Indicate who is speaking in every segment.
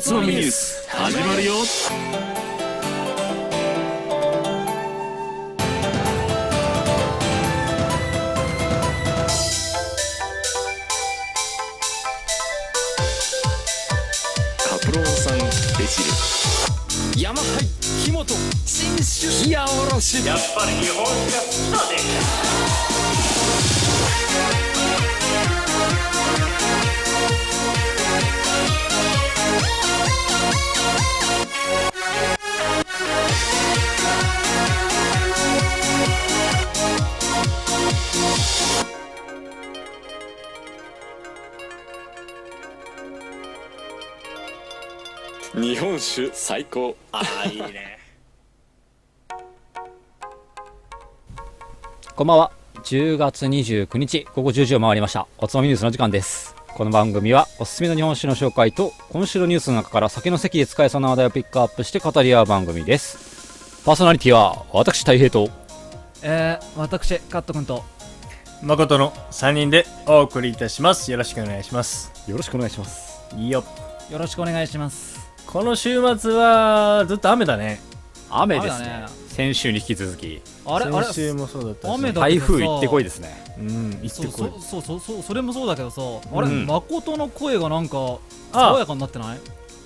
Speaker 1: つまみニュース始まるよカプロンさんデシ
Speaker 2: 山杯木本新酒冷やおろし
Speaker 3: やっぱり日本酒が好きだね
Speaker 1: ル日本酒最高
Speaker 3: あいいね
Speaker 4: こんばんは。10月29日午後10時を回りました。おつまみニュースの時間です。この番組はおすすめの日本酒の紹介と今週のニュースの中から酒の席で使えそうな話題をピックアップして語り合う番組です。パーソナリティは私たい平と
Speaker 5: えー、私カット君と
Speaker 6: 誠の3人でお送りいたしますよろしくお願いします
Speaker 4: よろしくお願いします。
Speaker 6: いいよ
Speaker 5: よろしくお願いします
Speaker 6: この週末はずっと雨だね
Speaker 4: 雨ですね。
Speaker 5: 雨だね
Speaker 4: 先週に引き続き
Speaker 5: あれあれ
Speaker 6: 先週もそうだったし
Speaker 5: 雨だ
Speaker 4: 台風行ってこいですね。
Speaker 6: うん行っ
Speaker 5: そ
Speaker 6: て
Speaker 5: う
Speaker 6: こ
Speaker 5: そ
Speaker 6: いう
Speaker 5: そうそうそうそれもそうだけどさあれ、
Speaker 4: うん
Speaker 5: 誠の声がなんか
Speaker 6: あ
Speaker 5: 爽やかになってない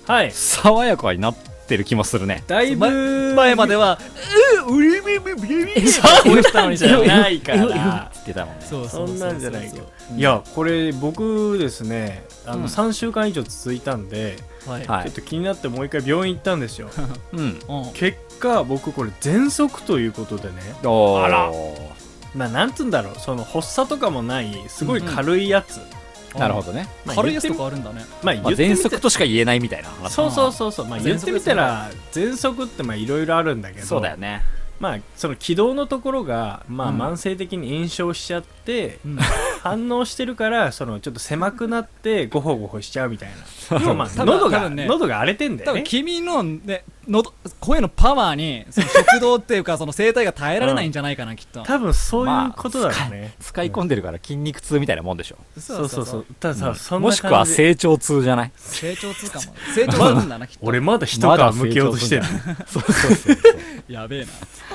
Speaker 6: はい
Speaker 4: 爽やかになってる気もするね。
Speaker 6: だいぶ
Speaker 5: 前までは
Speaker 6: そうしたのにじゃないか
Speaker 4: って
Speaker 6: ら
Speaker 4: 言ってたもんね。
Speaker 5: そう
Speaker 6: そ
Speaker 5: そうんそ
Speaker 6: な
Speaker 5: うん
Speaker 6: じゃない
Speaker 5: そ
Speaker 6: よ
Speaker 5: う
Speaker 6: いやこれ僕ですねあ
Speaker 5: うん
Speaker 6: の3週間以上続いたんで、
Speaker 5: そうはい、
Speaker 4: は
Speaker 6: ち
Speaker 4: い
Speaker 6: ょっ。と気になってもう一回病院行ったんですよ
Speaker 4: うん。
Speaker 5: うん、
Speaker 6: 結果僕これ喘息ということでね
Speaker 4: おー
Speaker 6: あらまあなんつうんだろうその発作とかもないすごい軽いやつ、
Speaker 4: なるほどね。
Speaker 6: まあ
Speaker 5: 軽いやつとかあるんだね
Speaker 6: まあ
Speaker 4: まあ、
Speaker 6: 言って
Speaker 4: 喘
Speaker 6: みて
Speaker 4: 息としか言えないみたいな話。
Speaker 6: そうそうそうそうまあ
Speaker 5: 喘息
Speaker 6: 言ってみたら喘息ってまあいろいろあるんだけど
Speaker 4: そうだよね。
Speaker 6: まあその気道のところがまあ
Speaker 5: うん
Speaker 6: 慢性的に炎症しちゃって、
Speaker 5: うん
Speaker 6: 反応してるからそのちょっと狭くなってゴホゴホしちゃうみたいなでもまあ
Speaker 5: 多分
Speaker 6: 喉
Speaker 5: 多
Speaker 6: が、
Speaker 5: 分ね
Speaker 6: 喉が荒れてんだ
Speaker 5: 多
Speaker 6: よね
Speaker 5: 分君の,、ね、のど声のパワーにその食道っていうかその声帯が耐えられないんじゃないかな、きっと
Speaker 6: 多分そういうことだろうね、
Speaker 4: 使い込んでるから筋肉痛みたいなもんでしょ。
Speaker 6: そうそうそうたださ、そんな
Speaker 4: もしくは
Speaker 6: 感じで
Speaker 4: 成長痛じゃない
Speaker 5: 成長 痛かも成長するんだなきっと
Speaker 6: 俺まだ一皮むけようとしてる、
Speaker 4: そうそうそうそう。
Speaker 5: やべえ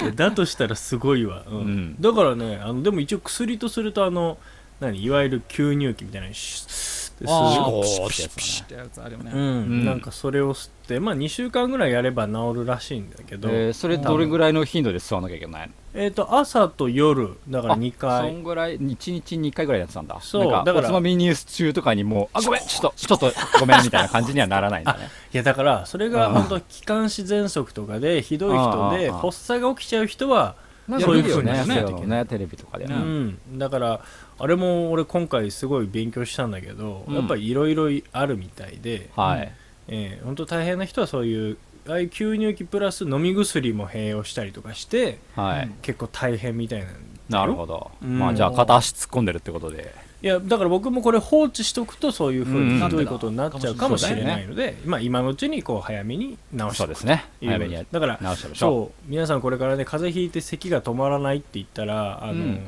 Speaker 5: な
Speaker 6: だとしたらすごいわ、うん
Speaker 4: うん
Speaker 6: だからねあのでも一応薬とするとあの何いわゆる吸入器みたいなのにシュッってする
Speaker 5: あ
Speaker 4: お
Speaker 5: ー
Speaker 4: ーってやつだね
Speaker 5: ピシッってやつあるよね、
Speaker 6: うん
Speaker 4: ん
Speaker 6: なんかそれを吸って、まあ、2週間ぐらいやれば治るらしいんだけど、
Speaker 4: えーそれどれぐらいの頻度で吸わなきゃいけないの
Speaker 6: えっと朝と夜だから
Speaker 4: あ
Speaker 6: 2
Speaker 4: そん
Speaker 6: 回
Speaker 4: ぐらい、1日2回ぐらいやってたんだ。
Speaker 6: そう
Speaker 4: なんか
Speaker 6: だから
Speaker 4: おつまみニュース中とかにもう、あ、ごめん、ちょっと、ちょっとごめんみたいな感じにはならないんだね。
Speaker 6: いやだからそれ
Speaker 4: あ
Speaker 6: が
Speaker 4: ー
Speaker 6: 本当気管支喘息とかでひどい人で
Speaker 4: あーあーあー
Speaker 6: 発作が起きちゃう人は、
Speaker 4: なん
Speaker 6: ん
Speaker 4: か
Speaker 6: かそういう
Speaker 4: 見るよね、そう
Speaker 6: 風にし
Speaker 4: い
Speaker 6: な
Speaker 4: う
Speaker 6: いといけない
Speaker 4: のね、テレビとかで。
Speaker 5: ね
Speaker 6: うん、だからあれも俺今回すごい勉強したんだけど、
Speaker 4: うん
Speaker 6: やっぱりいろいろあるみたいで、
Speaker 4: はい。
Speaker 6: えー、本当大変な人はそういうああいう吸入器プラス飲み薬も併用したりとかして
Speaker 4: はい。
Speaker 6: 結構大変みたいなんだよ
Speaker 4: なるほど。
Speaker 6: うん
Speaker 4: まあ、じゃあ、片足突っ込んでるってことで。
Speaker 6: いやだから僕もこれ放置しとくとそういうふう
Speaker 4: うん
Speaker 6: にひどいことになっちゃうかもしれないので、まあ、今のうちにこう早めに直して
Speaker 4: そ
Speaker 6: お
Speaker 4: う
Speaker 6: く
Speaker 4: ですね。
Speaker 6: とい
Speaker 4: 早め
Speaker 6: うことで
Speaker 4: にや
Speaker 6: だから
Speaker 4: 直してましょ
Speaker 6: そう皆さんこれからね風邪ひいて咳が止まらないって言ったらあの、
Speaker 4: うん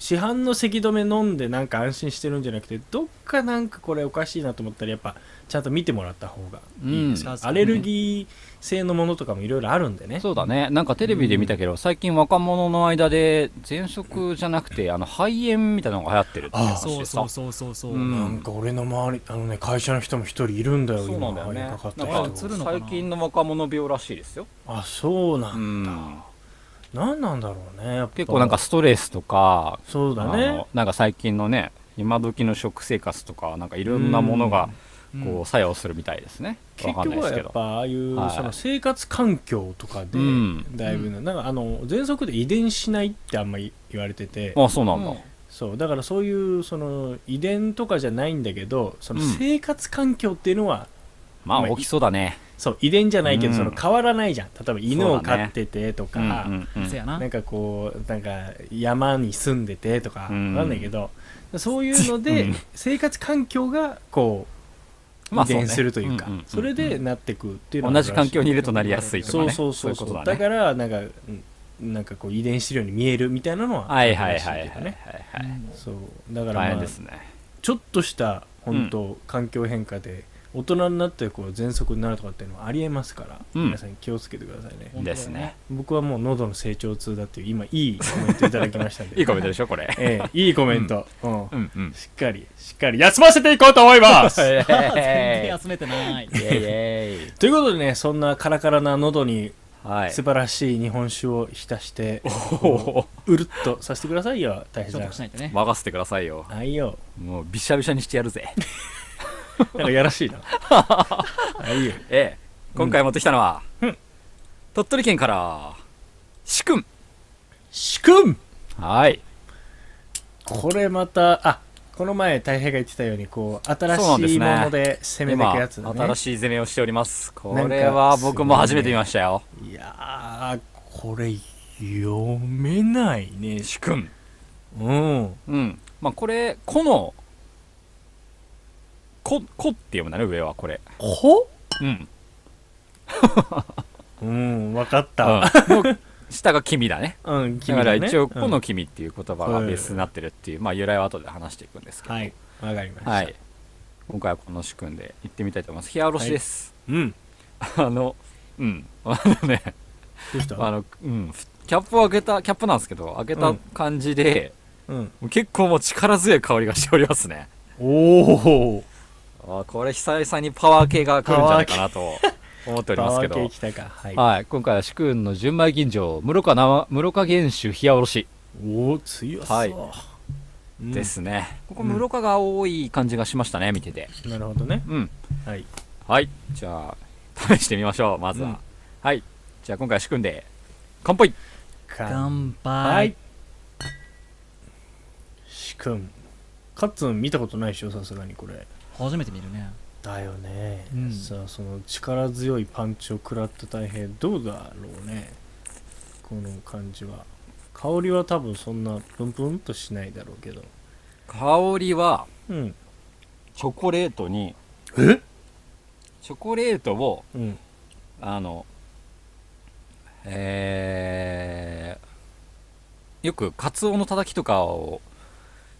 Speaker 6: 市販の咳止め飲んでなんか安心してるんじゃなくてどっかなんかこれおかしいなと思ったらやっぱちゃんと見てもらった方が
Speaker 4: う。う
Speaker 6: いい
Speaker 4: ん
Speaker 6: です、アレルギー性のものとかもいろいろあるんでね
Speaker 4: そうだね、なんかテレビで見たけど、最近若者の間で、喘息じゃなくて、あの肺炎みたいなのが流行ってるって
Speaker 6: ああ
Speaker 4: 話
Speaker 5: そ
Speaker 4: で
Speaker 5: うそ
Speaker 4: さ
Speaker 5: う、そうそうそう、
Speaker 4: うん
Speaker 6: なんか俺の周りあのね会社の人も一人いるんだよ
Speaker 4: そうなんだよね
Speaker 6: 今かかった
Speaker 5: な
Speaker 6: 人
Speaker 5: んか映るのかな
Speaker 4: 最近の若者病らしいですよ、
Speaker 6: あそうなんだ、
Speaker 4: うん、
Speaker 6: 何なんだろうねやっぱ
Speaker 4: 結構なんかストレスとか、
Speaker 6: そうだ
Speaker 4: あ
Speaker 6: ね
Speaker 4: のなんか最近のね、今時の食生活とか、なんかいろんなものが
Speaker 5: うん
Speaker 4: こう作用するみたいですね、
Speaker 6: 結
Speaker 4: わかん
Speaker 6: 局
Speaker 4: ないで
Speaker 6: は
Speaker 4: すけ
Speaker 6: やっ
Speaker 4: ど。
Speaker 6: ぱああいう
Speaker 4: はい
Speaker 6: その生活環境とかで
Speaker 4: うん
Speaker 6: だいぶななんかあの喘息で遺伝しないってあんまり言われてて
Speaker 4: あそうなんだ、
Speaker 6: そうだからそういうその遺伝とかじゃないんだけどその
Speaker 4: うん
Speaker 6: 生活環境っていうのは
Speaker 4: まあ
Speaker 6: まあ
Speaker 4: 大きそうだね。
Speaker 6: そう遺伝じゃないけ
Speaker 4: う
Speaker 6: ど
Speaker 4: ん
Speaker 6: その変わらないじゃん例えば犬
Speaker 4: そ
Speaker 6: を
Speaker 4: うだね
Speaker 6: 飼っててと
Speaker 4: うん
Speaker 6: か
Speaker 4: うんうん
Speaker 5: せやな
Speaker 6: なんかこうなんか山に住んでてとかわか
Speaker 4: うん
Speaker 6: んないけどそういうので
Speaker 4: うん
Speaker 6: 生活環境がこう
Speaker 4: まあ
Speaker 6: 遺
Speaker 4: そうね
Speaker 6: 伝するというか
Speaker 4: うんうんうんうん
Speaker 6: それでなってくっていうのが
Speaker 4: 同じ環境にいるとなりやすいとか
Speaker 6: そう
Speaker 4: ね。
Speaker 6: そうそうそう
Speaker 4: い
Speaker 6: だ
Speaker 4: ことだね。
Speaker 6: からなんかうんなんかこう遺伝資料に見えるみたいなのは
Speaker 4: はいは
Speaker 6: ある
Speaker 4: い
Speaker 6: らし
Speaker 4: はいはいは
Speaker 6: けど
Speaker 4: い
Speaker 6: ね
Speaker 4: はい。
Speaker 6: そうだから、
Speaker 4: 大
Speaker 6: ま
Speaker 4: 変
Speaker 6: あ
Speaker 4: ですね。
Speaker 6: ちょっとした本当環境変化で大人になってこう喘息になるとかっていうのはありえますから、
Speaker 4: うん
Speaker 6: 皆さん気をつけてくださいね
Speaker 5: 本当だよ
Speaker 4: ですね。
Speaker 6: 僕はもう喉の成長痛だっていう今いいコメントいただきましたんで
Speaker 4: いいコメントでしょ、これ。
Speaker 6: ええ、いいコメント、うん
Speaker 4: うんうん。
Speaker 6: しっかりしっかり休ませていこうと思います
Speaker 4: 全
Speaker 5: 全然休めてない
Speaker 4: イエイイェイ
Speaker 6: ということでねそんなカラカラな喉に
Speaker 4: はい
Speaker 6: 素。晴らしい日本酒を浸して、
Speaker 4: お
Speaker 6: うるっとさせてくださいよ大変
Speaker 5: 消
Speaker 6: な
Speaker 5: 毒しないとね
Speaker 4: 任せてくださいよ。
Speaker 6: はいよ
Speaker 4: もうびしゃびしゃにしてやるぜ。
Speaker 6: なんかやらしいなはいよ
Speaker 4: ええ。今回持ってきたのは、鳥取県から、しくん。
Speaker 6: 主君
Speaker 4: はい。
Speaker 6: これまたあこの前大平が言ってたようにこう新
Speaker 4: そうなんで
Speaker 6: し
Speaker 4: す
Speaker 6: い
Speaker 4: ね
Speaker 6: もので攻めてい
Speaker 4: 今、
Speaker 6: くやつだね
Speaker 4: 新しい攻めをしております。こ
Speaker 6: なんか
Speaker 4: れは僕も初めて見ましたよ。
Speaker 6: いやーこれ読めないね
Speaker 4: しくん。
Speaker 6: うん
Speaker 4: うん。まあ、これ、この、こ、こって読むんだね、上は、これ。
Speaker 6: こ
Speaker 4: うん。
Speaker 6: うん分かった
Speaker 4: うん、の下が君だね。
Speaker 6: うん君
Speaker 4: だか
Speaker 6: だ
Speaker 4: ら
Speaker 6: ね
Speaker 4: 一応、
Speaker 6: うん
Speaker 4: この君っていう言葉がベースになってるっていう、まあ、由来は後で話していくんですけど。
Speaker 6: はいわかりました
Speaker 4: はい。今回はこの主君で行ってみたいと思います。冷やおろしです。
Speaker 6: うん
Speaker 4: あの、うん。 あのね、
Speaker 6: どうし
Speaker 4: あ
Speaker 6: た
Speaker 4: の、うん。キャップを開けた、キャップなんですけど、開けた感じで、
Speaker 6: うん
Speaker 4: 結構もう力強い香りがしておりますね。
Speaker 6: おお
Speaker 4: あーこれ久々にパワー系が来るんじゃないかな と思っており
Speaker 6: パ
Speaker 4: ます
Speaker 6: ワ
Speaker 4: け
Speaker 6: ー
Speaker 4: ど。
Speaker 6: 系来たかはい
Speaker 4: はい、今回は主君の純米吟醸、室賀生室賀原酒冷やおろし
Speaker 6: おお強そう、
Speaker 4: はい
Speaker 6: うん
Speaker 4: ですね。ここ室賀が多い感じがしましたね、見てて。
Speaker 6: なるほどね
Speaker 4: うん。
Speaker 6: はい
Speaker 4: はい、じゃあ、試してみましょう、まずは。
Speaker 6: うん
Speaker 4: はい、じゃあ今回は主君で、乾杯
Speaker 5: 乾
Speaker 6: は
Speaker 5: 杯
Speaker 6: いしくんカッツン見たことないでしょさすがにこれ
Speaker 5: 初めて見るね
Speaker 6: だよね、
Speaker 5: うん
Speaker 6: さあその力強いパンチを食らった大平どうだろうねこの感じは香りは多分そんなプンプンとしないだろうけど
Speaker 4: 香りは、
Speaker 6: うん
Speaker 4: チョコレートに、
Speaker 6: え
Speaker 4: チョコレートを、
Speaker 6: うん
Speaker 4: あの、えー、よくカツオのたたきとかを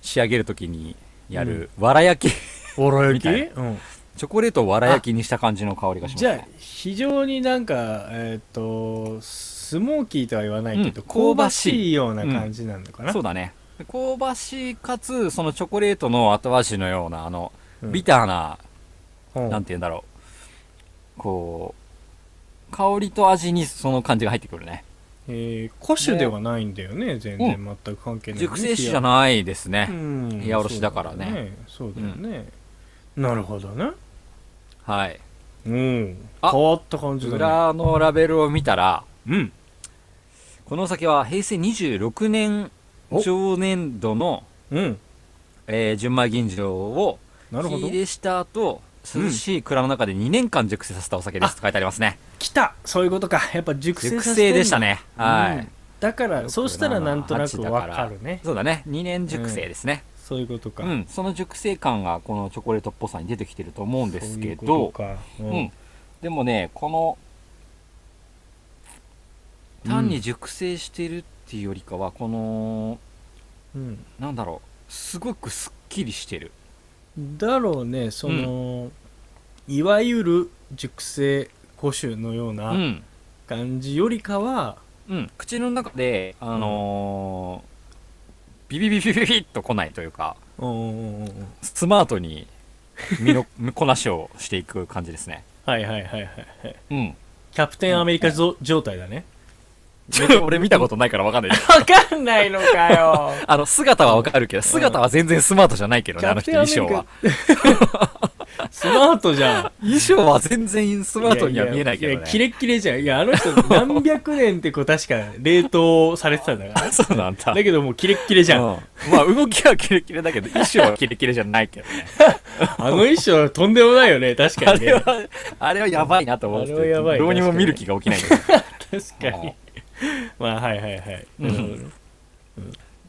Speaker 4: 仕上げるときにやる、わら焼き、
Speaker 6: おろ焼き、
Speaker 4: み
Speaker 6: うん、
Speaker 4: チョコレートをわら焼きにした感じの香りがします、
Speaker 6: じゃあ
Speaker 4: ね。
Speaker 6: 非常になんかえっ、とスモーキーとは言わないけど、
Speaker 4: うん
Speaker 6: 香ばしいような感じなのかな、
Speaker 4: そうだね。香ばしいかつ、そのチョコレートの後味のような、あの、
Speaker 6: うん
Speaker 4: ビターな、
Speaker 6: うん
Speaker 4: なんて言うんだろう。こう、香りと味にその感じが入ってくるね。
Speaker 6: えー、古酒ではないんだよね全然全く関係ない、
Speaker 4: 熟成酒じゃ
Speaker 6: い
Speaker 4: ないですね。
Speaker 6: 冷
Speaker 4: 冷やおろしだからね
Speaker 6: そうだよね、なるほどね
Speaker 4: はい。
Speaker 6: うん
Speaker 4: あ
Speaker 6: 変わった感じだね
Speaker 4: 裏のラベルを見たら、
Speaker 6: うん
Speaker 4: このお酒は平成26年
Speaker 6: お
Speaker 4: 上年度の、
Speaker 6: うん
Speaker 4: えー純米吟醸を
Speaker 6: なるほ
Speaker 4: 火
Speaker 6: ど
Speaker 4: 入れした後、涼しい蔵の中で2年間熟成させたお酒ですって書いてありますね。
Speaker 6: 来たそういうことかやっぱ熟成
Speaker 4: 熟
Speaker 6: させ
Speaker 4: 成でした
Speaker 6: ね
Speaker 4: ね。はい。
Speaker 6: だか
Speaker 4: よく
Speaker 6: らそうしたらなんとなく
Speaker 4: 78だ
Speaker 6: わ
Speaker 4: から
Speaker 6: かるね
Speaker 4: そうだね2年熟成ですね、
Speaker 6: そういうことか、
Speaker 4: うんその熟成感がこのチョコレートっぽさに出てきてると思うんですけ
Speaker 6: そういうこと
Speaker 4: ど
Speaker 6: かう
Speaker 4: うんん、でもねこの
Speaker 6: うん
Speaker 4: 単に熟成してるっていうよりかはこの
Speaker 6: うん
Speaker 4: なんだろうすごくすっきりしてる
Speaker 6: だろうねその、いわゆる熟成古酒のよう
Speaker 4: う、
Speaker 6: なん感じよりかは、
Speaker 4: うん、口の中であのービビビビビビッと来ないというか
Speaker 6: うんうんうんうん
Speaker 4: スマートに身のこなしをしていく感じですね
Speaker 6: はいはいはいはいはい
Speaker 4: うん
Speaker 6: キャプテンアメリカぞ状態だね
Speaker 4: ちょ俺見たことないから わかんない
Speaker 6: わかんないのかよ
Speaker 4: あの、姿はわかるけど、姿は全然スマートじゃないけどね、あの人衣装は。
Speaker 6: スマートじゃん
Speaker 4: 衣装は全然スマートには見えないけど
Speaker 6: や
Speaker 4: ね。
Speaker 6: やキレッキレじゃんいやあの 人何百年ってこう確か冷凍されてたんだ から
Speaker 4: そうなんだ。
Speaker 6: だけどもうキレッキレじゃん、
Speaker 4: うんまあ、動きはキレキレだけど、衣装はキレキレじゃないけどね。
Speaker 6: あの衣装とんでもないよね確か
Speaker 4: あ
Speaker 6: に
Speaker 4: れ
Speaker 6: ね
Speaker 4: は、あれはやばいなと思って
Speaker 6: あれはやばい
Speaker 4: どうにも
Speaker 6: 確かに
Speaker 4: 見る気が起きないんだけ
Speaker 6: 確かにまあはいはいはい、
Speaker 4: うん
Speaker 6: なるほどね
Speaker 4: ど。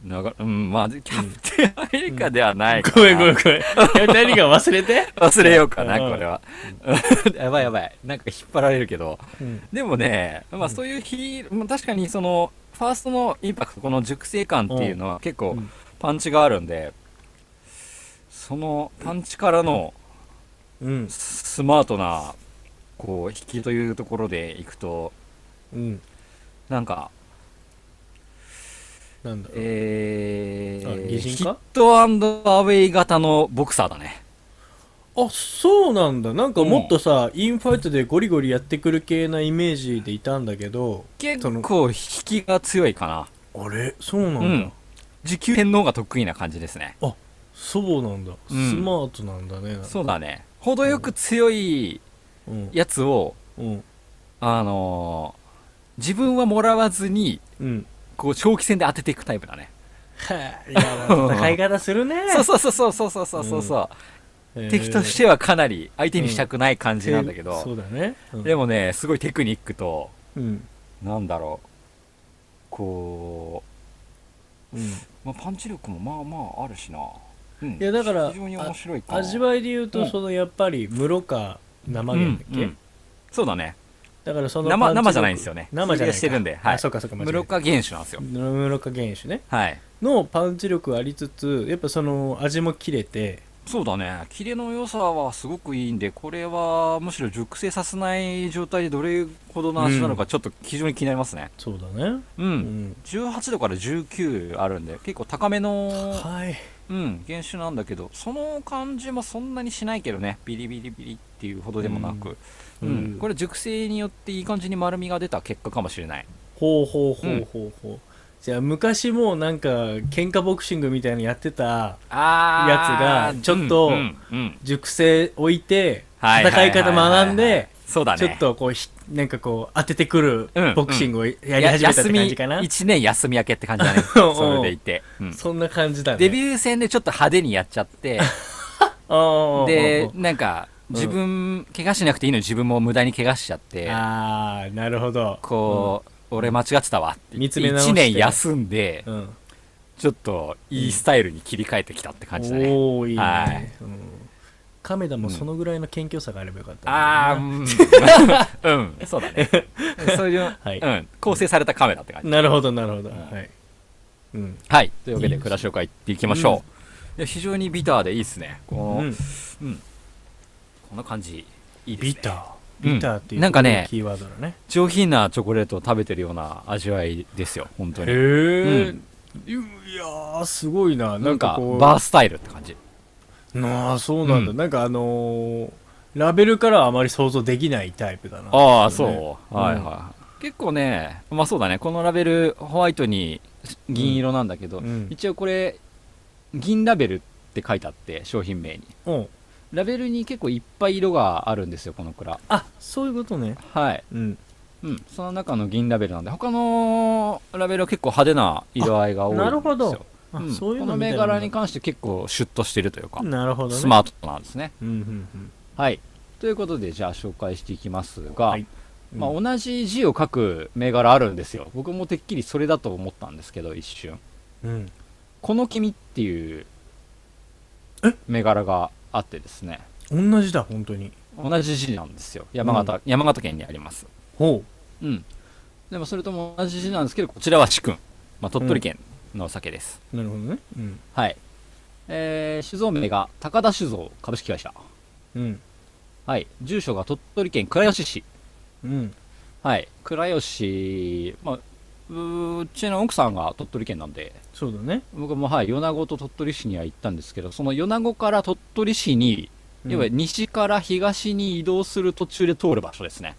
Speaker 4: なんかうん、まあ、キャプテンアメリカではないかな
Speaker 6: ごめんごめんごめんいや 何か忘れて
Speaker 4: 忘れようかな、
Speaker 6: うん
Speaker 4: これは。やばいやばい。なんか引っ張られるけど。でもね、まあそういうヒーまあ確かにその、ファーストのインパクト、この熟成感っていうのは結構
Speaker 6: うん
Speaker 4: パンチがあるんで、そのパンチからの
Speaker 6: うん
Speaker 4: スマートな、こう、引きというところでいくと、
Speaker 6: うん
Speaker 4: なんか、
Speaker 6: なんだろう
Speaker 4: え
Speaker 6: あ
Speaker 4: ー、
Speaker 6: 擬人化
Speaker 4: ヒットアンドアウェイ型のボクサーだね。
Speaker 6: あそうなんだなんかもっとさ、インファイトでゴリゴリやってくる系なイメージでいたんだけど
Speaker 4: 結
Speaker 6: その
Speaker 4: 構引きが強いかな。
Speaker 6: あれそうなんだ、
Speaker 4: うん。持久戦の方が得意な感じですね。
Speaker 6: そうなんだ、
Speaker 4: うん
Speaker 6: スマートなんだね
Speaker 4: そうだね。程よく強い
Speaker 6: うん
Speaker 4: やつを、
Speaker 6: うん
Speaker 4: あのー自分はもらわずに、
Speaker 6: うん
Speaker 4: こう、長期戦で当てていくタイプだね。
Speaker 6: はいや戦い方するね
Speaker 4: そうそうそうそうそうそうそうそう。
Speaker 6: えー
Speaker 4: 敵としてはかなり相手にしたくない感じなんだけど、
Speaker 6: そうだね、うん、
Speaker 4: でもね、すごいテクニックと、
Speaker 6: うん
Speaker 4: なんだろう、こ
Speaker 6: うん
Speaker 4: う、まあ、パンチ力もまあまああるしな。うん、
Speaker 6: いやだから
Speaker 4: 非常に面白いかな
Speaker 6: 味わいで言うと、
Speaker 4: うん
Speaker 6: そのやっぱり室か生
Speaker 4: う
Speaker 6: 源
Speaker 4: ん
Speaker 6: だっ
Speaker 4: う
Speaker 6: け、
Speaker 4: んそうだね。
Speaker 6: だからその
Speaker 4: 生
Speaker 6: パンチ力
Speaker 4: 生じゃないんですよね。
Speaker 6: 生じゃないか
Speaker 4: してるんで、は
Speaker 6: あ
Speaker 4: い。
Speaker 6: そうかそうか間違えた
Speaker 4: 室岡原種なんですよ。
Speaker 6: 室岡原種ね
Speaker 4: はい。
Speaker 6: のパンチ力ありつつやっぱその味も切れて
Speaker 4: そうだね。キレの良さはすごくいいんで、これはむしろ熟成させない状態でどれほどの味なのか、ちょっと非常に気になりますね。
Speaker 6: そうだね
Speaker 4: う
Speaker 6: うんん
Speaker 4: 18度から19あるんで結構高めの、
Speaker 6: はい
Speaker 4: うん、原酒なんだけどその感じもそんなにしないけどねビリビリビリっていうほどでもなく、
Speaker 6: う
Speaker 4: うんん
Speaker 6: うん
Speaker 4: これ熟成によっていい感じに丸みが出た結果かもしれない
Speaker 6: ほうほうほうほうほうじゃあ昔もうなんか喧嘩ボクシングみたいなのやってた
Speaker 4: あ
Speaker 6: やつがちょっと
Speaker 4: うんうんうん
Speaker 6: 熟成置いて
Speaker 4: はいはいは
Speaker 6: 戦
Speaker 4: い
Speaker 6: い
Speaker 4: はいは
Speaker 6: 方
Speaker 4: い
Speaker 6: 学んで
Speaker 4: そうだね
Speaker 6: ちょっとこうひなんかこう当ててくる
Speaker 4: うん
Speaker 6: ボクシングをやり
Speaker 4: や
Speaker 6: 始めたっ
Speaker 4: 休
Speaker 6: て
Speaker 4: み
Speaker 6: 感じかな
Speaker 4: 1年休み明けって感じ だね
Speaker 6: うん
Speaker 4: それでいて、うん
Speaker 6: そんな感じだね
Speaker 4: デビュー戦でちょっと派手にやっちゃって
Speaker 6: あー
Speaker 4: でなんか自分、怪我しなくていいのに自分も無駄に怪我しちゃって
Speaker 6: あーなるほど
Speaker 4: こう、俺間違ってたわって
Speaker 6: 見つめ直して
Speaker 4: 1年休んで、
Speaker 6: うんうん
Speaker 4: ちょっといいスタイルに切り替えてきたって感じだね。
Speaker 6: おおいい
Speaker 4: はい
Speaker 6: ねうん亀田もそのぐらいの謙虚さがあればよかった
Speaker 4: ああ、
Speaker 6: な
Speaker 4: うん、 うん、そうだね。そういう、
Speaker 6: はい
Speaker 4: うん、構成されたカメラって感じ。
Speaker 6: なるほどなるほどはいうん
Speaker 4: はい、というわけで、暮らしを変えていきましょう。いや非常にビターでいいですね。この、
Speaker 6: うん
Speaker 4: この感じ、いいですね。
Speaker 6: ビター
Speaker 4: うん
Speaker 6: ビターっていう
Speaker 4: なんかね
Speaker 6: キーワードだね
Speaker 4: 上品なチョコレートを食べてるような味わいですよ、本当に。
Speaker 6: へえ
Speaker 4: うん
Speaker 6: いやーすごいなな
Speaker 4: なんん
Speaker 6: か
Speaker 4: か、
Speaker 6: こう
Speaker 4: バースタイルって感じ。
Speaker 6: ああそうなんだ
Speaker 4: うん
Speaker 6: なんかあのーラベルからはあまり想像できないタイプだな
Speaker 4: ああ、
Speaker 6: そ
Speaker 4: そうう、
Speaker 6: ね
Speaker 4: はいはい。結構ね、まあそうだね、このラベル、ホワイトに銀色なんだけど、
Speaker 6: うん
Speaker 4: 一応これ、銀ラベルって書いてあって、商品名に。
Speaker 6: うん
Speaker 4: ラベルに結構いっぱい色があるんですよ、この蔵。
Speaker 6: あそういうことね
Speaker 4: はい。
Speaker 6: うん
Speaker 4: うん。その中の銀ラベルなんで、他のラベルは結構派手な色合いが多いんですよ。
Speaker 6: なるほどあ
Speaker 4: うん
Speaker 6: そういう
Speaker 4: こ
Speaker 6: の
Speaker 4: の
Speaker 6: みたい
Speaker 4: 銘
Speaker 6: な
Speaker 4: 柄に関して結構シュッとしてるというか、
Speaker 6: なるほどね
Speaker 4: スマートなんですね。
Speaker 6: うんうんうん
Speaker 4: はい。ということで、じゃあ紹介していきますが、
Speaker 6: はいうん
Speaker 4: まあ、同じ字を書く銘柄あるんですよ。僕もてっきりそれだと思ったんですけど、一瞬。
Speaker 6: うん
Speaker 4: この君っていう
Speaker 6: え
Speaker 4: 銘柄があってですね、
Speaker 6: 同じだ本当に
Speaker 4: 同じ字なんですよ。山形,、山形県にあります。
Speaker 6: ほ
Speaker 4: うん。でもそれとも同じ字なんですけど、こちらは主君。まあ、鳥取県のお酒です。
Speaker 6: うなるほどねうん
Speaker 4: はい。えー酒造名が高田酒造株式会社。
Speaker 6: うん
Speaker 4: はい。住所が鳥取県倉吉市。
Speaker 6: うん
Speaker 4: はい、倉吉、まあ、うちの奥さんが鳥取県なんで、
Speaker 6: そうだね
Speaker 4: 僕も、はい、米子と鳥取市には行ったんですけど、その米子から鳥取市に、
Speaker 6: うん
Speaker 4: 要は西から東に移動する途中で通る場所ですね。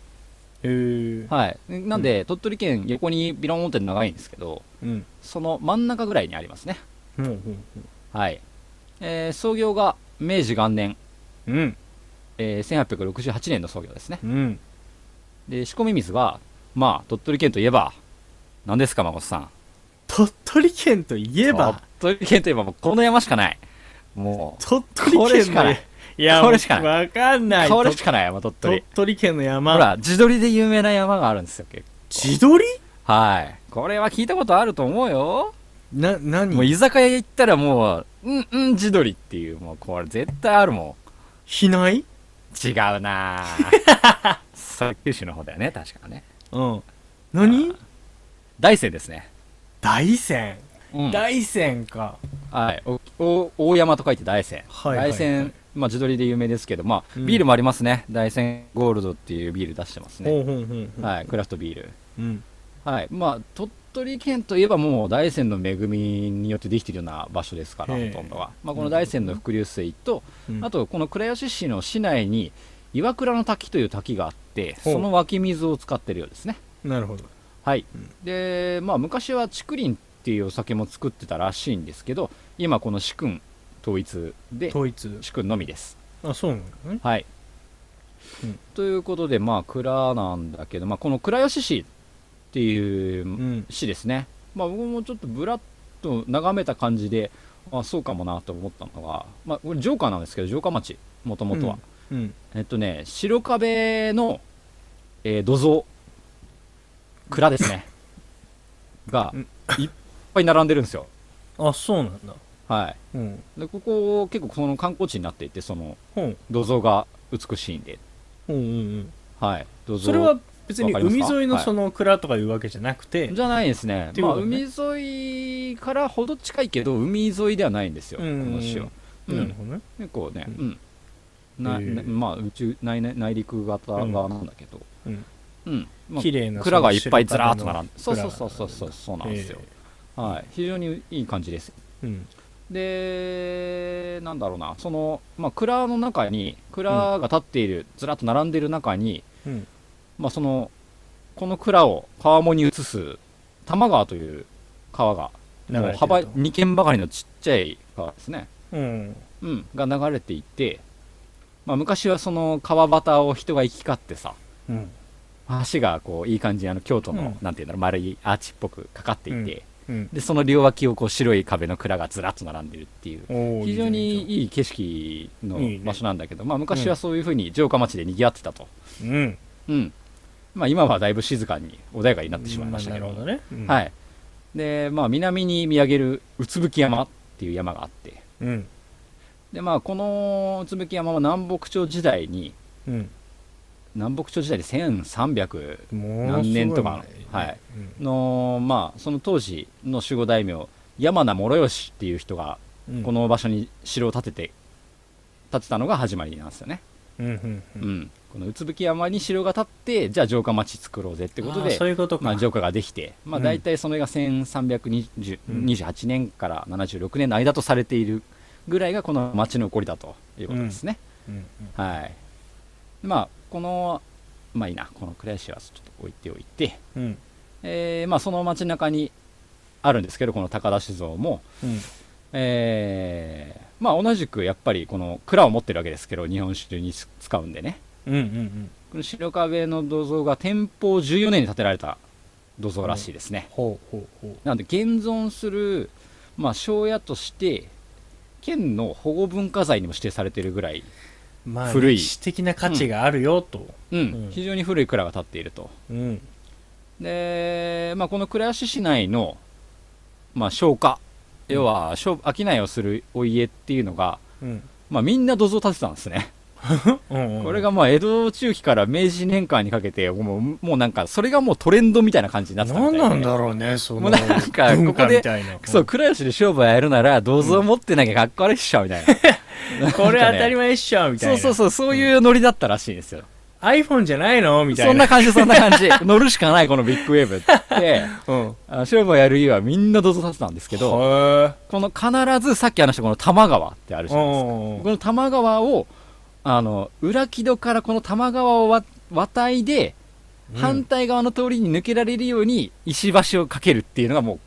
Speaker 6: へえ
Speaker 4: はい、なんで、鳥取県、横にビロンって長いんですけど、
Speaker 6: うん
Speaker 4: その真ん中ぐらいにありますね。
Speaker 6: うんうん
Speaker 4: はいえー創業が明治元年、
Speaker 6: うん
Speaker 4: えー1868年の創業ですね。
Speaker 6: うん
Speaker 4: で仕込み水は、まあ、鳥取県といえば、何ですか、誠さん。
Speaker 6: 鳥取県といえば
Speaker 4: 鳥取県といえばもうこの山しかない。もう、
Speaker 6: 鳥取
Speaker 4: これし
Speaker 6: 県
Speaker 4: か
Speaker 6: の
Speaker 4: ない
Speaker 6: いや
Speaker 4: これしかない
Speaker 6: わかんない
Speaker 4: 香るしかない山、鳥
Speaker 6: 鳥
Speaker 4: 取。
Speaker 6: 鳥取県の
Speaker 4: ほ
Speaker 6: 山
Speaker 4: ら、自撮りで有名な山があるんですよ、結構
Speaker 6: 自撮り
Speaker 4: はい。これは聞いたことあると思うよ。
Speaker 6: な何
Speaker 4: もう居酒屋行ったらもう、うんうん自撮りっていう、もうこれ絶対あるも
Speaker 6: 避内
Speaker 4: ん。違うなぁ。 それ九州の方だよね、確かね。
Speaker 6: うん何
Speaker 4: 大山ですね。
Speaker 6: 大山
Speaker 4: うん
Speaker 6: 大山か
Speaker 4: はい。おお大山と書いて大山。
Speaker 6: はいはいはい
Speaker 4: 大山まあ、地鶏で有名ですけど、まあ、
Speaker 6: うん
Speaker 4: ビールもありますね、大山ゴールドっていうビール出してます
Speaker 6: ほ
Speaker 4: ね、
Speaker 6: うほうほうほう。
Speaker 4: はい、クラフトビール、
Speaker 6: うん。
Speaker 4: はいまあ、鳥取県といえばもう大山の恵みによってできているような場所ですから、
Speaker 6: へえ
Speaker 4: ほとんどは、まあ、この大山の伏流水と、
Speaker 6: うん
Speaker 4: あとこの倉吉市の市内に岩倉の滝という滝があって、
Speaker 6: ほう
Speaker 4: その湧き水を使ってるようですね。
Speaker 6: なるほど。
Speaker 4: はい、
Speaker 6: うん
Speaker 4: で、まあ、昔は竹林っていうお酒も作ってたらしいんですけど今この主君統一で
Speaker 6: 統一。
Speaker 4: 主君のみです
Speaker 6: あ、そうなのね。
Speaker 4: はい、
Speaker 6: うん
Speaker 4: ということでまあ蔵なんだけど、まあ、この倉吉市って
Speaker 6: う。
Speaker 4: いうん市ですね、まあ、僕もちょっとぶらっと眺めた感じであそうかもなと思ったのが、まあ、これジョーカーなんですけどジョーカー町もともとは、
Speaker 6: うん。
Speaker 4: えっとね白壁の、えー土蔵蔵です ねが
Speaker 6: うん
Speaker 4: いっぱい並んでるんですよ
Speaker 6: あ、そうなんだ。
Speaker 4: は
Speaker 6: うん。
Speaker 4: いでここ結構その観光地になっていてその
Speaker 6: ほう。
Speaker 4: 土蔵が美しいんで
Speaker 6: ほううんうん。
Speaker 4: はい土蔵
Speaker 6: それは別に
Speaker 4: わかり
Speaker 6: 海
Speaker 4: ますか
Speaker 6: 沿いのその蔵とかいうわけじゃなくて、
Speaker 4: じゃないですね
Speaker 6: っていう
Speaker 4: ま
Speaker 6: こ
Speaker 4: あ
Speaker 6: とね
Speaker 4: 海沿いからほど近いけど海沿いではないんですよこ
Speaker 6: うん
Speaker 4: の市はう
Speaker 6: なる
Speaker 4: ん
Speaker 6: ほどね。
Speaker 4: 結構ね
Speaker 6: う
Speaker 4: うんな
Speaker 6: へえ
Speaker 4: なまあ宇宙内内陸型側なんだけど
Speaker 6: うん
Speaker 4: うんまあ
Speaker 6: 綺麗な
Speaker 4: 蔵がいっぱいずらーっと並んでそ
Speaker 6: 白
Speaker 4: う
Speaker 6: 壁
Speaker 4: そ
Speaker 6: の
Speaker 4: うそうそうそうそうなんですよ、はい非常にいい感じです
Speaker 6: うん
Speaker 4: でなんだろうなその、まあ、蔵の中に蔵が立っている、ずらっと並んでいる中に、
Speaker 6: うん
Speaker 4: まあ、そのこの蔵を川面に移す多摩川という川が
Speaker 6: 流れて
Speaker 4: もう
Speaker 6: ると
Speaker 4: 幅2軒ばかりのちっちゃい川ですね、
Speaker 6: うん
Speaker 4: うん、が流れていて、まあ、昔はその川端を人が行き交ってさ
Speaker 6: うん
Speaker 4: 橋がこういい感じにあの京都の、
Speaker 6: うん
Speaker 4: なんていうんだろう丸いアーチっぽくかかっていて、
Speaker 6: うんうん
Speaker 4: でその両脇をこう白い壁の蔵がずらっと並んでるっていう
Speaker 6: おー
Speaker 4: 非常
Speaker 6: いい
Speaker 4: に
Speaker 6: じ
Speaker 4: いい景色の
Speaker 6: いいね
Speaker 4: 場所なんだけど、まあ、昔はそういうふうに城下町で賑わってたと、
Speaker 6: ゃんうん
Speaker 4: うんまあ、今はだいぶ静かに穏やかになってしまいましたけど,、
Speaker 6: なるほどね
Speaker 4: はいいでまあ、南に見上げる宇津吹山っていう山があって
Speaker 6: うん
Speaker 4: で、まあ、この宇津吹山は南北朝時代に
Speaker 6: うん
Speaker 4: 南北朝時代で1300
Speaker 6: もう
Speaker 4: 何年とか
Speaker 6: すごいね
Speaker 4: はい
Speaker 6: うん
Speaker 4: の、まあ、その当時の守護大名山名諸義っていう人が
Speaker 6: うん
Speaker 4: この場所に城を建てて建てたのが始まりなんですよね、
Speaker 6: うんうんう
Speaker 4: うんん、この宇津吹山に城が建ってじゃあ城下町作ろうぜってこと
Speaker 6: あー
Speaker 4: で
Speaker 6: そういうことか
Speaker 4: まあ、城下ができて、まあ、
Speaker 6: うん
Speaker 4: 大体それが1328、
Speaker 6: うん
Speaker 4: 28年から76年の間とされているぐらいがこの町の起こりだということですね、
Speaker 6: うんうん
Speaker 4: はいまあこのまあいいなこの倉石はちょっと置いておいて、
Speaker 6: うん
Speaker 4: えーまあ、その町中にあるんですけどこの高田酒造も、
Speaker 6: うん
Speaker 4: えーまあ、同じくやっぱりこの蔵を持ってるわけですけど日本酒に使うんでね
Speaker 6: うんうん
Speaker 4: この白壁の土蔵が天保14年に建てられた土蔵らしいですね、
Speaker 6: ほうほうほ
Speaker 4: なので現存する、まあ、庄屋として県の保護文化財にも指定されているぐらい、
Speaker 6: うまあ
Speaker 4: 古い
Speaker 6: 歴史的な価値があるよと
Speaker 4: うん
Speaker 6: うん
Speaker 4: 非常に古い蔵が建っていると
Speaker 6: うん
Speaker 4: で、まあ、この倉吉市内の、まあ、商家要は商商いをするお家っていうのが、
Speaker 6: うん
Speaker 4: まあ、みんな土蔵建てたんですね
Speaker 6: うんうん
Speaker 4: これがまあ江戸中期から明治年間にかけてもうもうなんかそれがもうトレンドみたいな感じになってたみたい
Speaker 6: 何
Speaker 4: で
Speaker 6: なんだろうねそ
Speaker 4: も
Speaker 6: の
Speaker 4: うなんか
Speaker 6: 文化
Speaker 4: ここで
Speaker 6: みたいな
Speaker 4: そう倉吉で商売やるなら銅像持ってなきゃかっこ悪いっしょみたいななんかね
Speaker 6: これ当たり前っしょみたい
Speaker 4: そう
Speaker 6: な
Speaker 4: そうそうそういうノリだったらしいんですよ
Speaker 6: iPhone じゃないのみたいな
Speaker 4: そんな感じそんな感じ乗るしかないこのビッグウェーブって
Speaker 6: うん
Speaker 4: あの商売やる家はみんな銅像立てたんですけど
Speaker 6: へ
Speaker 4: この必ずさっき話したこの多摩川ってある
Speaker 6: え
Speaker 4: じゃないですかこの多摩川をあの裏木戸からこの多摩川をわ渡いで
Speaker 6: うん
Speaker 4: 反対側の通りに抜けられるように石橋を架けるっていうのがもう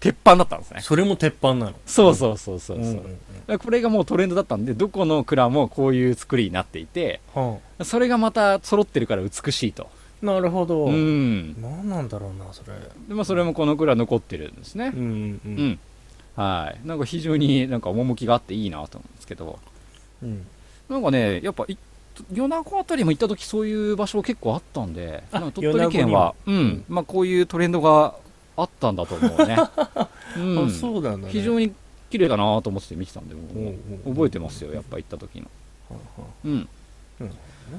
Speaker 4: 鉄板だったんですね
Speaker 6: それも鉄板なの
Speaker 4: そうそうそうそうそう、
Speaker 6: ん
Speaker 4: だからこれがもうトレンドだったんでどこの蔵もこういう作りになっていて
Speaker 6: うんは
Speaker 4: それがまた揃ってるから美しいと
Speaker 6: あなるほど
Speaker 4: うん
Speaker 6: 何なんだろうなそれ
Speaker 4: で、まあ、それもこの蔵残ってるんですね
Speaker 6: うんう
Speaker 4: うん、
Speaker 6: ん
Speaker 4: はいなんか非常になんか趣があっていいなと思うんですけど
Speaker 6: うん
Speaker 4: なんかね、やっぱい米子あたりも行った時そういう場所結構あったんで、
Speaker 6: あ
Speaker 4: なんか鳥取県は、うん、
Speaker 6: ん
Speaker 4: まあこういうトレンドがあったんだと思 うね。うん
Speaker 6: あそうなんだね
Speaker 4: 非常に綺麗だなと思って見てたんで、僕も
Speaker 6: おうおう
Speaker 4: 覚えてますよ、やっぱ行った時の。
Speaker 6: はあはあ
Speaker 4: うん
Speaker 6: なるほどね。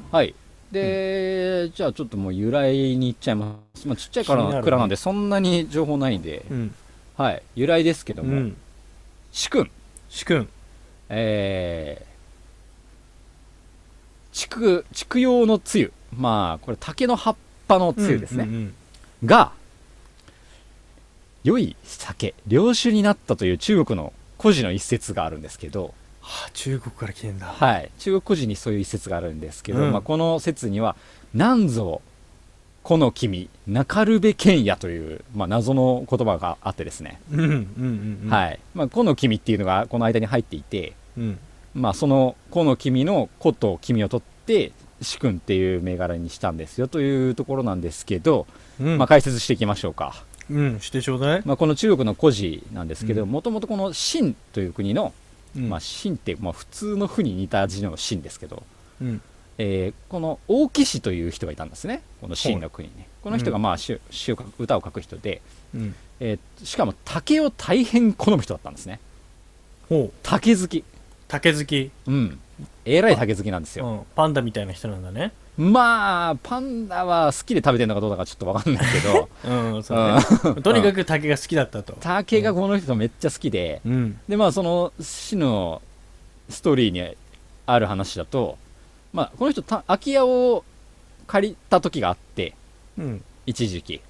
Speaker 4: はい。で、じゃあちょっともう由来に行っちゃいます。まあちっちゃいか
Speaker 6: 気にな
Speaker 4: ら
Speaker 6: るね
Speaker 4: 蔵なんで、そんなに情報ないんで、
Speaker 6: うん
Speaker 4: はい。由来ですけど
Speaker 6: う
Speaker 4: も、
Speaker 6: ん
Speaker 4: 主君、
Speaker 6: 主君
Speaker 4: えー畜畜用のつゆまあこれ竹の葉っぱのつゆですね、
Speaker 6: うんうん
Speaker 4: が良い酒良酒になったという中国の古事の一節があるんですけど、
Speaker 6: はあ、中国から来てんだ。
Speaker 4: はい、中国古事にそういう一節があるんですけど、
Speaker 6: うん
Speaker 4: まあ、この説には「なんぞこの君なかるべけんや」という、まあ、謎の言葉があってですね、
Speaker 6: うんうんうんうん。い。
Speaker 4: はいまあ、この君っていうのがこの間に入っていて、
Speaker 6: うん。
Speaker 4: まあ、その「この君」の「子」と「君」を取って「主君」っていう銘柄にしたんですよというところなんですけど、
Speaker 6: うん。
Speaker 4: まあ、解説していきましょうか。
Speaker 6: うん、してちょうだい。
Speaker 4: まあ、この中国の古事なんですけ
Speaker 6: う
Speaker 4: ど
Speaker 6: ん
Speaker 4: もともとこの「秦」という国の「
Speaker 6: うん
Speaker 4: まあ、秦」って、まあ、普通の「負に似た字の「秦」ですけど、
Speaker 6: うん。
Speaker 4: えーこの王騎士という人がいたんですねこの秦の国に、この人が
Speaker 6: うん
Speaker 4: まあ詩を詩を書く歌を書く人で、
Speaker 6: うん。
Speaker 4: えーしかも竹を大変好む人だったんですね
Speaker 6: ほう。
Speaker 4: 竹好き
Speaker 6: 竹好き。
Speaker 4: うんえらい竹好きなんです
Speaker 6: う
Speaker 4: よ、
Speaker 6: ん。パンダみたいな人なんだね。
Speaker 4: まあパンダは好きで食べてるのかどうだかちょっとわかんないけど
Speaker 6: うん、そうね。 とにかく竹が好きだったと。
Speaker 4: 竹がこの人めっちゃ好きで、
Speaker 6: うん。
Speaker 4: でまあその死のストーリーにある話だと、まあ、この人た空き家を借りた時があって
Speaker 6: うん。
Speaker 4: 一時期、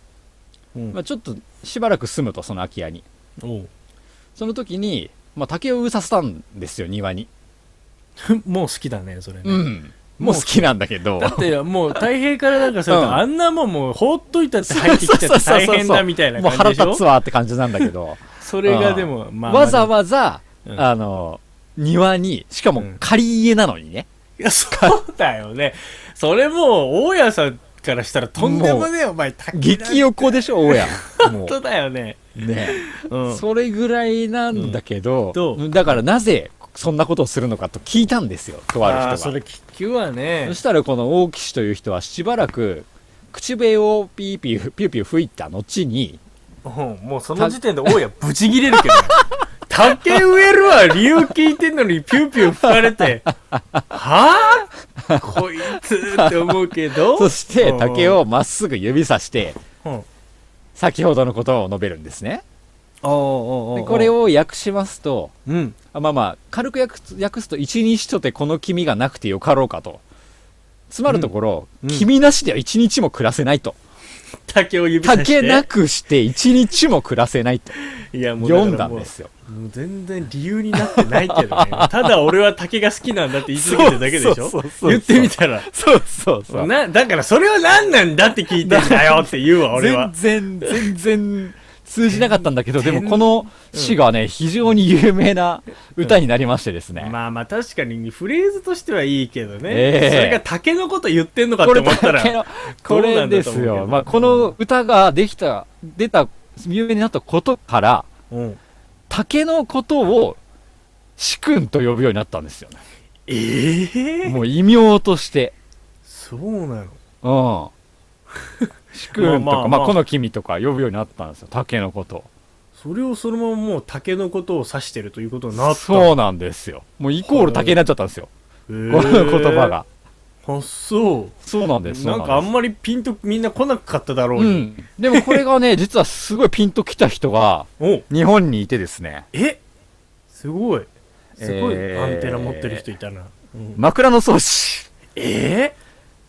Speaker 6: うん
Speaker 4: まあ、ちょっとしばらく住むとその空き家に
Speaker 6: おう
Speaker 4: その時に、まあ、竹を植えさせたんですよ庭に、
Speaker 6: もう好きだね、それね。
Speaker 4: うん、もう好きなんだけど
Speaker 6: だってもう太平からなんかそれ
Speaker 4: うん
Speaker 6: あんなもんもう放っといたって入ってきて大変だみたいな
Speaker 4: もう
Speaker 6: 感
Speaker 4: 腹
Speaker 6: じでし
Speaker 4: 立つ
Speaker 6: ょ
Speaker 4: わって感じなんだけど
Speaker 6: それがでもまあ
Speaker 4: わざわざ、
Speaker 6: うん
Speaker 4: あの庭にしかも
Speaker 6: うん
Speaker 4: 仮家なのにね、
Speaker 6: いやそうだよねそれもう大家さんからしたらとんでもねえお前滝
Speaker 4: 激横でし ょ大家も
Speaker 6: 本当だよね
Speaker 4: うね
Speaker 6: うん
Speaker 4: それぐらいなんだけど、
Speaker 6: どう
Speaker 4: だからなぜそんなことをするのかと聞いたんですよ、とあ
Speaker 6: あ
Speaker 4: る
Speaker 6: ーそ
Speaker 4: 人
Speaker 6: れ
Speaker 4: が。
Speaker 6: 聞くわね
Speaker 4: そしたらこの大岸という人はしばらく口笛をピーピー、ピューピュー吹いた後に、
Speaker 6: うんもうその時点で大家ブチギレ るけど竹植えるわ理由聞いてんのにピューピュー吹かれてはあこいつって思うけ ど
Speaker 4: そして
Speaker 6: うん
Speaker 4: 竹をまっすぐ指さして、
Speaker 6: うんお
Speaker 4: 先ほどのことを述べるんですね。
Speaker 6: うおうおうおう
Speaker 4: でこれを訳しますと、
Speaker 6: うん
Speaker 4: あまあまあ、軽く訳す訳すと、一日とてこの君がなくてよかろうかと。つまるところ、
Speaker 6: うんうん
Speaker 4: 君なしでは一日も暮らせないと。
Speaker 6: 竹を指さして
Speaker 4: 竹なくして一日も暮らせないと。
Speaker 6: いやもうだから
Speaker 4: 読んだん
Speaker 6: もう
Speaker 4: ですよ。
Speaker 6: もう全然理由になってない けどねただ俺は竹が好きなんだって言い続けてるだけでしょ
Speaker 4: そうそうそうそう
Speaker 6: 言ってみたら
Speaker 4: そうそうそう。
Speaker 6: なだからそれは何なんだって聞いてんだよって言うわ俺は
Speaker 4: 全然、全然通じなかったんだけど、でもこの詩がね、非常に有名な歌になりましてですね。
Speaker 6: まあまあ確かにフレーズとしてはいいけどね、
Speaker 4: ええ
Speaker 6: それが竹のこと言ってんのかっ
Speaker 4: こ
Speaker 6: て
Speaker 4: れ
Speaker 6: 思った
Speaker 4: だけ
Speaker 6: ら
Speaker 4: の、これです
Speaker 6: どうなんだと思うけ
Speaker 4: よ。
Speaker 6: ど
Speaker 4: まあ、この歌ができた、出た、有名になったことから、
Speaker 6: うん
Speaker 4: 竹のことを、主君と呼ぶようになったんですよ ね。
Speaker 6: ええ
Speaker 4: もう異名として。
Speaker 6: そうな
Speaker 4: う
Speaker 6: の
Speaker 4: ん。主君と
Speaker 6: まあまあ
Speaker 4: か、
Speaker 6: まあ
Speaker 4: まあ、この君とか呼ぶようになったんですよ。竹のことを。
Speaker 6: それをそのままもう竹のことを指してるということになった
Speaker 4: そうなんですよ。もうイコール竹になっちゃったんですよ。
Speaker 6: へえ
Speaker 4: この 言葉が。
Speaker 6: あそう
Speaker 4: そうなんです。
Speaker 6: なんかあ
Speaker 4: そ
Speaker 6: んまりピンとみんな来なかっただろう
Speaker 4: うな
Speaker 6: に、
Speaker 4: んですうん。でもこれがね、実はすごいピンときた人が、
Speaker 6: お
Speaker 4: 日本にいてですね、
Speaker 6: えすごいすごい
Speaker 4: えー
Speaker 6: アンテナ持ってる人いたな、うん
Speaker 4: 枕草子。
Speaker 6: え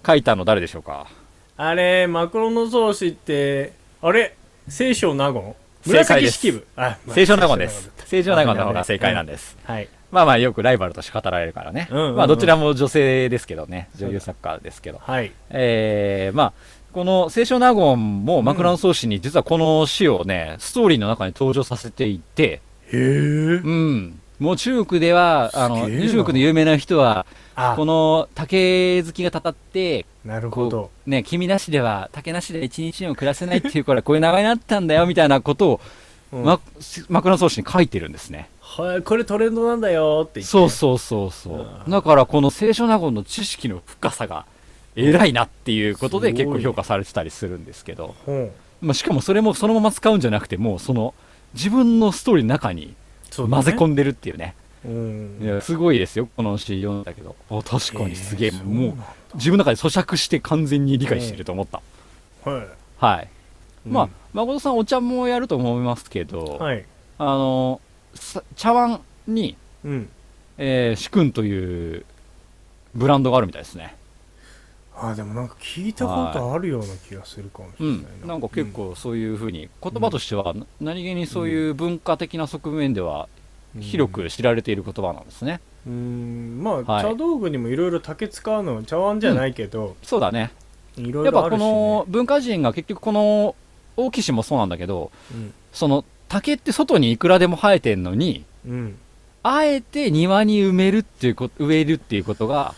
Speaker 4: 書いたの誰でしょうか
Speaker 6: ー、あれマクロノソウシってあれ清少納言
Speaker 4: 正解
Speaker 6: 紫
Speaker 4: です
Speaker 6: 式部あまあ
Speaker 4: 清少納言です。清少納言の方が正解なん
Speaker 6: で
Speaker 4: です。
Speaker 6: はい
Speaker 4: まあまあよくライバルとして語られるからね。
Speaker 6: うんうんうん
Speaker 4: まあどちらも女性ですけどね。女優作家ですけど。
Speaker 6: はい
Speaker 4: えー、まあ、この清少納言も枕草子に実はこの詩をね、ストーリーの中に登場させていて、
Speaker 6: へえ
Speaker 4: うん。もう中国では、あの、
Speaker 6: すげえな
Speaker 4: 中国の有名な人は、
Speaker 6: あ
Speaker 4: この竹好きがたたって、
Speaker 6: なるほど
Speaker 4: こう、ね、君なしでは、竹なしでは一日も暮らせないっていうから、こういう名前になったんだよ、みたいなことを、
Speaker 6: うん
Speaker 4: ま、枕草子に書いてるんですね。
Speaker 6: はいこれトレンドなんだよって言って
Speaker 4: そうそうそうそう。だから、この清少納言の知識の深さが、偉いなっていうことで
Speaker 6: うんす
Speaker 4: 結
Speaker 6: ごい
Speaker 4: 構評価されてたりするんですけど、
Speaker 6: う、ん、
Speaker 4: まあ、しかもそれもそのまま使うんじゃなくて、もうその、自分のストーリーの中に
Speaker 6: そうだ
Speaker 4: 混
Speaker 6: ね
Speaker 4: ぜ込んでるっていうね。
Speaker 6: うん
Speaker 4: いやすごいですよ、この詩読んだけど。あ確かにすげえ、
Speaker 6: えーそう
Speaker 4: も
Speaker 6: なん
Speaker 4: う
Speaker 6: だ
Speaker 4: 自分の中で咀嚼して完全に理解してると思った。
Speaker 6: はい
Speaker 4: はい。まあ
Speaker 6: うん、
Speaker 4: 誠さんお茶もやると思いますけど、
Speaker 6: はい
Speaker 4: あの、さ茶碗に、
Speaker 6: うん
Speaker 4: えー、主君というブランドがあるみたいですね
Speaker 6: あーでもなんか聞いたことあるような気がするかもし
Speaker 4: う
Speaker 6: れない
Speaker 4: ん
Speaker 6: な。
Speaker 4: なんか結構そういうふうに言葉としてはな何気にそういう文化的な側面では
Speaker 6: うん
Speaker 4: 広く知られている言葉なんですね
Speaker 6: うんまあ、
Speaker 4: はい
Speaker 6: 茶道具にもいろいろ竹使うのは茶碗じゃないけど、
Speaker 4: そうだね
Speaker 6: いろ
Speaker 4: や
Speaker 6: い
Speaker 4: っぱ
Speaker 6: ろあ
Speaker 4: こ
Speaker 6: るし、ね
Speaker 4: の、文化人が結局この大木市もそうなんだけど
Speaker 6: うん
Speaker 4: その竹って外にいくらでも生えてんのに
Speaker 6: うん、
Speaker 4: あえて庭に埋めるっていうこ植えるっていうことが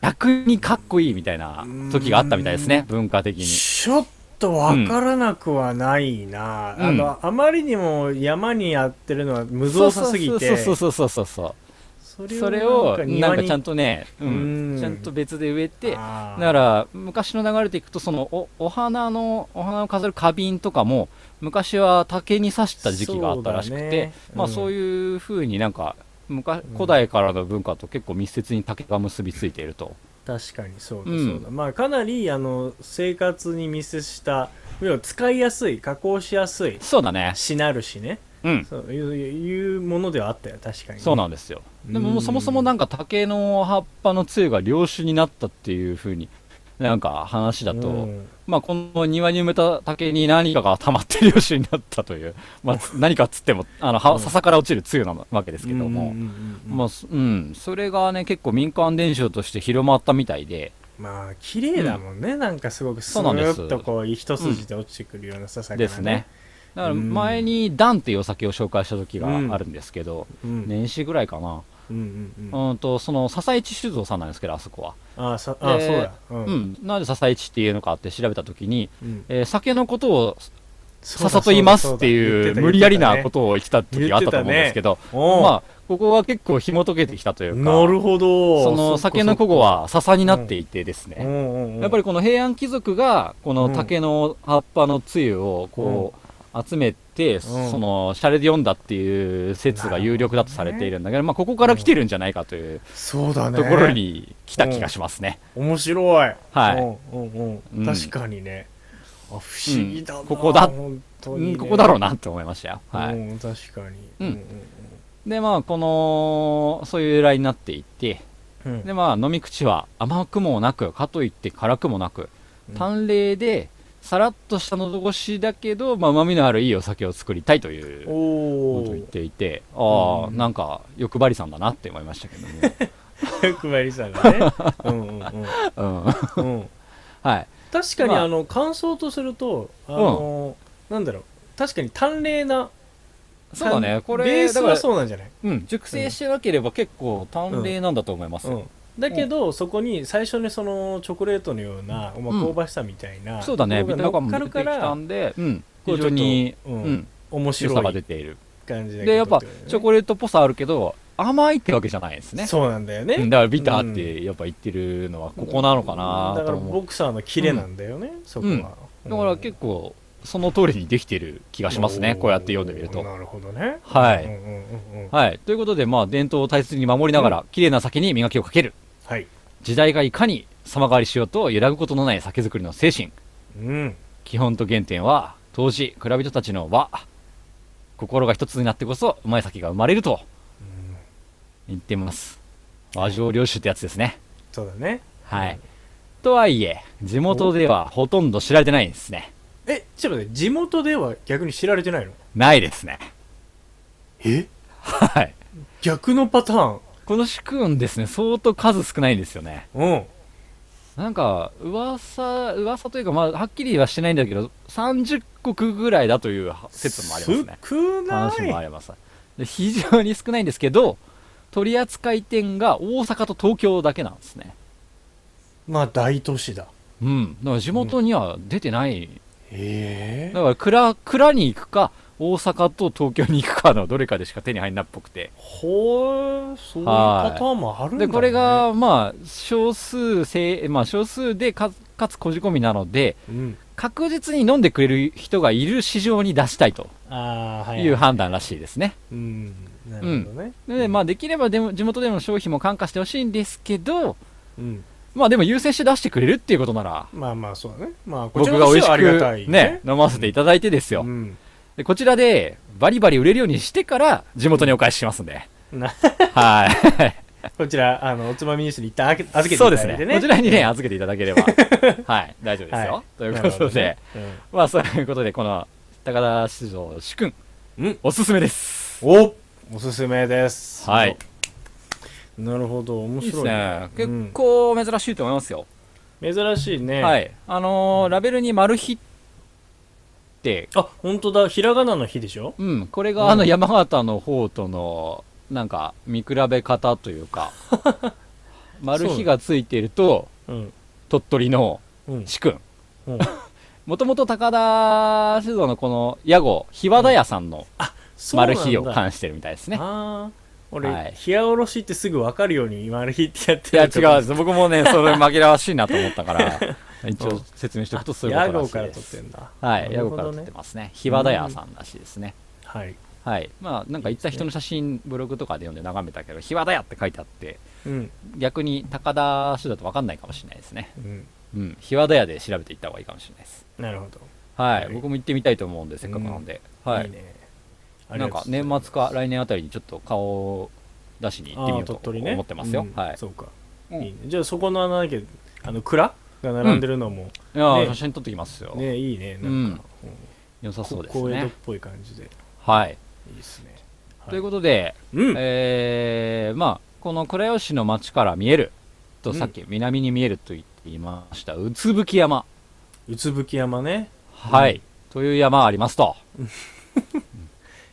Speaker 4: 逆にかっこいいみたいな時があったみたいですね文化的に
Speaker 6: ちょっとわからなくはないな、
Speaker 4: うん
Speaker 6: あのあまりにも山にやってるのは無造作すぎて
Speaker 4: そうそうそうそうそう
Speaker 6: そ
Speaker 4: そうそれをなんかちゃん
Speaker 6: と
Speaker 4: とね、うん
Speaker 6: うん
Speaker 4: ちゃんと別で植えてだ
Speaker 6: あー
Speaker 4: から昔の流れでいくとそのおお花のお花を飾る花瓶とかも昔は竹に刺した時期があったらしくて
Speaker 6: そうだね
Speaker 4: まあ
Speaker 6: うん
Speaker 4: そういうふうになんか昔古代からの文化と結構密接に竹が結びついていると、
Speaker 6: 確かにそうだ
Speaker 4: うん
Speaker 6: そうだ、まあかなりあの生活に密接した要は使いやすい加工しやすい
Speaker 4: そうだね
Speaker 6: しなるしね
Speaker 4: うん
Speaker 6: そういういうものではあったよ確かにね、
Speaker 4: そうなんですよでも
Speaker 6: うん
Speaker 4: もうそもそもなんか竹の葉っぱのつゆが良種になったっていうふうになんか話だと、
Speaker 6: うん
Speaker 4: まあ、この庭に埋めた竹に何かが溜まってる良種になったという、 まあ、つ何かっつってもあのは笹から落ちるつゆなわけですけども、
Speaker 6: うんうんうんうん
Speaker 4: まあすうん、それがね結構民間伝承として広まったみたいで
Speaker 6: まあ綺麗だもんね、なんかすごくス
Speaker 4: そうなんです
Speaker 6: ーッとこう一筋で落ちてくるようなささ
Speaker 4: ですね、だから
Speaker 6: うん
Speaker 4: 前に「ダン」っていうお酒を紹介した時があるんですけど、
Speaker 6: うん
Speaker 4: 年始ぐらいかな、
Speaker 6: うんうん
Speaker 4: う
Speaker 6: うん
Speaker 4: ん、とその笹市酒造さんなんですけどあそこは、
Speaker 6: あさあ
Speaker 4: で
Speaker 6: そうだうん
Speaker 4: う、ん、なんで笹市っていうのかって調べた時に、
Speaker 6: うん
Speaker 4: えー酒のことを
Speaker 6: そうだ
Speaker 4: 笹と言いますって
Speaker 6: そ
Speaker 4: いう
Speaker 6: だそうだ
Speaker 4: 無理やりなこ
Speaker 6: 言って
Speaker 4: とを言ってた時があったと思うんですけど、
Speaker 6: たねおう
Speaker 4: まあ、ここは結構紐解けてきたというか、
Speaker 6: なるほど
Speaker 4: その酒の
Speaker 6: こ
Speaker 4: 古語は笹になっていてですね、や
Speaker 6: や
Speaker 4: っぱり
Speaker 6: り
Speaker 4: この平安貴族が、この
Speaker 6: うん
Speaker 4: 竹の葉っぱのつゆをこう集めて、その、シャレで読んだっていう説が有力だとされているんだけど、まあ、ここから来てるんじゃないかという
Speaker 6: そうだね
Speaker 4: ところに来た気がしますね。
Speaker 6: 面白い
Speaker 4: はい
Speaker 6: うんうん
Speaker 4: う
Speaker 6: うんん確かにねあ不思議だな
Speaker 4: うんここだ
Speaker 6: 本当
Speaker 4: う
Speaker 6: にね
Speaker 4: んここだろうなって思いましたよ。はい。
Speaker 6: うん確かに
Speaker 4: うん
Speaker 6: う
Speaker 4: で、まあ、この、そういう由来になっていて、
Speaker 6: んうん
Speaker 4: で、まあ、飲み口は甘くもなく、かといって辛くもなく、淡麗で、さらっとした喉越しだけど、まあ、旨味のあるいいお酒を作りたいというこ
Speaker 6: おお
Speaker 4: とを言っていて、ああ、なんか、欲張りさんだなって思いましたけど
Speaker 6: くばりさんがね うんうん
Speaker 4: も。うん。
Speaker 6: うんうん
Speaker 4: はい。
Speaker 6: 確かに
Speaker 4: まあ
Speaker 6: あの感想とするとあのなんだろう確かに淡麗な
Speaker 4: そうだね、これ、
Speaker 6: ベースは
Speaker 4: う。
Speaker 6: そうなんじゃない
Speaker 4: うん、熟成してなければ結構淡麗なんだと思います
Speaker 6: う
Speaker 4: よ。
Speaker 6: んだけど、そこに最初にそのチョコレートのような、ま
Speaker 4: うん
Speaker 6: あ、香ばしさみたいな
Speaker 4: そうだね、
Speaker 6: とこ
Speaker 4: ビタ
Speaker 6: ろが
Speaker 4: ーカ
Speaker 6: 乗っ
Speaker 4: ム出て
Speaker 6: かるか
Speaker 4: きた
Speaker 6: ら
Speaker 4: んで、うん、非
Speaker 6: こうちょっ
Speaker 4: 常
Speaker 6: と
Speaker 4: に、う
Speaker 6: うん
Speaker 4: ん、
Speaker 6: 面白
Speaker 4: 良
Speaker 6: い
Speaker 4: さが出ている。
Speaker 6: 感じだけど
Speaker 4: で、やっぱ、
Speaker 6: ってことだよね
Speaker 4: チョコレートっぽさあるけど、甘いってわけじゃないですね。
Speaker 6: そうなんだよね、
Speaker 4: うんだからビターってやっぱ言ってるのはここなのかな
Speaker 6: だか
Speaker 4: と
Speaker 6: ら
Speaker 4: 思う
Speaker 6: ボクサーのキレなんだよね、そこは、
Speaker 4: うんだから結構その通りにできてる気がしますね
Speaker 6: おー
Speaker 4: こうやって読んでみると
Speaker 6: なるほどね
Speaker 4: はい
Speaker 6: うんうんうんうん
Speaker 4: はいということでまあ伝統を大切に守りながら綺麗な酒に磨きをかける
Speaker 6: はい
Speaker 4: 時代がいかに様変わりしようと揺らぐことのない酒造りの精神
Speaker 6: うん
Speaker 4: 基本と原点は当時蔵人たちの和心が一つになってこそうまい酒が生まれると言ってます和上領主ってやつですね
Speaker 6: そうだね
Speaker 4: はいとはいえ地元ではほとんど知られてないんですね
Speaker 6: えちょっと待って地元では逆に知られてないの
Speaker 4: ないですね
Speaker 6: え
Speaker 4: はい。
Speaker 6: 逆のパターン
Speaker 4: この主君ですね、相当数少ないんですよね。
Speaker 6: うん
Speaker 4: なんか、噂、噂というか、まあ、はっきりはしてないんだけど、30国ぐらいだという説もありますね。
Speaker 6: 少な
Speaker 4: 話もあ
Speaker 6: い
Speaker 4: ります。で非常に少ないんですけど、取扱店が大阪と東京だけなんですね。
Speaker 6: まあ大都市だ
Speaker 4: うん。だから地元には出てない。
Speaker 6: へえ
Speaker 4: だから蔵、蔵に行くか、大阪と東京に行くかのどれかでしか手に入んなっぽくて。
Speaker 6: ほうそういう
Speaker 4: はい
Speaker 6: パターンもあるんだ、ね、
Speaker 4: でこれが、まあ、少数せい、まあ、少数でかつ、かつこじ込みなので、
Speaker 6: うん
Speaker 4: 確実に飲んでくれる人がいる市場に出したいと
Speaker 6: ああはいいう
Speaker 4: 判断らしいですね。
Speaker 6: うんなるほどね
Speaker 4: で、まあ、できればでも地元での商品も感化してほしいんですけど、
Speaker 6: うん
Speaker 4: まあ、でも優先して出してくれるっていうことなら、
Speaker 6: まあまあそうだねまあこち
Speaker 4: 僕
Speaker 6: ら
Speaker 4: が
Speaker 6: と
Speaker 4: 美味
Speaker 6: してはありがた
Speaker 4: し
Speaker 6: い
Speaker 4: くね、飲ませていただいてですよ
Speaker 6: う。ん
Speaker 4: でこちら で、バリバリ売れるようにしてから、地元にお返ししますんで。
Speaker 6: な
Speaker 4: はい。
Speaker 6: こちら、あの、おつまみニュースに一旦あけ預けてい
Speaker 4: そう
Speaker 6: た
Speaker 4: で
Speaker 6: だ
Speaker 4: す
Speaker 6: いて
Speaker 4: ね
Speaker 6: ね。
Speaker 4: こちらにね預けていただけ ればはい大丈夫ですよ、
Speaker 6: はい
Speaker 4: ということで、
Speaker 6: なるほどね
Speaker 4: まあそういうことでこの高田市場主君
Speaker 6: うん
Speaker 4: おすすめです
Speaker 6: おおすすめです。
Speaker 4: はい。
Speaker 6: なるほど、面
Speaker 4: いいです
Speaker 6: 白いね
Speaker 4: ね。結構珍しいと思いますよ、
Speaker 6: うん珍しいね。
Speaker 4: はいあのーラベルにマルヒって
Speaker 6: あ、本当だ。ひらがなの日でしょ
Speaker 4: うんこれがあの山形の方とのなんか見比べ方という かマルヒがついていると
Speaker 6: うん。
Speaker 4: 鳥取の
Speaker 6: うん。
Speaker 4: 主君
Speaker 6: うん
Speaker 4: もともと高田酒造のこの屋号、日和田屋さんの
Speaker 6: そうなん
Speaker 4: 丸
Speaker 6: だ
Speaker 4: 日を冠してるみたいですね。
Speaker 6: ああ。
Speaker 4: は
Speaker 6: 俺、
Speaker 4: い
Speaker 6: 冷やおろしってすぐ分かるように丸日ってやっ
Speaker 4: い
Speaker 6: て
Speaker 4: や、
Speaker 6: る
Speaker 4: 違
Speaker 6: と
Speaker 4: うです。僕もね、それ紛らわしいなと思った から、一応説明しておくとそういうこ
Speaker 6: 屋
Speaker 4: とら
Speaker 6: 号
Speaker 4: しい
Speaker 6: から
Speaker 4: で
Speaker 6: 取っ
Speaker 4: す。
Speaker 6: てんだ。
Speaker 4: はい、
Speaker 6: な
Speaker 4: 屋
Speaker 6: る
Speaker 4: 号
Speaker 6: ほ
Speaker 4: から
Speaker 6: ど
Speaker 4: 取っ
Speaker 6: ね
Speaker 4: て。ますね。日和田屋さんらしいですね。
Speaker 6: はい。
Speaker 4: はい。まあ、なんか行った人の写真、ブログとかで読んで眺めたけど、日和田屋って書いてあって、
Speaker 6: うん。
Speaker 4: 逆に高田酒造だと分かんないかもしれないですね。
Speaker 6: うん。
Speaker 4: うん。日和田屋で調べていった方がいいかもしれないです。
Speaker 6: なるほど。
Speaker 4: は。
Speaker 6: はいい
Speaker 4: 僕も行ってみたいと思うんで、せっかくなんで。はい
Speaker 6: いね。あり
Speaker 4: な
Speaker 6: が
Speaker 4: ん
Speaker 6: とう
Speaker 4: か
Speaker 6: ござい
Speaker 4: 年
Speaker 6: ます
Speaker 4: 末か来年あたりにちょっと顔を出しに行ってみよう
Speaker 6: あ
Speaker 4: と
Speaker 6: ー鳥取ね
Speaker 4: 思ってますよ。
Speaker 6: うん
Speaker 4: はい。
Speaker 6: そうか、
Speaker 4: うん
Speaker 6: いいねじゃあそこのあのだっけあの蔵が並んでるのも、
Speaker 4: いやー
Speaker 6: ね
Speaker 4: 写真撮ってきますよ。
Speaker 6: ねいいねなんか、
Speaker 4: うん
Speaker 6: うん
Speaker 4: 良さそうです
Speaker 6: こう江戸っ
Speaker 4: ね。
Speaker 6: ぽい感じで
Speaker 4: はい。
Speaker 6: いいですね、はい
Speaker 4: ということで、
Speaker 6: うん
Speaker 4: えーまあ、この倉吉の町から見えると、
Speaker 6: うん
Speaker 4: さっき南に見えると言っていました、うつぶき山。
Speaker 6: うつぶき山ね
Speaker 4: はい。という山ありますと。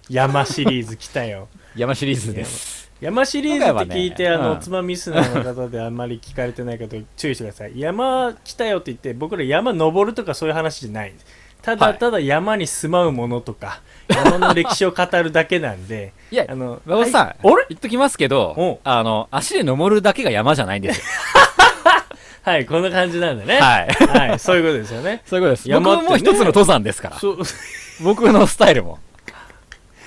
Speaker 6: 山シリーズ来たよ
Speaker 4: 山シリーズです。
Speaker 6: 山シリーズって聞いて、
Speaker 4: 今回は
Speaker 6: あ
Speaker 4: ね
Speaker 6: の、
Speaker 4: うん
Speaker 6: つまみスナーの方であんまり聞かれてない方注意してください山来たよって言って僕ら山登るとかそういう話じゃないんですただ
Speaker 4: はい
Speaker 6: ただ山に住まうものとか、山の歴史を語るだけな んで
Speaker 4: いや
Speaker 6: あ、の
Speaker 4: 馬場さん、
Speaker 6: はいあれ
Speaker 4: 言っときますけど
Speaker 6: お、
Speaker 4: あの、足で登るだけが山じゃないんですよ。
Speaker 6: はいこんな感じなんでね
Speaker 4: はい。
Speaker 6: はい、そういうことですよ ね。
Speaker 4: そういうことです。僕
Speaker 6: 山ってね
Speaker 4: も一つの登山ですから。
Speaker 6: そう、
Speaker 4: 僕のスタイルも。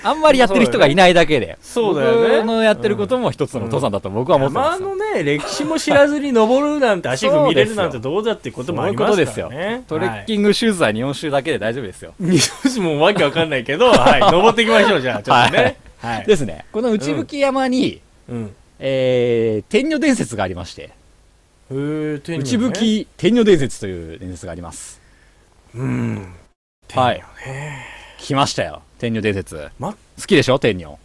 Speaker 4: あんまりやってる人がいないだけで。
Speaker 6: そうだよね
Speaker 4: 僕のやってることも一つの登山だと僕は思ってま
Speaker 6: 山
Speaker 4: す。
Speaker 6: のね、歴史も知らずに登るなんて足踏み入れるなんてどうだっていうことも
Speaker 4: そ
Speaker 6: あ
Speaker 4: うい
Speaker 6: り
Speaker 4: うこ
Speaker 6: ま
Speaker 4: と
Speaker 6: す
Speaker 4: で
Speaker 6: か
Speaker 4: す
Speaker 6: ら
Speaker 4: よ
Speaker 6: ね。。
Speaker 4: トレッキングシューズは日本酒だけで大丈夫です よ。
Speaker 6: ング。少しもうわけわかんないけど、はい、登っていきましょう、じゃあ、ちょっとね。はい。
Speaker 4: ですね。この内吹山に、
Speaker 6: うん。
Speaker 4: えー、天女伝説がありまして、
Speaker 6: へー、天
Speaker 4: 内吹天女伝説という伝説があります。
Speaker 6: うん。
Speaker 4: はい。来ましたよ、天女伝説。
Speaker 6: ま
Speaker 4: 好きでしょ、天女。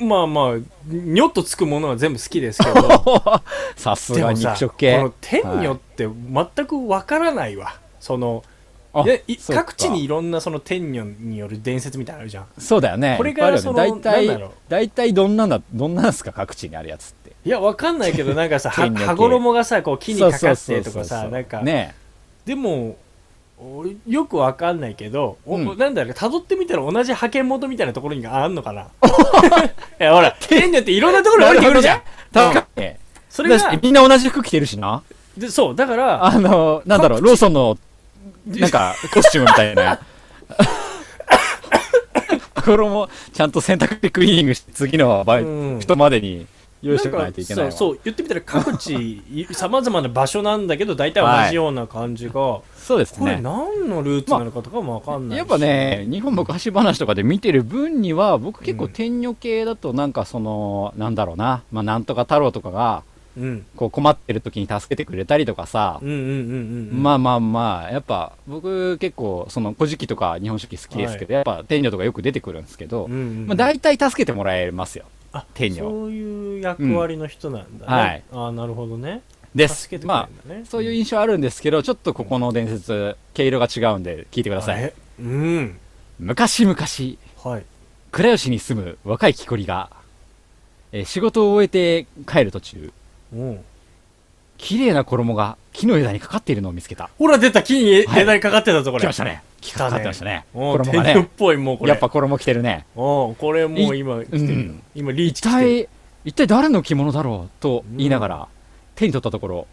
Speaker 6: まあまあ、にょっとつくものは全部好きで すけど。
Speaker 4: さす
Speaker 6: で
Speaker 4: が
Speaker 6: も
Speaker 4: 肉
Speaker 6: さ、
Speaker 4: 食
Speaker 6: こ
Speaker 4: 系
Speaker 6: の。天女って全くわからないわ。その、
Speaker 4: あ
Speaker 6: いやい
Speaker 4: そうか
Speaker 6: 各地にいろんなその天女による伝説みたいなのあるじゃん。
Speaker 4: そうだよね。
Speaker 6: これが
Speaker 4: いっぱいあるよね
Speaker 6: その
Speaker 4: 大
Speaker 6: なんだろ
Speaker 4: 体
Speaker 6: う、
Speaker 4: 大体どんなんだ、どんなんすか、各地にあるやつって。
Speaker 6: いや、わかんな いけど、なんかさ、は
Speaker 4: 天女系
Speaker 6: 羽衣がさ、こう木にかかっ
Speaker 4: そう
Speaker 6: て
Speaker 4: そうそ
Speaker 6: と
Speaker 4: う
Speaker 6: か
Speaker 4: そう
Speaker 6: さ、なんか、
Speaker 4: ね
Speaker 6: でも、俺よくわかんないけど、お
Speaker 4: うん
Speaker 6: なんだろう、辿ってみたら同じ派遣元みたいなところにあんのかな いや、 ほら、天女っていろんなところに降りてくるじゃん。
Speaker 4: 確かに。
Speaker 6: それが
Speaker 4: だし、みんな同じ服着てるしな。
Speaker 6: でそう、だから、
Speaker 4: あの、なんだろう、ローソンの、なんか、コスチュームみたい な。衣、ちゃんと洗濯でクリーニングして、次のバイ
Speaker 6: うん
Speaker 4: 人までに用意して
Speaker 6: なん
Speaker 4: おかな
Speaker 6: か
Speaker 4: いといけない
Speaker 6: そう
Speaker 4: わ。
Speaker 6: そうう、言ってみたら各地、 さまざまな場所なんだけど、大体同じような感じが、
Speaker 4: そうです
Speaker 6: これ
Speaker 4: ね。
Speaker 6: 何のルーツなのかとかもわかんないし
Speaker 4: やっぱ、ね、日本昔話とかで見てる分には、僕結構
Speaker 6: うん
Speaker 4: 天女系だと、なんかその、なんだろうな、まあなんとか太郎とかが、
Speaker 6: うん、
Speaker 4: こう困ってる時に助けてくれたりとかさ
Speaker 6: うん、うんうんうん。
Speaker 4: まあまあまあ、やっぱ僕結構、その古事記とか日本書紀好きですけど、やっぱ天女とかよく出てくるんですけど、
Speaker 6: うんうん
Speaker 4: まあ、大体助けてもらえますよ。
Speaker 6: あ
Speaker 4: 天女
Speaker 6: そういう役割の人なんだ
Speaker 4: うんはい
Speaker 6: ね、ああなるほどね
Speaker 4: です
Speaker 6: 助け。てくれ
Speaker 4: ま
Speaker 6: るんだね、
Speaker 4: あ、そういう印象あるんですけど、ちょっとここの伝説、毛色が違うんで聞いてください。
Speaker 6: えうん
Speaker 4: 昔々、
Speaker 6: はい
Speaker 4: 倉吉に住む若い木こりが、えー仕事を終えて帰る途中、
Speaker 6: うん
Speaker 4: 綺麗な衣が木の枝にかかっているのを見つけた。
Speaker 6: ほら出た木に
Speaker 4: はい
Speaker 6: 枝にかかってたぞこれ、
Speaker 4: 来ましたね。木が
Speaker 6: たね
Speaker 4: かかってましたね。
Speaker 6: おう
Speaker 4: 衣
Speaker 6: 天
Speaker 4: が
Speaker 6: 女っ
Speaker 4: ね。
Speaker 6: ぽいもうこれ
Speaker 4: やっぱ衣着てるね。
Speaker 6: おうこれもう今来てるよ、
Speaker 4: うん
Speaker 6: 今リーチ
Speaker 4: 一
Speaker 6: 来てる
Speaker 4: 体、一体誰の着物だろうと言いながら、手に取ったところ、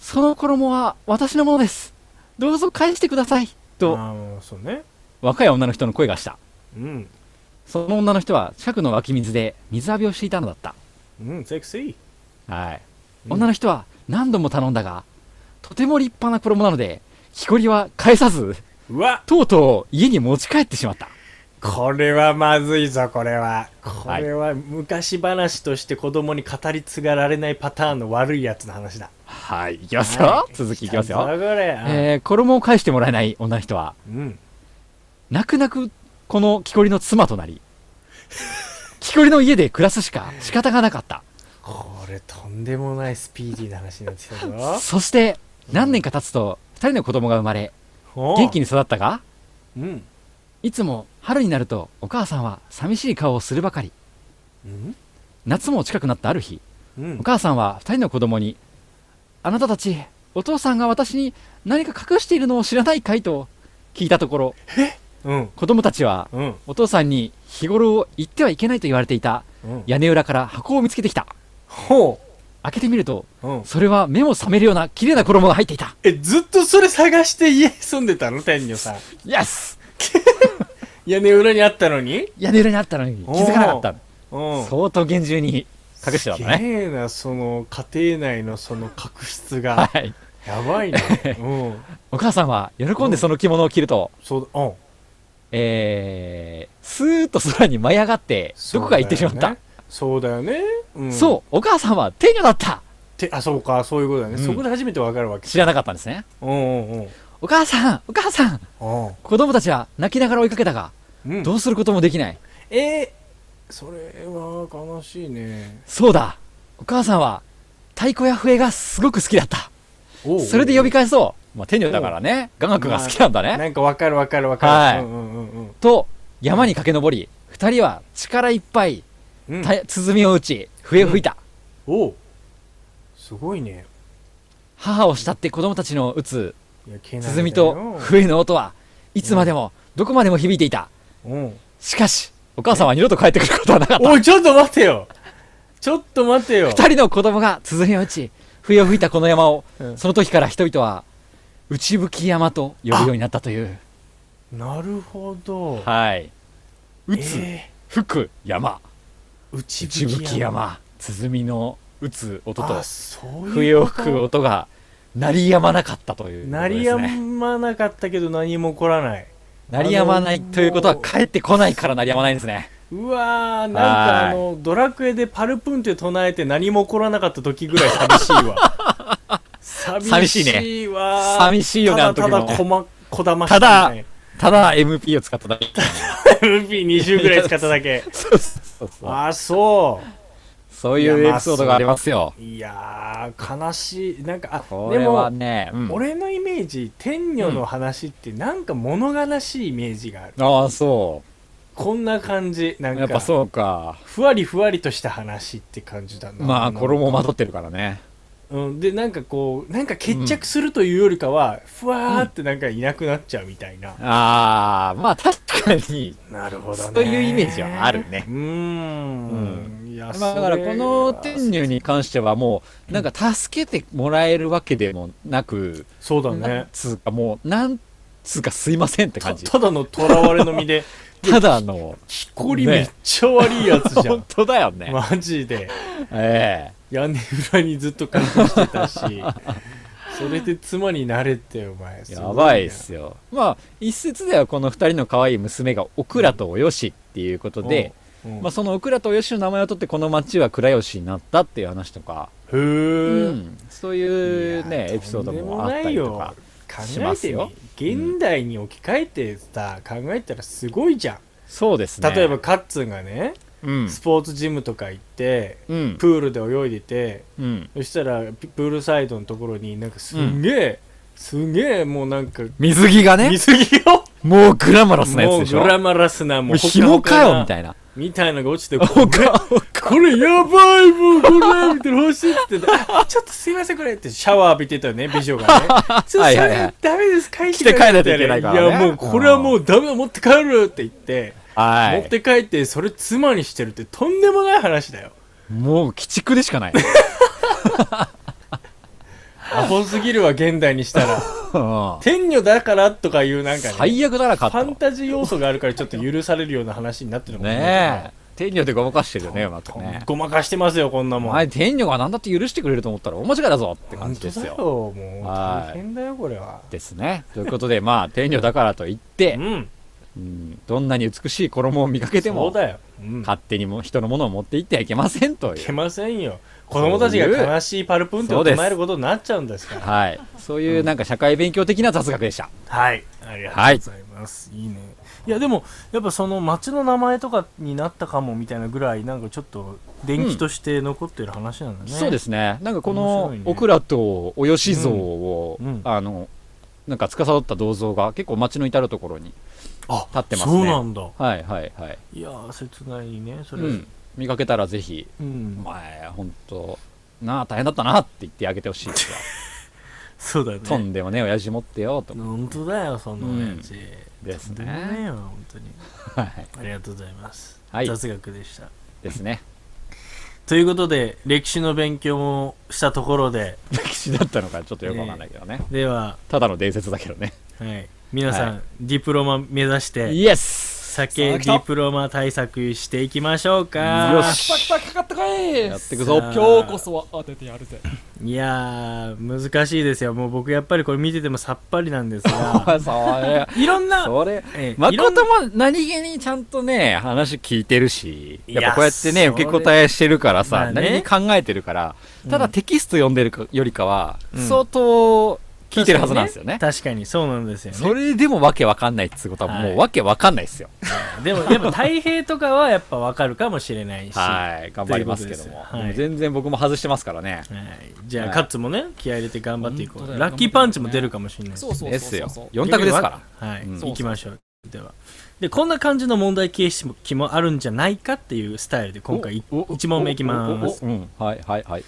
Speaker 4: その衣は私のものです。どうぞ返してください。
Speaker 6: あ
Speaker 4: と、
Speaker 6: ーそうね
Speaker 4: 若い女の人の声がした。
Speaker 6: うん
Speaker 4: その女の人は近くの湧き水で水浴びをしていたのだった。
Speaker 6: うんセクシー
Speaker 4: はい。
Speaker 6: うん
Speaker 4: 女の人は何度も頼んだが、とても立派な衣なので、木こりは返さず、
Speaker 6: うわ
Speaker 4: とうとう家に持ち帰ってしまった。
Speaker 6: これはまずいぞ、これは。こ
Speaker 4: はい
Speaker 6: れは昔話として子供に語り継がられないパターンの悪いやつの話だ。
Speaker 4: はい、いきますよ。続きいきます
Speaker 6: 来た
Speaker 4: よ。
Speaker 6: ぞこれ。
Speaker 4: えー、衣を返してもらえない女の人は、
Speaker 6: うん。
Speaker 4: 泣く泣くこの木こりの妻とな り、木こりの家で暮らすしか仕方がなかった。
Speaker 6: これとんでもないスピーディーな話になってきたぞ。
Speaker 4: そして、何年か経つと、二人の子供が生まれ、元気
Speaker 6: に。
Speaker 4: に育ったが、
Speaker 6: うん。
Speaker 4: いつも春になるとお母さんは寂しい顔をするばかり。
Speaker 6: うん。
Speaker 4: 夏も近くなったある日、
Speaker 6: うん
Speaker 4: お。母さんは二人の子供に、あなたたち、お父さんが私に何か隠しているのを知らないかいと聞いたところ、
Speaker 6: うん。
Speaker 4: 子供たちは、
Speaker 6: うん。
Speaker 4: お父さんに日頃言ってはいけないと言われていた
Speaker 6: うん。
Speaker 4: 屋根裏から箱を見つけてきた。
Speaker 6: ほ
Speaker 4: 開けてみると、
Speaker 6: う。うん。
Speaker 4: それは目も覚めるような綺麗な衣が入っていた。
Speaker 6: え、ずっとそれ探して家住んでたの天女さん。
Speaker 4: イエス
Speaker 6: 屋根裏にあったのに
Speaker 4: 屋根裏にあったのに気づかなかった。
Speaker 6: うん。
Speaker 4: 相当厳重に隠してたんだ
Speaker 6: す
Speaker 4: ね。
Speaker 6: げえな、その、家庭内のその確執が。
Speaker 4: はい。
Speaker 6: や ばいね。うん。
Speaker 4: お母さんは喜んでその着物を着ると、
Speaker 6: そうだ、うん。
Speaker 4: えー、スーッと空に舞い上がって、どこかへ行ってしまった。
Speaker 6: そうだよね。うん
Speaker 4: そう、お母さんは天女だった
Speaker 6: てあ、そうか、そういうことだね。
Speaker 4: うん
Speaker 6: そこで初めてわかるわけ。
Speaker 4: 知らなかったんですね。
Speaker 6: うんうん
Speaker 4: お母さんお母さん
Speaker 6: うん。
Speaker 4: 子供たちは泣きながら追いかけたが、
Speaker 6: うん。
Speaker 4: どうすることもできない。
Speaker 6: えー、それは悲しいね。
Speaker 4: そうだお母さんは太鼓や笛がすごく好きだった。
Speaker 6: おう
Speaker 4: それで呼び返そう。まあ、天女だからね、雅楽が好きなんだね。
Speaker 6: なんかわかるわかるわかる。
Speaker 4: はい
Speaker 6: うんうんうん
Speaker 4: と、山に駆け上り、二人は力いっぱい、
Speaker 6: うん。うん、
Speaker 4: た鼓を打ち、笛を吹いた。
Speaker 6: おうすごいね。
Speaker 4: 母を慕って子供たちの打つ
Speaker 6: いや、けなげだよ
Speaker 4: 鼓と笛の音はいつまでもどこまでも響いていた
Speaker 6: うん。
Speaker 4: しかしお母さんは二度と帰ってくることはなかった
Speaker 6: おい、ちょっと待てよちょっと待てよ
Speaker 4: 二人の子供が鼓を打ち笛を吹いたこの山を
Speaker 6: うん
Speaker 4: その時から人々は内吹山と呼ぶようになったという
Speaker 6: なるほど。
Speaker 4: はい打つ、
Speaker 6: え
Speaker 4: 吹く山
Speaker 6: ー、内
Speaker 4: 内
Speaker 6: 吹
Speaker 4: 吹
Speaker 6: き山。
Speaker 4: 山鼓の打つ音と
Speaker 6: あ、そうい
Speaker 4: 笛
Speaker 6: う
Speaker 4: を
Speaker 6: こ
Speaker 4: 吹く
Speaker 6: と。
Speaker 4: 音が鳴りやまなかったということ
Speaker 6: 鳴
Speaker 4: です、ね、
Speaker 6: りやまなかったけど何も起こらない。
Speaker 4: 鳴りやまないということは帰ってこないから鳴りやまないんですね
Speaker 6: うわー、なんか
Speaker 4: は
Speaker 6: あ
Speaker 4: い
Speaker 6: の、ドラクエでパルプンって唱えて何も起こらなかった時ぐらい寂しいわ。 寂
Speaker 4: 寂しいね
Speaker 6: しいわ。
Speaker 4: 寂しいよね
Speaker 6: ただた
Speaker 4: あ
Speaker 6: だ
Speaker 4: の時もね
Speaker 6: こま、こだましい
Speaker 4: ただ
Speaker 6: ね、
Speaker 4: ただ MP を使っただけ
Speaker 6: MP20 ぐらい使っただけ。
Speaker 4: そうそう そう
Speaker 6: あー、そ
Speaker 4: そういうエピソードがありますよ。
Speaker 6: う。いやー、悲しい。なんか、あ、
Speaker 4: こ
Speaker 6: で
Speaker 4: れは
Speaker 6: も、
Speaker 4: ね、うん
Speaker 6: 俺のイメージ、天女の話ってなんか物悲しいイメージがある。
Speaker 4: ああ、そ
Speaker 6: こんな感じ。な
Speaker 4: う。
Speaker 6: ん
Speaker 4: やっぱ
Speaker 6: か、
Speaker 4: そうか。
Speaker 6: ふわりふわりとした話って感じだな。
Speaker 4: ま
Speaker 6: な
Speaker 4: あ、
Speaker 6: んか
Speaker 4: 衣をまとってるからね。
Speaker 6: うん、でなんかこうなんか決着するというよりかは、ふわーってなんかいなくなっちゃうみたいな、
Speaker 4: ああ、まあ確かに、
Speaker 6: なるほどね
Speaker 4: そういうイメージはある
Speaker 6: う
Speaker 4: ね。
Speaker 6: ーん、いや
Speaker 4: まあ、だから
Speaker 6: それ
Speaker 4: こ
Speaker 6: は
Speaker 4: の天女に関してはもう、なんか助けてもらえるわけでもなく、
Speaker 6: そうだ
Speaker 4: なん
Speaker 6: ね
Speaker 4: つうかもう、なんつうかすいませんって
Speaker 6: た
Speaker 4: 感じ。
Speaker 6: ただの囚われの身で
Speaker 4: ただの、
Speaker 6: 木こりめっちゃ悪いやつじゃん、
Speaker 4: 本当だよね。
Speaker 6: マジで
Speaker 4: え
Speaker 6: 屋根裏にずっと隠してたしそれで妻になれってお前
Speaker 4: え
Speaker 6: す
Speaker 4: や
Speaker 6: ご
Speaker 4: ばいっ
Speaker 6: な
Speaker 4: すよ。まあ、一説ではこの二人の可愛い娘がオクラとおよしっていうことで、
Speaker 6: うん
Speaker 4: まあ、そのオクラと吉の名前を取ってこの町は倉吉になったっていう話とか、
Speaker 6: へー
Speaker 4: うんそういうね
Speaker 6: いや
Speaker 4: エピソードもあったりとか
Speaker 6: 考
Speaker 4: し
Speaker 6: え
Speaker 4: ます
Speaker 6: て
Speaker 4: よ
Speaker 6: み現代に置き換えてさ、考えたらすごいじゃん
Speaker 4: そうですね
Speaker 6: 例えばカッツンがね、
Speaker 4: うん
Speaker 6: スポーツジムとか行って
Speaker 4: うん
Speaker 6: プールで泳いでて
Speaker 4: うん
Speaker 6: そしたらピプールサイドのところになんかすんげえ、すんげえもうなんか
Speaker 4: 水着がね
Speaker 6: 水着を
Speaker 4: もうグラマラスなやつ
Speaker 6: もう
Speaker 4: でしょ
Speaker 6: グラマラスなも
Speaker 4: も
Speaker 6: う
Speaker 4: う紐かよみ
Speaker 6: いな
Speaker 4: たいな
Speaker 6: みたいなのが落ちて
Speaker 4: おかおか
Speaker 6: これやばいもうこれみた いな欲しいって言ってあちょっとすいませんこれってシャワー浴びてたね美女が ねちょっと
Speaker 4: は
Speaker 6: そ
Speaker 4: いはいはい
Speaker 6: れダメです帰って
Speaker 4: 来て帰らないといけないからね
Speaker 6: いやもうこれはもうダメ持って帰るって言って、
Speaker 4: は
Speaker 6: 持っ
Speaker 4: い
Speaker 6: て帰ってそれ妻にしてるってとんでもない話だよ
Speaker 4: もう鬼畜でしかないうん
Speaker 6: アホすぎるわ現代にし たら天女だからとかいうなんかね
Speaker 4: 最悪だな
Speaker 6: フ
Speaker 4: かった
Speaker 6: ァン
Speaker 4: の
Speaker 6: タジー要素があるからちょっと許されるような話になってるのも
Speaker 4: ねえ天女でごまかしてるよねうまく
Speaker 6: とん
Speaker 4: ね
Speaker 6: ごまかしてますよこんな
Speaker 4: お
Speaker 6: もん
Speaker 4: 前天女が何だって許してくれると思ったら大間違いだぞって感
Speaker 6: 本
Speaker 4: じ
Speaker 6: 当
Speaker 4: です
Speaker 6: だよ
Speaker 4: よ
Speaker 6: もう大変だよこれは
Speaker 4: ですねということでまあ天女だからといって
Speaker 6: うん
Speaker 4: うん、どんなに美しい衣を見かけて
Speaker 6: そう
Speaker 4: も、
Speaker 6: だよ。うん。
Speaker 4: 勝手にも人のものを持って行ってはいけませんとい
Speaker 6: いうけ。ませんよ。子供たちが悲しいパルプンテを唱えることになっちゃうんですから。
Speaker 4: はい。そういうなんか社会勉強的な雑学でした。
Speaker 6: はい。ありがとうございます。いいね。いや、でも、やっぱその町の名前とかになったかもみたいなぐらい、なんかちょっと、伝記として残ってる話なんだね。
Speaker 4: そうですね。なんかこ
Speaker 6: 面白
Speaker 4: の
Speaker 6: いね
Speaker 4: オクラとおよし像を、
Speaker 6: うんうん
Speaker 4: あの、なんか司った銅像が結構街の至るところに
Speaker 6: あ
Speaker 4: 立ってますね
Speaker 6: そうなんだ。
Speaker 4: はいはいはい、
Speaker 6: いやー、切ないね、そうれ。
Speaker 4: ん、見かけたらぜひ
Speaker 6: う
Speaker 4: 「
Speaker 6: ん
Speaker 4: お前ほんとなあ大変だったな」って言ってあげてほしい ですよ
Speaker 6: そうだ
Speaker 4: と
Speaker 6: ね。
Speaker 4: んでもねえ親父持ってよと
Speaker 6: 本当だよ、そんな親父。
Speaker 4: です
Speaker 6: とんでもねえ
Speaker 4: ね
Speaker 6: よ、本当に。
Speaker 4: はい
Speaker 6: ありがとうございます。
Speaker 4: はい
Speaker 6: 雑学でした。
Speaker 4: ですね
Speaker 6: ということで、歴史の勉強もしたところで、
Speaker 4: 歴史だったのかちょっとよくわかんないけどね
Speaker 6: では、
Speaker 4: ただの伝説だけどね
Speaker 6: はい、皆さん、
Speaker 4: は
Speaker 6: ディプロマ目指して、
Speaker 4: イエス
Speaker 6: 酒デ
Speaker 4: さあ
Speaker 6: ィプロマ対策していきましょうか。
Speaker 4: よし
Speaker 5: パキパキかかったかい
Speaker 4: やってくぞ
Speaker 6: さあ
Speaker 5: 今日こそは当ててやるぜ。
Speaker 6: いやー、難しいですよ。もう僕、やっぱりこれ見ててもさっぱりなんです が、
Speaker 4: それ
Speaker 6: いろんな、
Speaker 4: それ
Speaker 6: ええいろんな
Speaker 4: 誠も何気にちゃんとね話聞いてるし
Speaker 6: いや
Speaker 4: やっぱこうやってね
Speaker 6: それ
Speaker 4: 受け答えしてるから
Speaker 6: ま
Speaker 4: さ、
Speaker 6: あね
Speaker 4: 何に考えてるからただテキスト読んでるかよりかは、
Speaker 6: うん
Speaker 4: 相当聞いてるはずなんですよね
Speaker 6: 確かにそうなんですよね。
Speaker 4: それでもわけわかんないってことはも
Speaker 6: はいう
Speaker 4: わけわかんないですよ。
Speaker 6: でも、やっぱ太平とかはやっぱわかるかもしれないし。
Speaker 4: はい、頑張りますけども。
Speaker 6: ということですよはい
Speaker 4: もう全然僕も外してますからね。
Speaker 6: はいじゃあ、
Speaker 4: はい
Speaker 6: カッツもね気合い入れて頑張っていこ
Speaker 5: 本
Speaker 6: う、
Speaker 5: 当だよ
Speaker 6: ラッキーパンチも出るかもしれない
Speaker 5: そうそう
Speaker 4: で
Speaker 5: そう
Speaker 4: す
Speaker 5: そ
Speaker 4: よ
Speaker 5: うそう。。
Speaker 4: 4択ですか
Speaker 6: はい、
Speaker 4: うん
Speaker 6: 行きましょうではでこんな感じの問題形式もあるんじゃないかっていうスタイルで今回い
Speaker 4: おお
Speaker 6: 1問目いきま
Speaker 4: ら。
Speaker 6: す
Speaker 4: うん、はいはいはい。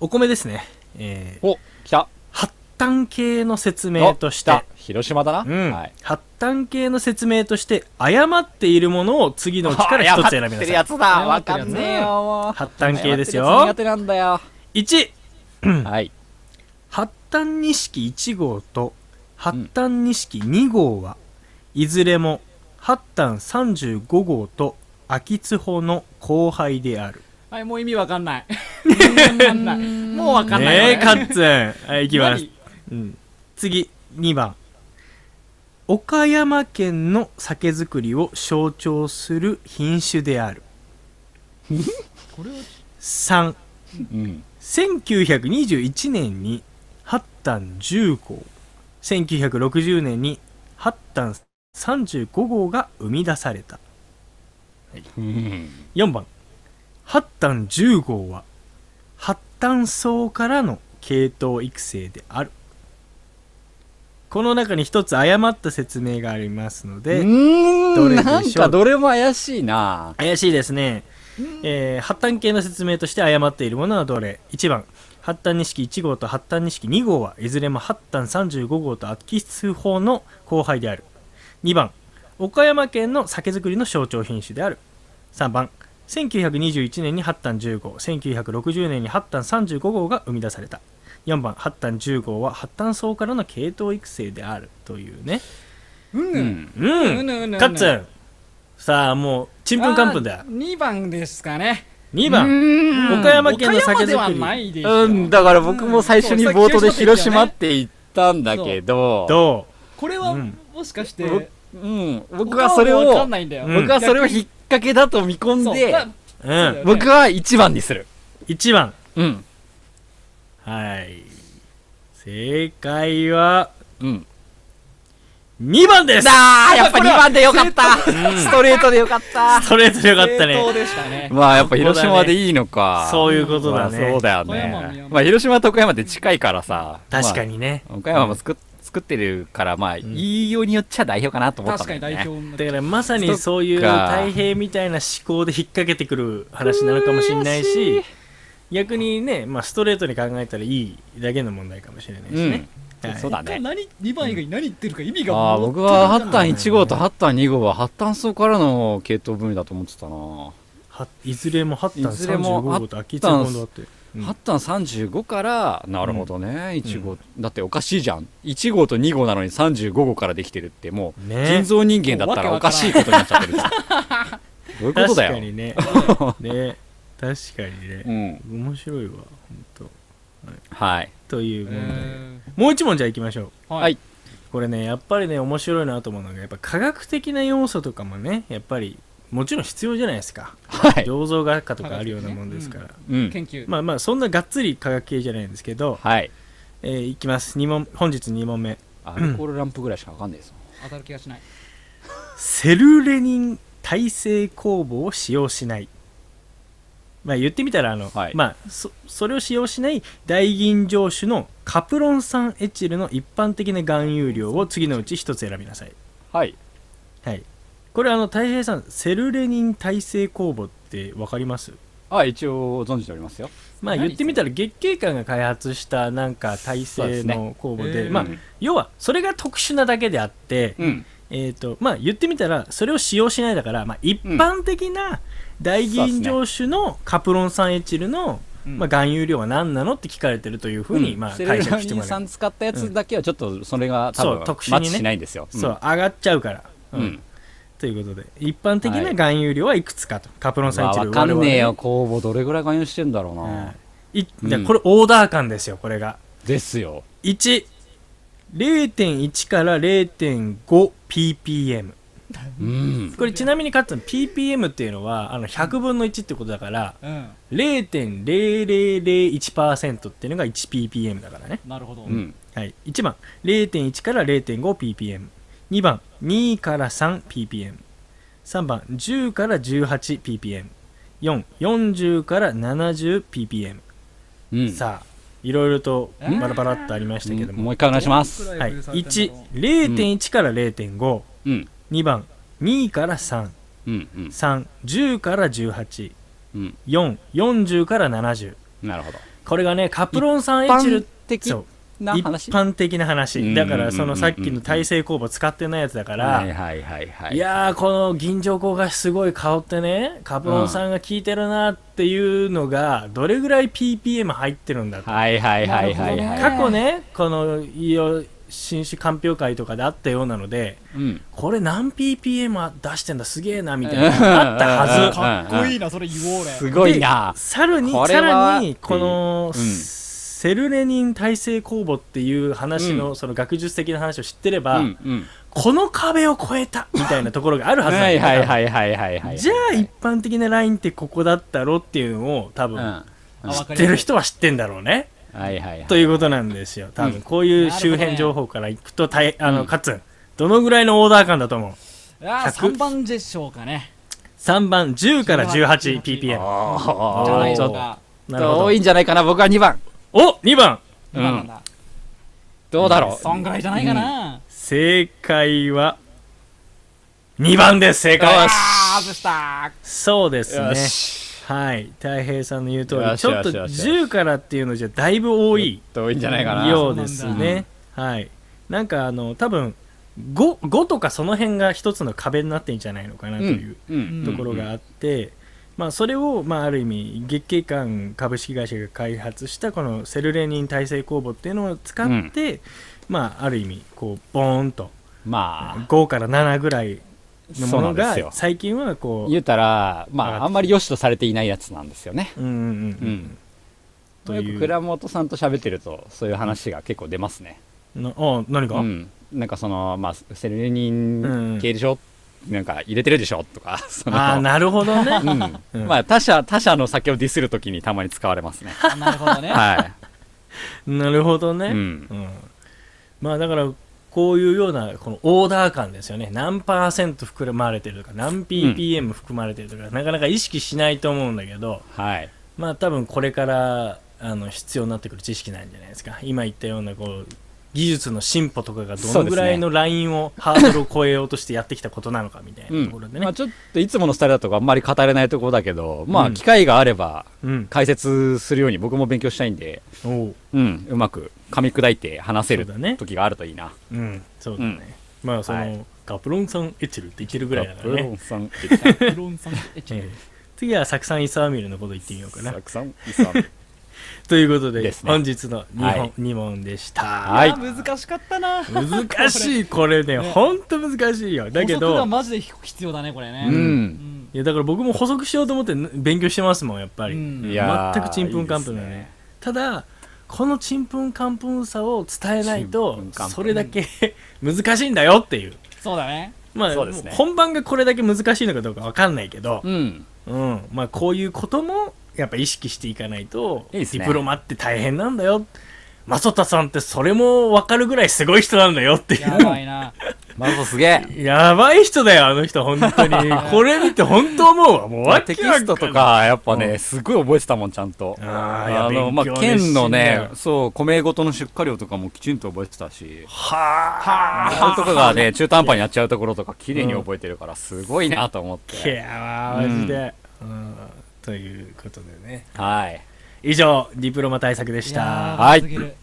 Speaker 6: お米ですね、えー
Speaker 4: お、来た。
Speaker 6: 発端系の説明とし
Speaker 4: お来
Speaker 6: て
Speaker 4: た、広島だな。
Speaker 6: うん
Speaker 4: はい。
Speaker 6: 発端系の説明として誤っているものを次のうちから一つ選びなさい
Speaker 4: つ
Speaker 5: 謝ってるやつ
Speaker 4: よ、もう
Speaker 6: 発端系です
Speaker 4: 謝
Speaker 6: よ
Speaker 4: ってるやつ苦手なんだよ。
Speaker 6: 1
Speaker 4: はい。
Speaker 6: 発端錦1号と発端錦2号は、いずれも発端35号と秋津穂の後輩である
Speaker 5: はい、もう意味わかんない。わかんないもうわかんないよ
Speaker 6: ね
Speaker 5: ね。
Speaker 6: えカッツン はい行きます
Speaker 5: 何、
Speaker 6: うん、次2番岡山県の酒造りを象徴する品種である3
Speaker 4: うん。
Speaker 6: 1921年にハッタン10号1960年にハッタン35号が生み出された
Speaker 4: うん
Speaker 6: 4番ハッタン10号はハッタン層からの系統育成であるこの中に一つ誤った説明がありますの
Speaker 4: う
Speaker 6: でど
Speaker 4: ー
Speaker 6: れ
Speaker 4: ん、
Speaker 6: でしょう
Speaker 4: なんかどれも怪しいな。
Speaker 6: 怪しいですね、えー、発端系の説明として誤っているものはどれ1番発端錦1号と発端錦2号はいずれも発端35号と秋津法の後輩である2番岡山県の酒造りの象徴品種である3番1921年に発端10号1960年に発端35号が生み出された4番発端10号は発端層からの系統育成であるというね
Speaker 5: う
Speaker 4: う
Speaker 5: ん
Speaker 4: ん。
Speaker 6: う
Speaker 5: うんんうんうんうん
Speaker 6: カッツンさあもうちんぷんかんぷんだよ
Speaker 5: あー二番ですかね。
Speaker 6: 2番岡山県の酒
Speaker 5: 岡山で
Speaker 6: 造
Speaker 5: は
Speaker 6: り
Speaker 5: ないでしょ。
Speaker 4: うん、だから僕も最初に冒頭で広島って言ったんだ
Speaker 5: そう
Speaker 4: けど、
Speaker 6: ど
Speaker 5: これ
Speaker 6: う
Speaker 5: は
Speaker 6: ん
Speaker 5: もしかし
Speaker 4: 僕
Speaker 5: て、
Speaker 4: うん、僕
Speaker 5: 僕
Speaker 4: は
Speaker 5: は
Speaker 4: それ
Speaker 5: わか
Speaker 4: を
Speaker 5: ん、ないんだよ。
Speaker 6: うん
Speaker 4: 僕はそれを引っ掛けだと見込ん
Speaker 5: そう
Speaker 4: で
Speaker 5: だ、
Speaker 6: ううん
Speaker 5: そう
Speaker 4: 僕は1番にする。
Speaker 6: 1番
Speaker 4: うん。
Speaker 6: はい正解は
Speaker 4: うん。
Speaker 6: 2番です
Speaker 4: だーやっぱ2番でよかったストレートでよかった
Speaker 6: ストレートでよかった
Speaker 5: 正当
Speaker 6: ね
Speaker 5: でしたね。
Speaker 4: まあやっぱ広島でいいのか。
Speaker 6: そういうことだ
Speaker 4: まあ
Speaker 6: ね
Speaker 4: そうだよ
Speaker 5: 富山も
Speaker 4: ね
Speaker 5: 山。
Speaker 4: まあ広島と岡山って近いからさ。
Speaker 6: 確か
Speaker 4: に。
Speaker 6: にね
Speaker 4: 岡山も作っ作ってるから、まあ、言いようによっちゃ代表かなと思った
Speaker 5: 確
Speaker 4: ん
Speaker 5: か
Speaker 4: だよね。
Speaker 5: に代表にな
Speaker 6: だ
Speaker 5: って
Speaker 6: からまさにそういう
Speaker 4: そっか
Speaker 6: 太平みたいな思考で引っ掛けてくる話なのかもしれないし逆にね、まあ、ストレートに考えたらいいだけの問題かもしれないし
Speaker 4: う
Speaker 6: ね、
Speaker 4: ん。
Speaker 6: はい
Speaker 4: そうだね。
Speaker 5: 何2番以外何言ってるか意味が
Speaker 4: ああ
Speaker 5: もう
Speaker 4: 僕はハッタン1号とハッタン2号はハッタン層からの系統分類だと思ってたな、
Speaker 6: はいずれもハッタン
Speaker 4: いずれも
Speaker 6: 35号と秋津本だってうん
Speaker 4: ハッタン35からなるほどね、1号だっておかしいじゃん1号と2号なのに35号からできてるってもう
Speaker 6: ね
Speaker 4: 人造人間だったらおかしいことになっちゃってるじ ゃんどういうことだ
Speaker 6: 確か
Speaker 4: よ、
Speaker 6: に ねね確かにね
Speaker 4: うん、
Speaker 6: 面白いわ本当
Speaker 4: はい
Speaker 6: という問題、
Speaker 5: え
Speaker 6: もう一問じゃあいきましょう
Speaker 5: ーは
Speaker 4: はい
Speaker 6: これねやっぱりね面白いなと思うのがやっぱ科学的な要素とかもねやっぱりもちろん必要じゃないですか
Speaker 4: はい。
Speaker 6: 醸造学科とかあるようなもんですから、
Speaker 4: うん。
Speaker 5: 研究。
Speaker 6: まあまあそんながっつり科学系じゃないんですけど、
Speaker 4: はい。
Speaker 6: えーいきます二問本日2問目
Speaker 4: アルコールランプぐらいしかわかんないです。
Speaker 5: 当たる気がしない。
Speaker 6: セルレニン耐性酵母を使用しないまあ言ってみたらあの、
Speaker 4: はい
Speaker 6: まあそそれを使用しない大吟醸酒のカプロン酸エチルの一般的な含有量を次のうち1つ選びなさい
Speaker 4: はい。
Speaker 6: はいこれあの大平さんセルレニン耐性酵母って分かります
Speaker 4: あ、一応存じておりますよ。
Speaker 6: まあ
Speaker 5: 何
Speaker 6: 言ってみたら月経感が開発したなんか耐
Speaker 4: そうで
Speaker 6: 性
Speaker 4: すね
Speaker 6: の酵母で
Speaker 5: えー
Speaker 6: まあ
Speaker 4: うん
Speaker 6: 要はそれが特殊なだけであって、
Speaker 4: うん。
Speaker 6: えーとまあ、言ってみたらそれを使用しないだから、まあ、一般的な大吟醸酒のカプロン酸エチルの、
Speaker 4: うん
Speaker 6: まあ、含有量は何なのって聞かれてるというふうに、まあ、
Speaker 4: セレ
Speaker 6: 解
Speaker 4: ブラ
Speaker 6: 釈して
Speaker 4: ニ
Speaker 6: も
Speaker 4: ン
Speaker 6: ら
Speaker 4: さ
Speaker 6: える
Speaker 4: ん使ったやつだけはちょっとそれが多
Speaker 6: そ
Speaker 4: 分
Speaker 6: う特殊
Speaker 4: マ
Speaker 6: にね
Speaker 4: ッチしないんですよ。
Speaker 6: そう上がっちゃうから、
Speaker 4: う。
Speaker 6: うん
Speaker 4: う
Speaker 6: ん
Speaker 4: ん。
Speaker 6: ということで一般的な含有量はいくつかと、カプロン酸エ
Speaker 4: わ
Speaker 6: チ
Speaker 4: わ
Speaker 6: ル
Speaker 4: かんねえよ、
Speaker 6: 我
Speaker 4: 公募どれぐらい関与してんだろう
Speaker 6: 々
Speaker 4: な
Speaker 6: ね。うんい
Speaker 4: うん
Speaker 6: じゃあこれオーダー感ですよこれが
Speaker 4: ですよ。
Speaker 6: 10.1から 0.5ppm
Speaker 4: うん。
Speaker 6: これちなみにカッツン ppm っていうのはあの100分の1ってことだから
Speaker 5: うん。
Speaker 6: 0.0001%っていうのが 1ppm だからね、
Speaker 5: なるほど。
Speaker 4: うん。
Speaker 6: はい、1番0.1から 0.5ppm2 番2から 3ppm3 番10から 18ppm440 から 70ppm、
Speaker 4: うん。
Speaker 6: さあいろいろと
Speaker 5: えー
Speaker 6: バラバラっとありましたけど
Speaker 4: も
Speaker 6: も、
Speaker 4: う一回お願いします。
Speaker 5: どんく
Speaker 6: はい、
Speaker 5: ら分散してんだろう
Speaker 6: 10.1から0.5、
Speaker 4: うん。
Speaker 6: 2番2から3
Speaker 4: うん。うん。
Speaker 6: 310から18
Speaker 4: うん。
Speaker 6: 440から70
Speaker 4: なるほど。
Speaker 6: これがねカプロン酸エチル
Speaker 4: 般的
Speaker 6: そう
Speaker 4: な
Speaker 6: 一
Speaker 4: 話。
Speaker 6: 般的な
Speaker 4: うんうんう
Speaker 6: 話
Speaker 4: ん
Speaker 6: だからそのさっきの耐性酵母使ってないやつだから、
Speaker 4: はいはいはいはい。
Speaker 6: い、やーこの銀条香がすごい香ってねカプロン酸が効いてるなっていうのがどれぐらい ppm 入ってるんだって、
Speaker 4: はいはいはいはいはい。
Speaker 6: 過去ねこのいよ新種鑑評会とかであったようなので
Speaker 4: うん。
Speaker 6: これ何 ppm 出してんだすげえなみたいなの があったはず
Speaker 4: うんうんうん
Speaker 5: かっこいいな、それ言おう俺。
Speaker 4: すごいな
Speaker 6: で。さらに
Speaker 4: これ
Speaker 6: さ
Speaker 4: は
Speaker 6: らにこの、
Speaker 4: うん
Speaker 6: セルレニン耐性酵母っていう話の、その学術的な話を知ってれ
Speaker 4: う
Speaker 6: ば、
Speaker 4: んうん。
Speaker 6: この壁を越えたみたいなところがあるはずなん
Speaker 4: は
Speaker 6: だ
Speaker 4: い
Speaker 6: よ
Speaker 4: はいはいはいはいはい。
Speaker 6: じゃあ一般的なラインってここだったろっていうのを多
Speaker 4: う
Speaker 6: 分
Speaker 4: ん。
Speaker 5: あわ
Speaker 6: 知
Speaker 5: か
Speaker 6: っ
Speaker 5: り
Speaker 6: て
Speaker 5: ま
Speaker 6: る
Speaker 5: した
Speaker 6: 人は知ってんだろうね、
Speaker 4: はいはいはい。
Speaker 6: ということなんですよ多
Speaker 4: うん
Speaker 6: 分こういう周辺
Speaker 5: なるほどね
Speaker 6: 情報からいくとたいあの、
Speaker 4: うん
Speaker 6: かつどのぐらいのオーダー感だと思う
Speaker 5: ああ、
Speaker 6: 100
Speaker 5: 3番でしょうかね。
Speaker 6: 3番10から 18ppm
Speaker 4: あ
Speaker 5: じゃない
Speaker 4: ーちょ
Speaker 5: の
Speaker 4: っ
Speaker 5: か。
Speaker 6: なるほ
Speaker 4: と多
Speaker 6: ど
Speaker 4: いんじゃないかな。僕は2番。
Speaker 6: お2番
Speaker 4: う
Speaker 5: 今なん
Speaker 4: ん。
Speaker 5: だ。
Speaker 4: どうだろう。
Speaker 5: そんぐらいじゃないかな。
Speaker 6: 正解は2番です正解
Speaker 4: よ
Speaker 6: は
Speaker 4: し
Speaker 5: ああ、外した。
Speaker 6: そうです
Speaker 4: よ
Speaker 6: ね
Speaker 4: し。
Speaker 6: はい太平さんの言う通
Speaker 4: よ
Speaker 6: り
Speaker 4: し
Speaker 6: ちょっと
Speaker 4: よしよし
Speaker 6: 10からっていうのじゃだいぶ多い
Speaker 4: 多いんじゃないかな。
Speaker 6: ようです
Speaker 5: そうな
Speaker 6: ねはいなんかあの多分 5, 5とかその辺が一つの壁になってんじゃないのかなという
Speaker 4: うん
Speaker 6: ところがあって、まあ、それを、まあ、ある意味月経館株式会社が開発したこのセルレニン耐性酵母っていうのを使って、まあ、ある意味こうボーンと
Speaker 4: ま
Speaker 6: 5から7ぐらい
Speaker 4: あ、
Speaker 6: の
Speaker 4: そ
Speaker 6: も
Speaker 4: うな
Speaker 6: の
Speaker 4: んです
Speaker 6: が
Speaker 4: よ。
Speaker 6: 最近はこう
Speaker 4: 言うたら、ま
Speaker 6: 上がっ
Speaker 4: あ、
Speaker 6: て
Speaker 4: あんまり良しとされていないやつなんですよね。
Speaker 6: うんうん
Speaker 4: う
Speaker 6: うん
Speaker 4: ん。
Speaker 6: と
Speaker 4: よ
Speaker 6: いう
Speaker 4: く倉本さんと喋ってると、そういう話が結構出ますね。
Speaker 6: なあ何か、
Speaker 4: うん、なんかその、まあ、セルニン系でしょ、なんか入れてるでしょとか、 その
Speaker 6: ああなるほ どね、
Speaker 4: う
Speaker 6: うんん
Speaker 4: まあ、他社他社の酒をディスるときにたまに使われますね。
Speaker 5: あなるほどね。
Speaker 4: は
Speaker 6: なるほど
Speaker 4: い。
Speaker 6: ね、
Speaker 4: うん
Speaker 6: う、ん、まあだからこういうようなこのオーダー感ですよね何パーセント含まれてるとか何 ppm 含まれてるとか、なかなか意識しないと思うんだけど
Speaker 4: はい。
Speaker 6: まあ多分これからあの必要になってくる知識なんじゃないですか今言ったようなこう技術の進歩とかがど
Speaker 4: そうですね
Speaker 6: のぐらいのラインを、ハードルを超えようとしてやってきたことなのかみたいなところでね
Speaker 4: まあ、、ちょっといつものスタイルだとあんまり語れないところだけど、ま
Speaker 6: う
Speaker 4: あ、
Speaker 6: ん
Speaker 4: 機会があれば
Speaker 6: うん
Speaker 4: 解説するように僕も勉強したいんで、
Speaker 6: おう
Speaker 4: うん、うまく噛み砕いて話せる
Speaker 6: そうだね
Speaker 4: 時があるといいな。
Speaker 6: うんそうだね、まあその、
Speaker 4: はい
Speaker 6: カプロン酸エチルっていけるぐ
Speaker 4: プ
Speaker 6: らいだから
Speaker 4: ロ
Speaker 6: ね
Speaker 4: ンさん、
Speaker 5: フロンさん。えちょ
Speaker 6: ええ次は酢酸イサーミルのこと言ってみようかな
Speaker 4: たくさん、いっさ ん。
Speaker 6: ということで
Speaker 4: ですね
Speaker 6: 本日の2本、
Speaker 4: はい
Speaker 6: 二問でした、
Speaker 4: はい
Speaker 5: あー難しかったな。
Speaker 6: 難しいこれね
Speaker 5: ね
Speaker 6: ほんと難しいよだけ
Speaker 5: 補足が
Speaker 6: ど
Speaker 5: マジで必要だね、これね。
Speaker 4: う。
Speaker 5: うんん。
Speaker 6: いやだから僕も補足しようと思って勉強してますもんやっぱり、
Speaker 5: うん
Speaker 4: いやー
Speaker 6: 全くちんぷんかんぷんだね
Speaker 4: いいですね
Speaker 6: ただこのちんぷんかんぷんさを伝えない
Speaker 4: ち
Speaker 6: と
Speaker 4: んぷんかんぷん
Speaker 6: それだけ 難しいんだよっていう
Speaker 5: そうだね
Speaker 6: まあ
Speaker 4: そうですね
Speaker 6: もう本番がこれだけ難しいのかどうかわかんないけど、
Speaker 4: うん。
Speaker 6: うんまあ、こういうこともやっぱ意識していかないと
Speaker 4: いいですね
Speaker 6: ディプロマって大変なんだよマソタさんってそれもわかるぐらいすごい人なんだよっていう
Speaker 5: やばいな
Speaker 4: マルコすげえ。
Speaker 6: やばい人だよ、あの人、本当に。 これ見て本当思うわ。もうわけ
Speaker 4: テキストとか、やっぱね、すごい覚えてたもん、ちゃんと。
Speaker 6: あーいや
Speaker 4: あの、まあ、
Speaker 6: 勉強熱
Speaker 4: 県
Speaker 6: 心
Speaker 4: の
Speaker 6: だ
Speaker 4: ね
Speaker 6: よ、
Speaker 4: そう、米ごとの出荷量とかもきちんと覚えてたし、
Speaker 6: は
Speaker 4: そういうとこがね、中途半端にやっちゃうところとか、綺麗に覚えてるから、すごいなと思っ
Speaker 6: ぁ。い
Speaker 4: て。
Speaker 6: やー、マジで。うんということでね。
Speaker 4: はい。
Speaker 6: 以上、ディプロマ対策でし
Speaker 5: いやー
Speaker 6: た。
Speaker 4: はい
Speaker 5: すぎる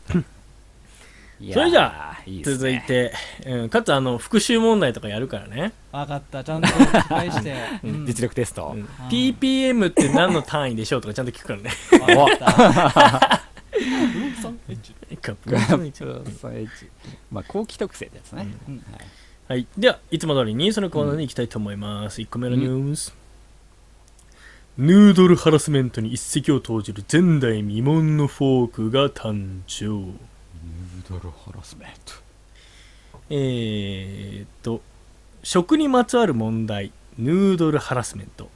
Speaker 4: いやー
Speaker 6: それじゃあ、
Speaker 4: いいっすね
Speaker 6: 続いて、うんかつ、あの、復習問題とかやるからね。
Speaker 5: 分かったちゃんと理解して、うん
Speaker 4: 実力テスト
Speaker 6: うん。PPM って何の単位でしょうとかちゃんと聞く からね。
Speaker 4: お
Speaker 6: カップの単位
Speaker 4: まあ、後期特性ですね。
Speaker 6: はい。では、いつも通りにそのコーナーに行きたいと思います。1個目のニュース。ヌードルハラスメントに一石を投じる前代未聞のフォークが誕生。えー、っと、食にまつわる問題、ヌードルハラスメント。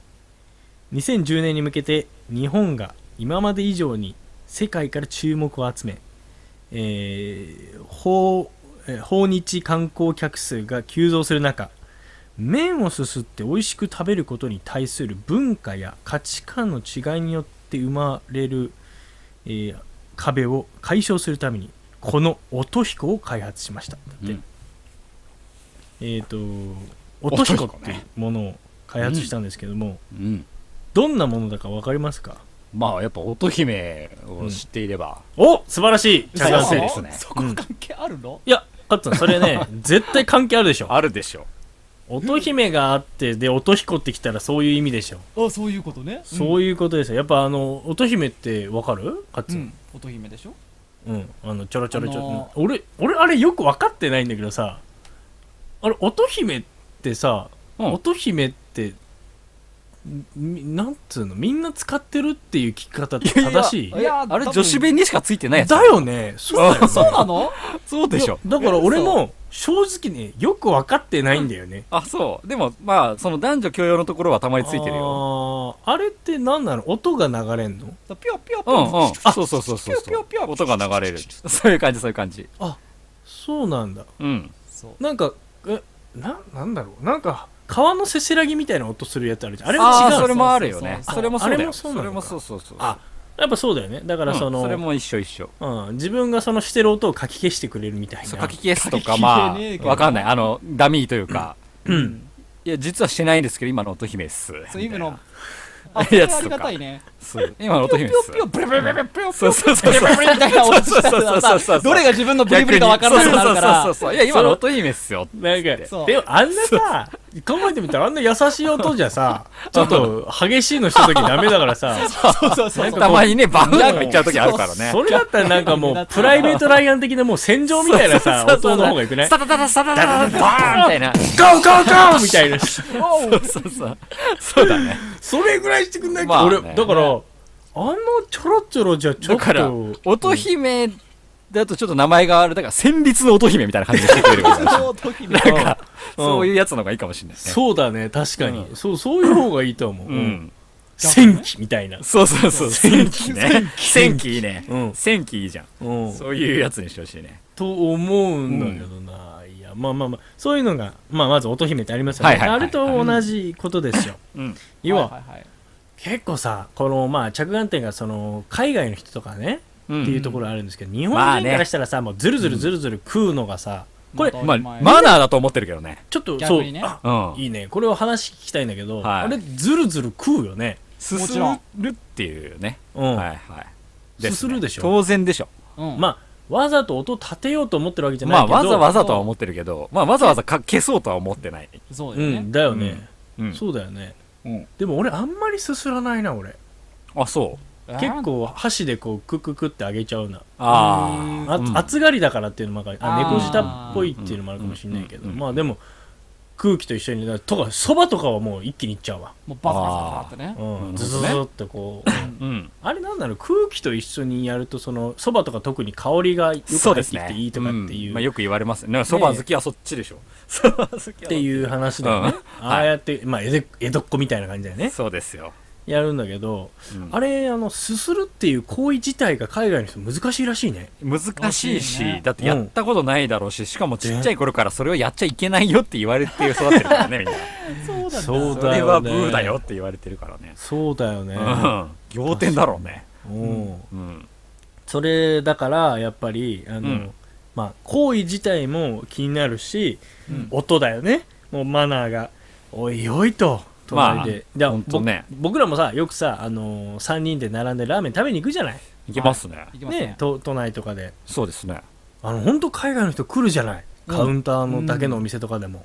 Speaker 6: 2010年に向けて日本が今まで以上に世界から注目を集め、えー訪えー訪日観光客数が急増する中、麺をすすって美味しく食べることに対する文化や価値観の違いによって生まれる、えー壁を解消するためにこの音彦を開発しましただって、
Speaker 4: うん
Speaker 6: えっ、と
Speaker 4: 音
Speaker 6: 音彦っていう
Speaker 4: 彦ね
Speaker 6: ものを開発したんですけども、
Speaker 4: うん。
Speaker 6: どんなものだか分かりますか
Speaker 4: まあ、やっぱ、乙姫を知っていれば、
Speaker 6: お素晴らしいチャン
Speaker 4: 幸
Speaker 6: ス
Speaker 4: せ
Speaker 6: い
Speaker 4: ですね。
Speaker 5: そこ関係あるの、
Speaker 6: やカッツンそれね 絶対関係あるでしょ
Speaker 4: あるでしょ。
Speaker 6: 音姫があってで音彦ってきたらそういう意味でしょ
Speaker 5: あそういうことね
Speaker 6: そういうことですよやっぱあの乙姫ってわかるカッ
Speaker 5: う
Speaker 6: ツ
Speaker 5: ん、う
Speaker 6: ン
Speaker 5: ん、乙姫でしょ
Speaker 6: うん、あのちょろちょろちょろ、
Speaker 5: あの
Speaker 6: 俺俺あれよく分かってないんだけどさあれ乙姫ってさ、
Speaker 4: うん
Speaker 6: 乙姫ってみなんつうのみんな使ってるっていう聞き方って正しい
Speaker 5: いや
Speaker 4: あれ、
Speaker 5: 多分
Speaker 4: 女子弁にしかついてないやつ。
Speaker 6: だよねそうだよね
Speaker 5: そうなの
Speaker 4: そうでしょ。
Speaker 6: だから俺も正直ねよく分かってないんだよね、
Speaker 4: あ、そう。でも、まあ、その男女共用のところはたまについてるよ。
Speaker 6: あーあれって何なの音が流れんの
Speaker 5: ピョピョピ
Speaker 4: うんうん
Speaker 5: ョ。
Speaker 4: そうそうそうそう
Speaker 5: ピョ
Speaker 4: そ
Speaker 5: ピョピョ
Speaker 4: う。音が流れる。そういう感じ、そういう感じ。
Speaker 6: そうなんだ
Speaker 4: うん。
Speaker 5: そう
Speaker 6: なんかえななんだろうなんか川のせせらぎみたいな音するやつあるじゃんあれ
Speaker 4: あ
Speaker 6: は違
Speaker 4: ー
Speaker 6: う
Speaker 4: それ
Speaker 6: の
Speaker 4: もあるよね。
Speaker 5: そ
Speaker 4: そ
Speaker 5: うそうそう
Speaker 4: れもそうだよ。
Speaker 6: あれもそ
Speaker 4: そう
Speaker 6: なのか
Speaker 4: れもそうそうそう。
Speaker 6: あやっぱそうだよねだか
Speaker 4: うん、
Speaker 6: らその、
Speaker 4: それも一緒一緒。
Speaker 6: うん、自分がそのしてる音をかき消してくれるみたいな
Speaker 4: そう、書き消すと
Speaker 5: 書
Speaker 4: か、
Speaker 5: き消え
Speaker 4: ま
Speaker 5: ねえけ
Speaker 4: あ、
Speaker 5: ど
Speaker 4: わかんない。あの、ダミーというか。
Speaker 5: うん
Speaker 4: いや、実はしてないんですけど、今の音姫っす。
Speaker 5: そういう意味
Speaker 4: み
Speaker 5: の
Speaker 4: た
Speaker 5: あ
Speaker 4: いな
Speaker 5: それ
Speaker 4: や
Speaker 5: はあ
Speaker 4: つ
Speaker 5: り
Speaker 4: と
Speaker 5: がた
Speaker 4: か
Speaker 5: い。ね
Speaker 4: そう今の
Speaker 5: ピ
Speaker 4: 音
Speaker 5: ョ
Speaker 4: 姫
Speaker 5: ピ
Speaker 4: っす
Speaker 5: ョピ。ョブレブレブレブレ
Speaker 4: そうそうそうそう。
Speaker 5: みたいな音
Speaker 4: そうそうそう
Speaker 5: したら
Speaker 4: そうそ
Speaker 5: さ
Speaker 4: う
Speaker 5: どれが自分のブリブリか分からなくなるか
Speaker 4: そう
Speaker 5: ら
Speaker 4: そうそうそういや、今の音姫っす よ。
Speaker 6: なんか
Speaker 5: そう
Speaker 6: でもあんなさ考えてみたらあんな優しい音じゃさ ちょっと激しいのした時ダメだからさ
Speaker 5: そうそうそう
Speaker 4: たまにね、バウンなんかいっちゃう時あるからね。
Speaker 6: それだったらなんかも うプライベートライアン的なもう戦場みたいなさ
Speaker 4: そうそうそう
Speaker 6: 音の方がよくない
Speaker 4: サタタタサタタタタバーンみたいな。
Speaker 6: ゴーゴー ゴーみたいな
Speaker 4: そうそう。そうだね。
Speaker 6: それぐらいしてくんない
Speaker 4: まあね
Speaker 6: 俺だからあのちょろちょろじゃち
Speaker 4: だ
Speaker 6: ょっ
Speaker 4: から
Speaker 6: と、
Speaker 4: 乙姫だとちょっと名前がある。だから、戦慄の乙姫みたいな感じでしてくれるから。なんか、そういうやつの方がいいかもしれないね。
Speaker 6: そうだね確かに、そうそういう方がいいと思う、
Speaker 4: う。ん。
Speaker 6: 戦記みたいな
Speaker 4: そうそうそう。戦記ね。戦記いいね
Speaker 6: う。ん
Speaker 4: 戦記いいじゃん。
Speaker 6: うん
Speaker 4: そういうやつにしてほしいね。
Speaker 6: と思うんだけどな、いやまあまあまあそういうのが、まあ、まず乙姫ってありますよ
Speaker 4: は
Speaker 6: ね、
Speaker 4: いはいはい
Speaker 6: あれと同じことですよ、
Speaker 4: うん。
Speaker 6: 要は、
Speaker 5: はい
Speaker 6: 結構さこのまあ着眼点がその海外の人とかね、
Speaker 4: うん
Speaker 6: っていうところあるんですけど日本
Speaker 4: まあ
Speaker 6: 人
Speaker 4: ね
Speaker 6: からしたらさ、もうズルズルズルズル食うのがさ、これ
Speaker 5: ま
Speaker 4: まあ、マナーだと思ってるけどね。
Speaker 6: ちょっとそ
Speaker 5: 逆
Speaker 6: う、
Speaker 5: にね
Speaker 6: あ
Speaker 4: うん。
Speaker 6: いいねこれを話聞きたいんだけど、
Speaker 4: はい
Speaker 6: あれズルズル食うよね
Speaker 4: す
Speaker 5: も
Speaker 4: す
Speaker 5: ちろん
Speaker 4: るっていうね。
Speaker 6: うん、
Speaker 4: はいはい。です
Speaker 6: するでしょ
Speaker 4: 当然でしょ。
Speaker 5: うん
Speaker 6: まあわざと音立てようと思ってるわけじゃ
Speaker 4: ま
Speaker 6: ない
Speaker 4: あ、
Speaker 6: けど、
Speaker 4: わざわざとは思ってるけど、まあ、わざわざか消そうとは思ってない。
Speaker 5: そうだ
Speaker 6: う
Speaker 5: よね
Speaker 6: んだよね、
Speaker 4: うん。
Speaker 6: そうだよね、
Speaker 4: うん
Speaker 6: でも俺あんまりすすらないな俺
Speaker 4: あ、そう。
Speaker 6: 結構箸でこうクククってあげちゃうな
Speaker 4: あ
Speaker 6: あ
Speaker 4: うん
Speaker 6: 暑がりだからっていうのもあるからあ
Speaker 5: あー
Speaker 6: 猫舌っぽいっていうのもあるかもしれないけど
Speaker 4: うんうんうんうん
Speaker 6: まあでも空気と一緒に、だとか、そばとかはもう一気にいっちゃうわ。
Speaker 5: もうバサバサバサってね
Speaker 6: うん、
Speaker 4: ね
Speaker 6: ズズズってこう。
Speaker 4: うん。
Speaker 6: あれなんだろう、空気と一緒にやると、その、そばとか特に香りがよく
Speaker 4: そう
Speaker 6: 入
Speaker 4: です
Speaker 6: ってき
Speaker 4: ね。
Speaker 6: ていいとかっていう。
Speaker 4: んまあ、よく言われますね。そば好きはそっちでしょ。そば好きはそっち
Speaker 6: っていう話だよね、
Speaker 4: うん
Speaker 6: ああやって、まあ、江戸江戸っ子みたいな感じだよね
Speaker 4: そうですよ。
Speaker 6: やるんだけど、
Speaker 4: うん
Speaker 6: あれあのすするっていう行為自体が海外の人難しいらしいね
Speaker 4: 難しいし、
Speaker 5: らしいね
Speaker 4: だってやったことないだろうし、しかもちっちゃい頃からそれをやっちゃいけないよって言われて育ってるから ね、みんな。
Speaker 5: そうだね
Speaker 6: そう
Speaker 4: そ
Speaker 6: だよね
Speaker 4: れはブーだよって言われてるからね。
Speaker 6: そうだよね
Speaker 4: う、ん。仰天だろうね。
Speaker 6: うん
Speaker 4: うん。
Speaker 6: それだからやっぱりあの、
Speaker 4: うん
Speaker 6: まあ、行為自体も気になるし、音だよねもうマナーがおいおいと
Speaker 4: まあ
Speaker 6: 隣で、で
Speaker 4: ほんとね
Speaker 6: ぼ僕らもさよくさ、あの3人で並んでラーメン食べに行くじゃない、
Speaker 4: いけますね。
Speaker 5: いきます
Speaker 6: ね
Speaker 5: ね、
Speaker 6: 都都内とかで
Speaker 4: そうですね。
Speaker 6: あの本当海外の人来るじゃない
Speaker 5: うん
Speaker 6: カウンターのだけのお店とかでも、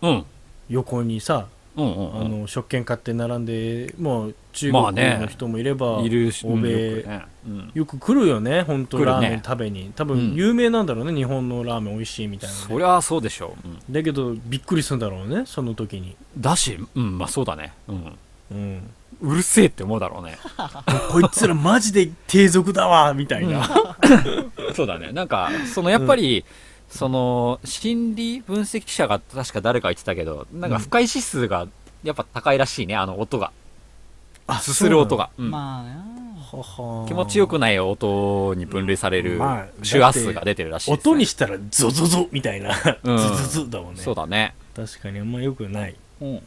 Speaker 4: うん。
Speaker 6: 横にさ
Speaker 4: うんうん
Speaker 6: あ
Speaker 4: うん。
Speaker 6: の食券買って並んでもう中
Speaker 4: まあ
Speaker 6: 国
Speaker 4: ね
Speaker 6: の人もいれば、
Speaker 4: いるし、
Speaker 6: 欧米、
Speaker 4: うんよ
Speaker 6: よ
Speaker 4: く
Speaker 6: く
Speaker 4: ねうん
Speaker 6: 来るよね本当
Speaker 4: 来るね
Speaker 6: ラーメン食べに多
Speaker 4: うん
Speaker 6: 分有名なんだろうね、日本のラーメン美味しいみたいなね、
Speaker 4: そりゃあそうでしょう、うん
Speaker 6: だけどびっくりするんだろうねその時に、
Speaker 4: だしうんまあそうだね、うん、
Speaker 6: うん、
Speaker 4: うるせえって思うだろうね
Speaker 6: こいつらマジで低俗だわみたいな、
Speaker 4: そうだねなんかそのやっぱり、その心理分析者が確か誰か言ってたけどなんか不快指数がやっぱ高いらしいねあの音が
Speaker 6: あ
Speaker 4: すする音が、うん
Speaker 5: まあね
Speaker 6: そうなのはは
Speaker 4: 気持ちよくない音に分類される
Speaker 6: まあ
Speaker 4: 周波数が出てるらしいですね、
Speaker 6: 音にしたらゾゾゾみたいな、
Speaker 4: うん
Speaker 6: ズズズだもんね
Speaker 4: そうだね
Speaker 6: 確かにあんまよくない
Speaker 4: うん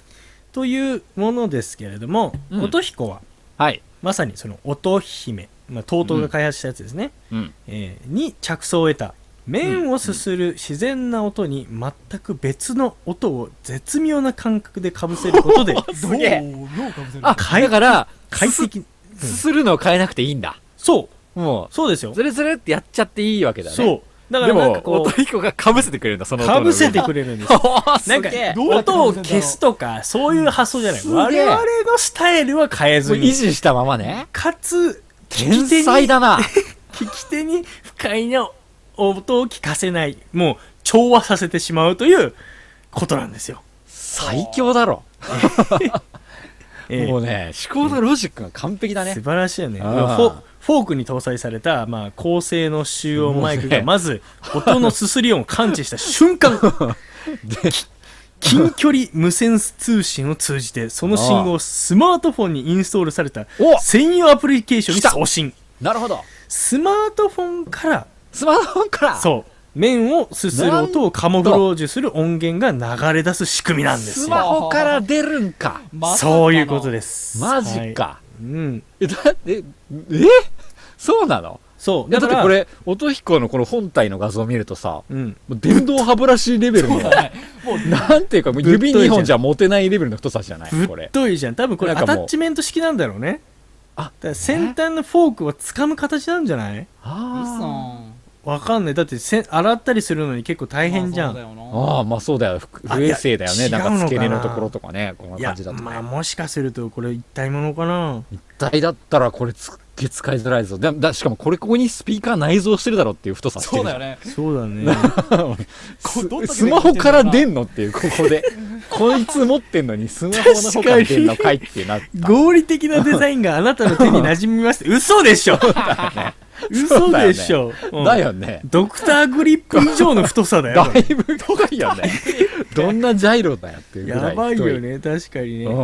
Speaker 6: というものですけれども、
Speaker 4: うん
Speaker 6: 音彦は
Speaker 4: はい、
Speaker 6: まさにその音姫、まあ、TOTO が開発したやつですね、
Speaker 4: うん、
Speaker 6: えーに着想を得た麺をすする自然な音に全く別の音を絶妙な感覚でかぶせること で
Speaker 4: すげえ
Speaker 5: おーようかぶせる
Speaker 4: あだから
Speaker 6: 快
Speaker 4: す
Speaker 6: 適
Speaker 4: すするのを変えなくていいんだ
Speaker 6: そう
Speaker 4: もう
Speaker 6: そうですよ
Speaker 4: ずるずるってやっちゃっていいわけだね。
Speaker 6: そうだか
Speaker 4: で
Speaker 6: らなん
Speaker 4: も
Speaker 6: か、こ
Speaker 4: 音
Speaker 6: う
Speaker 4: 彦がかぶせてくれるんだ、その
Speaker 6: かぶせて
Speaker 4: れ
Speaker 6: くれるんですよ
Speaker 4: る。おーすげ
Speaker 6: な
Speaker 4: え
Speaker 6: んか
Speaker 5: どうやって
Speaker 6: 音を消すとかそういう発想じゃない
Speaker 4: すげえ
Speaker 6: 我々のスタイルは変え
Speaker 4: もう
Speaker 6: ず
Speaker 4: 維
Speaker 6: に
Speaker 4: 持したままね。
Speaker 6: かつ聞
Speaker 4: 天
Speaker 6: き手
Speaker 4: 才
Speaker 6: に
Speaker 4: だ な。
Speaker 6: 聞き手に不快な音を聞かせないもう調和させてしまうということなんですよ、
Speaker 4: 最強だろ。
Speaker 6: ええ
Speaker 4: もうね、思考のロジックが完璧だね
Speaker 6: 素。晴らしいよねフ
Speaker 4: ああ
Speaker 6: ォフォークに搭載された、まあ、高性能集音マイクがまず音のすすり音を感知した 瞬間き近距離無線通信を通じてその信号をスマートフォンにインストールされた
Speaker 4: お
Speaker 6: 専用アプリケーションに送信
Speaker 4: なるほど。
Speaker 6: スマートフォンから
Speaker 4: スマートフォンから。
Speaker 6: そう面をすする音をカモフロージュする音源が流れ出す仕組みなんです
Speaker 4: スマ
Speaker 6: よ
Speaker 4: ホから出るんか。
Speaker 6: そういうことですす
Speaker 4: マジ、か。
Speaker 6: はいうん
Speaker 4: え、だって、えそうなの
Speaker 6: そう
Speaker 4: いやだって
Speaker 6: から
Speaker 4: これ、音彦のこの本体の画像を見るとさ、
Speaker 6: うん
Speaker 4: もう電動歯ブラシレベルの、なんていうか、もう指2本じゃ持てないレベルの太さじゃない
Speaker 6: ぶ
Speaker 4: これ
Speaker 6: っ。といじゃん多分これ
Speaker 4: なん
Speaker 6: ア
Speaker 4: か
Speaker 6: タ
Speaker 4: もう
Speaker 6: ッチメント式なんだろうね
Speaker 4: あ
Speaker 6: だから先端のフォークを掴む形なんじゃない
Speaker 4: あ
Speaker 5: 嘘
Speaker 6: わかんないだってせ洗ったりするのに結構大変じゃん、
Speaker 5: まあそうだよな
Speaker 4: ああ、まあそうだよ。ふ
Speaker 6: あ
Speaker 4: 不衛生だよね。
Speaker 6: いや
Speaker 4: なんか
Speaker 6: 違うのかな
Speaker 4: 付け根のところとかね。こんない
Speaker 6: や
Speaker 4: 感じだと
Speaker 6: ま
Speaker 4: ね。
Speaker 6: あもしかするとこれ一体ものかな
Speaker 4: 一体だったらこれつっげえ使いづらいぞ。だ、だ、しかもこれここにスピーカー内蔵してるだろうっていう太さして
Speaker 5: そ
Speaker 4: るじ
Speaker 5: うだ
Speaker 4: ゃ
Speaker 5: よ
Speaker 4: ん。
Speaker 5: ね
Speaker 6: そうだ ね
Speaker 5: こどんだけ
Speaker 4: スマホから出んのっていう、ここで。こいつ持ってんのにスマホの方から出んのかいってなった。
Speaker 6: 合理的なデザインがあなたの手に馴染みました嘘で しょ嘘でしょうん
Speaker 4: だよね。
Speaker 6: ドクターグリップ以上の太さだよ
Speaker 4: だいぶ遠いよね。どんなジャイロだよっていうぐらい。
Speaker 6: やばいよ。ね確かにね、
Speaker 4: うん
Speaker 6: うん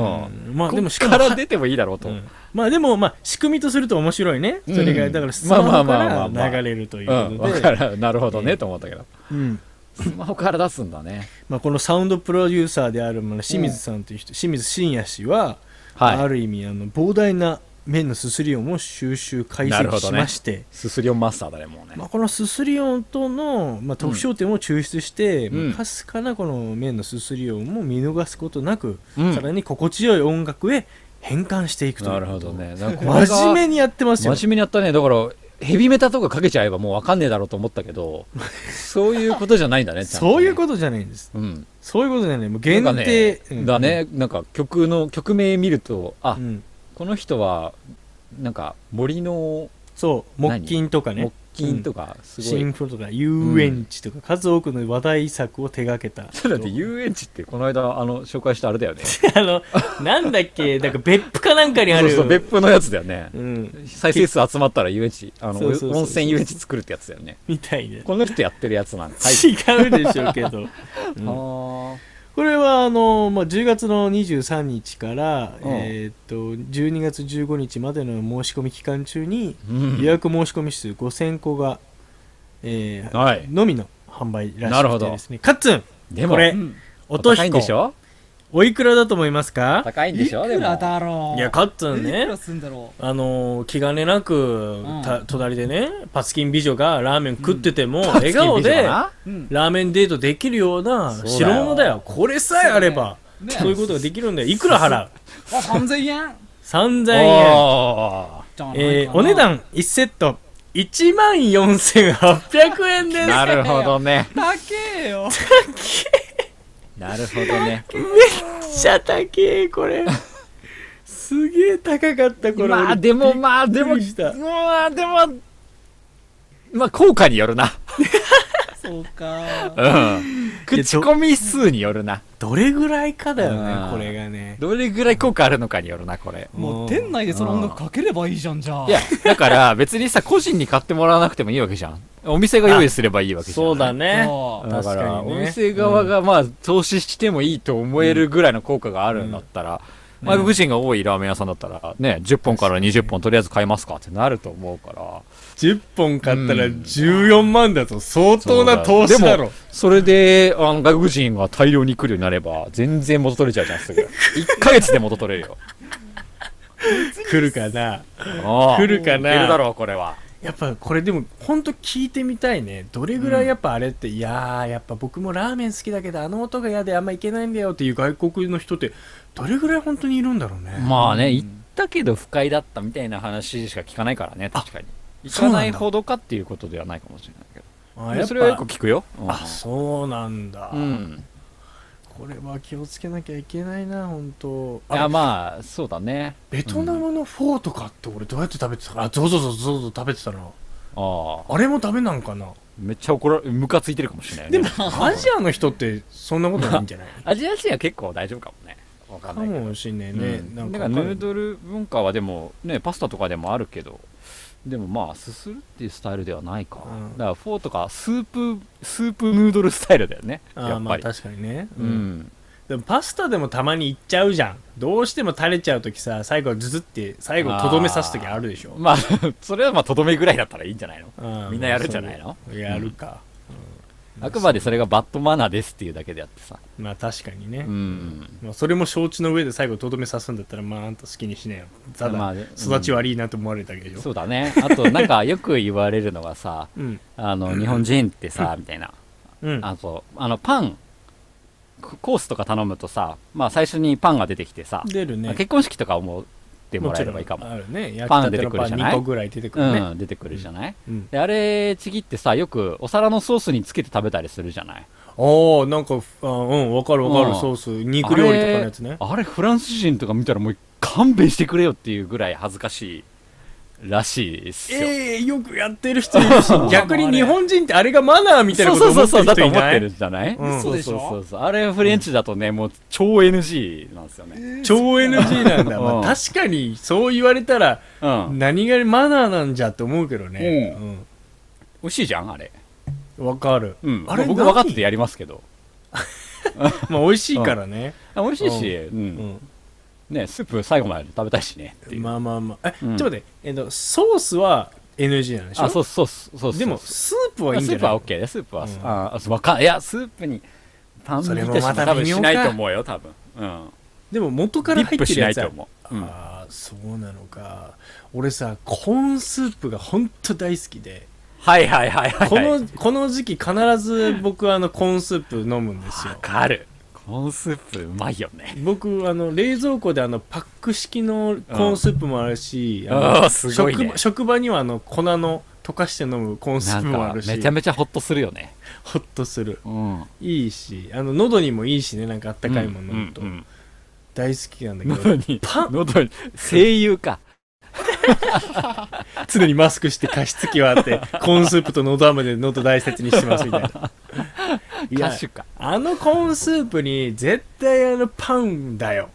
Speaker 6: まあで
Speaker 4: で
Speaker 6: も
Speaker 4: も、
Speaker 6: し
Speaker 4: か
Speaker 6: かも
Speaker 4: ら出てもいいだろうと。
Speaker 6: うんまあでもまあ仕組みとすると面白いねそれが、
Speaker 4: うん
Speaker 6: だからスマホ
Speaker 4: まあまあまあまあまあ
Speaker 6: から流れるという
Speaker 4: う
Speaker 6: こ
Speaker 4: ん、
Speaker 6: と
Speaker 4: わ
Speaker 6: で、
Speaker 4: からんなるほどね、と思ったけど。
Speaker 6: うん
Speaker 4: スマホから出すんだね。
Speaker 6: まあ、このサウンドプロデューサーであるまあ清水さんという人、清水信也氏は、あ
Speaker 4: はい。
Speaker 6: る意味あの膨大な面のすすり音を収集解
Speaker 4: なるほ
Speaker 6: 析
Speaker 4: どね
Speaker 6: しまして、
Speaker 4: すすり音マスターだね、もうね
Speaker 6: ま。あ、このすすり音との、まあ、特徴点を抽出して、
Speaker 4: うん
Speaker 6: まあかすかなこの面のすすり音も見逃すことなく、
Speaker 4: うん
Speaker 6: さらに心地よい音楽へ変換していくという
Speaker 4: なるほどね。なんかこれが
Speaker 6: 真面目にやってますよ
Speaker 4: 真面目にやったね。だから、ヘビメタとかかけちゃえばもうわかんねえだろうと思ったけど、そういうことじゃないんだね、ちゃんとね
Speaker 6: そういうことじゃないんです
Speaker 4: うん。
Speaker 6: そういうことじゃないもう限
Speaker 4: なんかね
Speaker 6: 定、うん
Speaker 4: だね。なんか曲の、曲名見ると、あ、
Speaker 6: うん
Speaker 4: この人は、なんか森の
Speaker 6: そう木
Speaker 4: 何
Speaker 6: 琴とかね
Speaker 4: 木近とかすごい、
Speaker 6: 新風呂とか遊園地とか数多くの話題作を手がけた
Speaker 4: ちょっと待って遊園地ってこの間あの紹介したあれだよね
Speaker 6: あのなんだっ けなんか別府かなんかにある
Speaker 4: そうそう別府のやつだよね、
Speaker 6: うん
Speaker 4: 再生数集まったら遊園地あの
Speaker 6: そうそうそうそう
Speaker 4: 温泉遊園地作るってやつだよね
Speaker 6: みたいな
Speaker 4: この人やってるやつ なんだはい
Speaker 6: 違うでしょうけ ど、うん
Speaker 4: あ
Speaker 6: これはあの、まあ、10月の23日から、
Speaker 4: うん
Speaker 6: えーっと12月15日までの申し込み期間中に
Speaker 4: ーうん
Speaker 6: 予約申し込み数5000個が、えー
Speaker 4: はい
Speaker 6: のみの販売ら
Speaker 4: なる
Speaker 6: し
Speaker 4: ほ
Speaker 6: く
Speaker 4: ど
Speaker 6: てですねカッツン
Speaker 4: でも
Speaker 6: これ、
Speaker 5: ん
Speaker 6: おと
Speaker 4: 高い
Speaker 6: ひ
Speaker 4: んで
Speaker 6: こ
Speaker 4: しょ
Speaker 6: おいくらだと思いますか
Speaker 4: 高いんでしょで
Speaker 5: いくら
Speaker 4: も
Speaker 5: だろう
Speaker 6: い
Speaker 5: い
Speaker 6: やカッツン
Speaker 5: い
Speaker 6: ね
Speaker 5: くらすんだろ
Speaker 6: あのー気兼ねなく、
Speaker 5: うん
Speaker 6: た隣でねパツキン美女がラーメン食ってても、笑顔
Speaker 4: 月見美女
Speaker 6: で
Speaker 4: かな
Speaker 5: う、うん、
Speaker 6: ラーメンデートできるような
Speaker 4: そうだよ
Speaker 6: 代物だよこれさえあれば
Speaker 5: ね
Speaker 6: そういうことができるんだよいくら払う
Speaker 5: あ3000円
Speaker 6: 3000円、
Speaker 4: お
Speaker 5: じゃないかな
Speaker 6: えーお値段1セット1万4800円で
Speaker 4: ー
Speaker 6: す
Speaker 4: なるほどね
Speaker 5: 高えよ
Speaker 4: なるほどね
Speaker 6: めっちゃ高えこ れすげえ高かったこれ
Speaker 4: まあ
Speaker 6: 俺
Speaker 4: でもまあでも
Speaker 6: びっくりした
Speaker 4: まあでもまあ効果によるな
Speaker 5: そう か
Speaker 4: うん口コミ数によるな
Speaker 6: どれぐらいかだよ
Speaker 4: あー
Speaker 6: ねこれがね
Speaker 4: どれぐらい効果あるのかによるなこれ
Speaker 5: もう店内でその音楽かければいいじゃんじゃあ
Speaker 4: いやだから別にさ個人に買ってもらわなくてもいいわけじゃんお店が用意すればいいわけじゃん
Speaker 6: そうだね
Speaker 5: そう
Speaker 4: だから
Speaker 6: 確かにね
Speaker 4: お店側がまあ投資してもいいと思えるぐらいの効果があるんだったら、外国人が多いラーメン屋さんだったらね10本から20本とりあえず買いますかってなると思うから
Speaker 6: 10本買ったら
Speaker 4: うん
Speaker 6: 14万だと相当な投資だ
Speaker 4: で
Speaker 6: ろ
Speaker 4: もそれであの外国人が大量に来るようになれば全然元取れちゃうじゃんすぐ1ヶ月で元取れる よ
Speaker 6: 来るかな
Speaker 4: ああ
Speaker 6: 来るかな
Speaker 4: 来るだろうこれは
Speaker 6: やっぱこれでも本当聞いてみたいねどれぐらいやっぱあれって、いやーやっぱ僕もラーメン好きだけどあの音が嫌であんまいけないんだよっていう外国の人ってどれぐらい本当にいるんだろうね、
Speaker 4: まあね行ったけど不快だったみたいな話しか聞かないからね確かに行かないほどかっていうことではないかもしれないけど
Speaker 6: あ
Speaker 4: で
Speaker 6: やっぱ
Speaker 4: それはよく聞くよ
Speaker 6: あそうなんだ、
Speaker 4: うん
Speaker 6: これは気をつけなきゃいけないな本当
Speaker 4: いや
Speaker 6: あ
Speaker 4: まあそうだね
Speaker 6: ベトナムのフォーとかって俺どうやって食べてたかあゾゾゾゾゾ食べてたな
Speaker 4: ああ
Speaker 6: あれもダメなんかな
Speaker 4: めっちゃ怒らムカついてるかもしれない、ね、
Speaker 6: でも アジアの人ってそんなことないん じゃない
Speaker 4: アジア人は結構大丈夫かもねわか
Speaker 6: か
Speaker 4: んないけど
Speaker 6: もしんないね、
Speaker 4: うん
Speaker 6: なん
Speaker 4: だから
Speaker 6: かわかん
Speaker 4: ヌ
Speaker 6: ない
Speaker 4: ードル文化はでもねパスタとかでもあるけどでもまあすするっていうスタイルではないか、
Speaker 6: うん
Speaker 4: だからフォーとかスープスープヌードルスタイルだよね
Speaker 6: あー
Speaker 4: やっ
Speaker 6: ま
Speaker 4: ぱ
Speaker 6: あ
Speaker 4: り、
Speaker 6: 確かにね、
Speaker 4: うん、
Speaker 6: でもパスタでもたまにいっちゃうじゃんどうしても垂れちゃう時さ最後ズズって最後とどめ刺す時あるでしょ
Speaker 4: まあ それはまあとどめぐらいだったらいいんじゃないの
Speaker 6: う
Speaker 4: みんなやるんじゃないの
Speaker 6: そうやるか、
Speaker 4: あくまでそれがバッドマナーですっていうだけであってさ
Speaker 6: まあ確かにね、
Speaker 4: うん
Speaker 6: まあ、それも承知の上で最後とどめ刺すんだったらまああんた好きにしなよた
Speaker 4: まあ
Speaker 6: だ
Speaker 4: ね
Speaker 6: 育ち悪いなと思われたけでしょ、
Speaker 4: そうだねあとなんかよく言われるのがさ
Speaker 6: うん
Speaker 4: あの日本人ってさみたいな
Speaker 6: うん
Speaker 4: あとあのパンココースとか頼むとさ、まあ、最初にパンが出てきてさ、
Speaker 6: 出る
Speaker 4: まあ
Speaker 6: ね
Speaker 4: 結婚式とか思っても
Speaker 6: も
Speaker 4: ら
Speaker 6: ち
Speaker 4: えれ
Speaker 6: ろん
Speaker 4: ばいいかも
Speaker 6: あるね焼き
Speaker 4: パ
Speaker 6: た
Speaker 4: ン出
Speaker 6: て
Speaker 4: て
Speaker 6: の
Speaker 4: くる
Speaker 6: パン
Speaker 4: じゃない
Speaker 6: 2個ぐらい出てくるね、
Speaker 4: うん、出てくるじゃない、
Speaker 6: うん
Speaker 4: であれちぎってさよくお皿のソースにつけて食べたりするじゃない
Speaker 6: おおなんかあうんわかるわかる、
Speaker 4: うん
Speaker 6: ソース肉料理とかのやつね
Speaker 4: あれあれフランス人とか見たらもう勘弁してくれよっていうぐらい恥ずかしいらしいっすよ、
Speaker 6: ええよくやってる人いるし逆に日本人ってあれがマナーみたいな
Speaker 4: そう
Speaker 6: こと
Speaker 4: そうそう
Speaker 6: 思って
Speaker 4: そう
Speaker 6: る
Speaker 4: だと思
Speaker 6: 人い
Speaker 4: っ
Speaker 6: な
Speaker 4: て
Speaker 6: い
Speaker 4: るじゃない、
Speaker 6: うん
Speaker 4: そうそうそうそうあれフレンチだとねもう超 NG なんですよね、
Speaker 6: 超 NG なんだ、
Speaker 4: うん
Speaker 6: まあ、確かにそう言われたら
Speaker 4: うん
Speaker 6: 何がマナーなんじゃって思うけどね
Speaker 4: う美味しいじゃんあれ
Speaker 6: うんわ、かる、
Speaker 4: うん
Speaker 6: あれ
Speaker 4: 僕分かっててやりますけど
Speaker 6: まあ美味しいからね、
Speaker 4: あ美味しいし、うん
Speaker 6: うん
Speaker 4: ね、スープ最後まで食べたいしねっていう、
Speaker 6: まあまあまあえ、
Speaker 4: うん
Speaker 6: ちょっと待って、えっと、ソースは NG なんでしょ
Speaker 4: あそうそうそうそう
Speaker 6: でも
Speaker 4: そう
Speaker 6: スープはいいん
Speaker 4: ス
Speaker 6: じ
Speaker 4: ー
Speaker 6: ゃ
Speaker 4: プ
Speaker 6: ない
Speaker 4: は OK でスープは、
Speaker 6: うん
Speaker 4: ああそうわかんいやスープにパン
Speaker 6: それも
Speaker 4: 浸し
Speaker 6: ま
Speaker 4: も
Speaker 6: た
Speaker 4: 多分
Speaker 6: 微
Speaker 4: し
Speaker 6: 妙か
Speaker 4: ないと思うよ多分うん
Speaker 6: でも元から
Speaker 4: ディッ
Speaker 6: 入って
Speaker 4: プ
Speaker 6: る
Speaker 4: しな
Speaker 6: や
Speaker 4: い
Speaker 6: つあ
Speaker 4: と
Speaker 6: る
Speaker 4: 思う、うん、
Speaker 6: ああそうなのか俺さコーンスープが本当大好きで
Speaker 4: はいはいはいはい
Speaker 6: こ
Speaker 4: はい
Speaker 6: のこの時期必ず僕はあのコーンスープ飲むんですよ
Speaker 4: わかるコーンスープうまいよね
Speaker 6: 僕あの冷蔵庫であのパック式のコーンスープもあるし、
Speaker 4: うん
Speaker 6: あの
Speaker 4: あーすごいね
Speaker 6: 職場職場にはあの粉の溶かして飲むコーンス
Speaker 4: な
Speaker 6: ープ
Speaker 4: ん
Speaker 6: もあ
Speaker 4: か
Speaker 6: るし
Speaker 4: めちゃめちゃホッとするよね
Speaker 6: ホッとする
Speaker 4: うん
Speaker 6: いいしあの喉にもいいしねなんかあったかいもの飲むと、
Speaker 4: うんうん
Speaker 6: 大好きなんだけど
Speaker 4: 喉に
Speaker 6: パン
Speaker 4: 喉に声優か
Speaker 6: 常にマスクして加湿器はあ って、コーンスープと喉飴で喉大切にしてますみたいな。いや
Speaker 4: 歌手か。
Speaker 6: あのコーンスープに絶対あのパンだよ。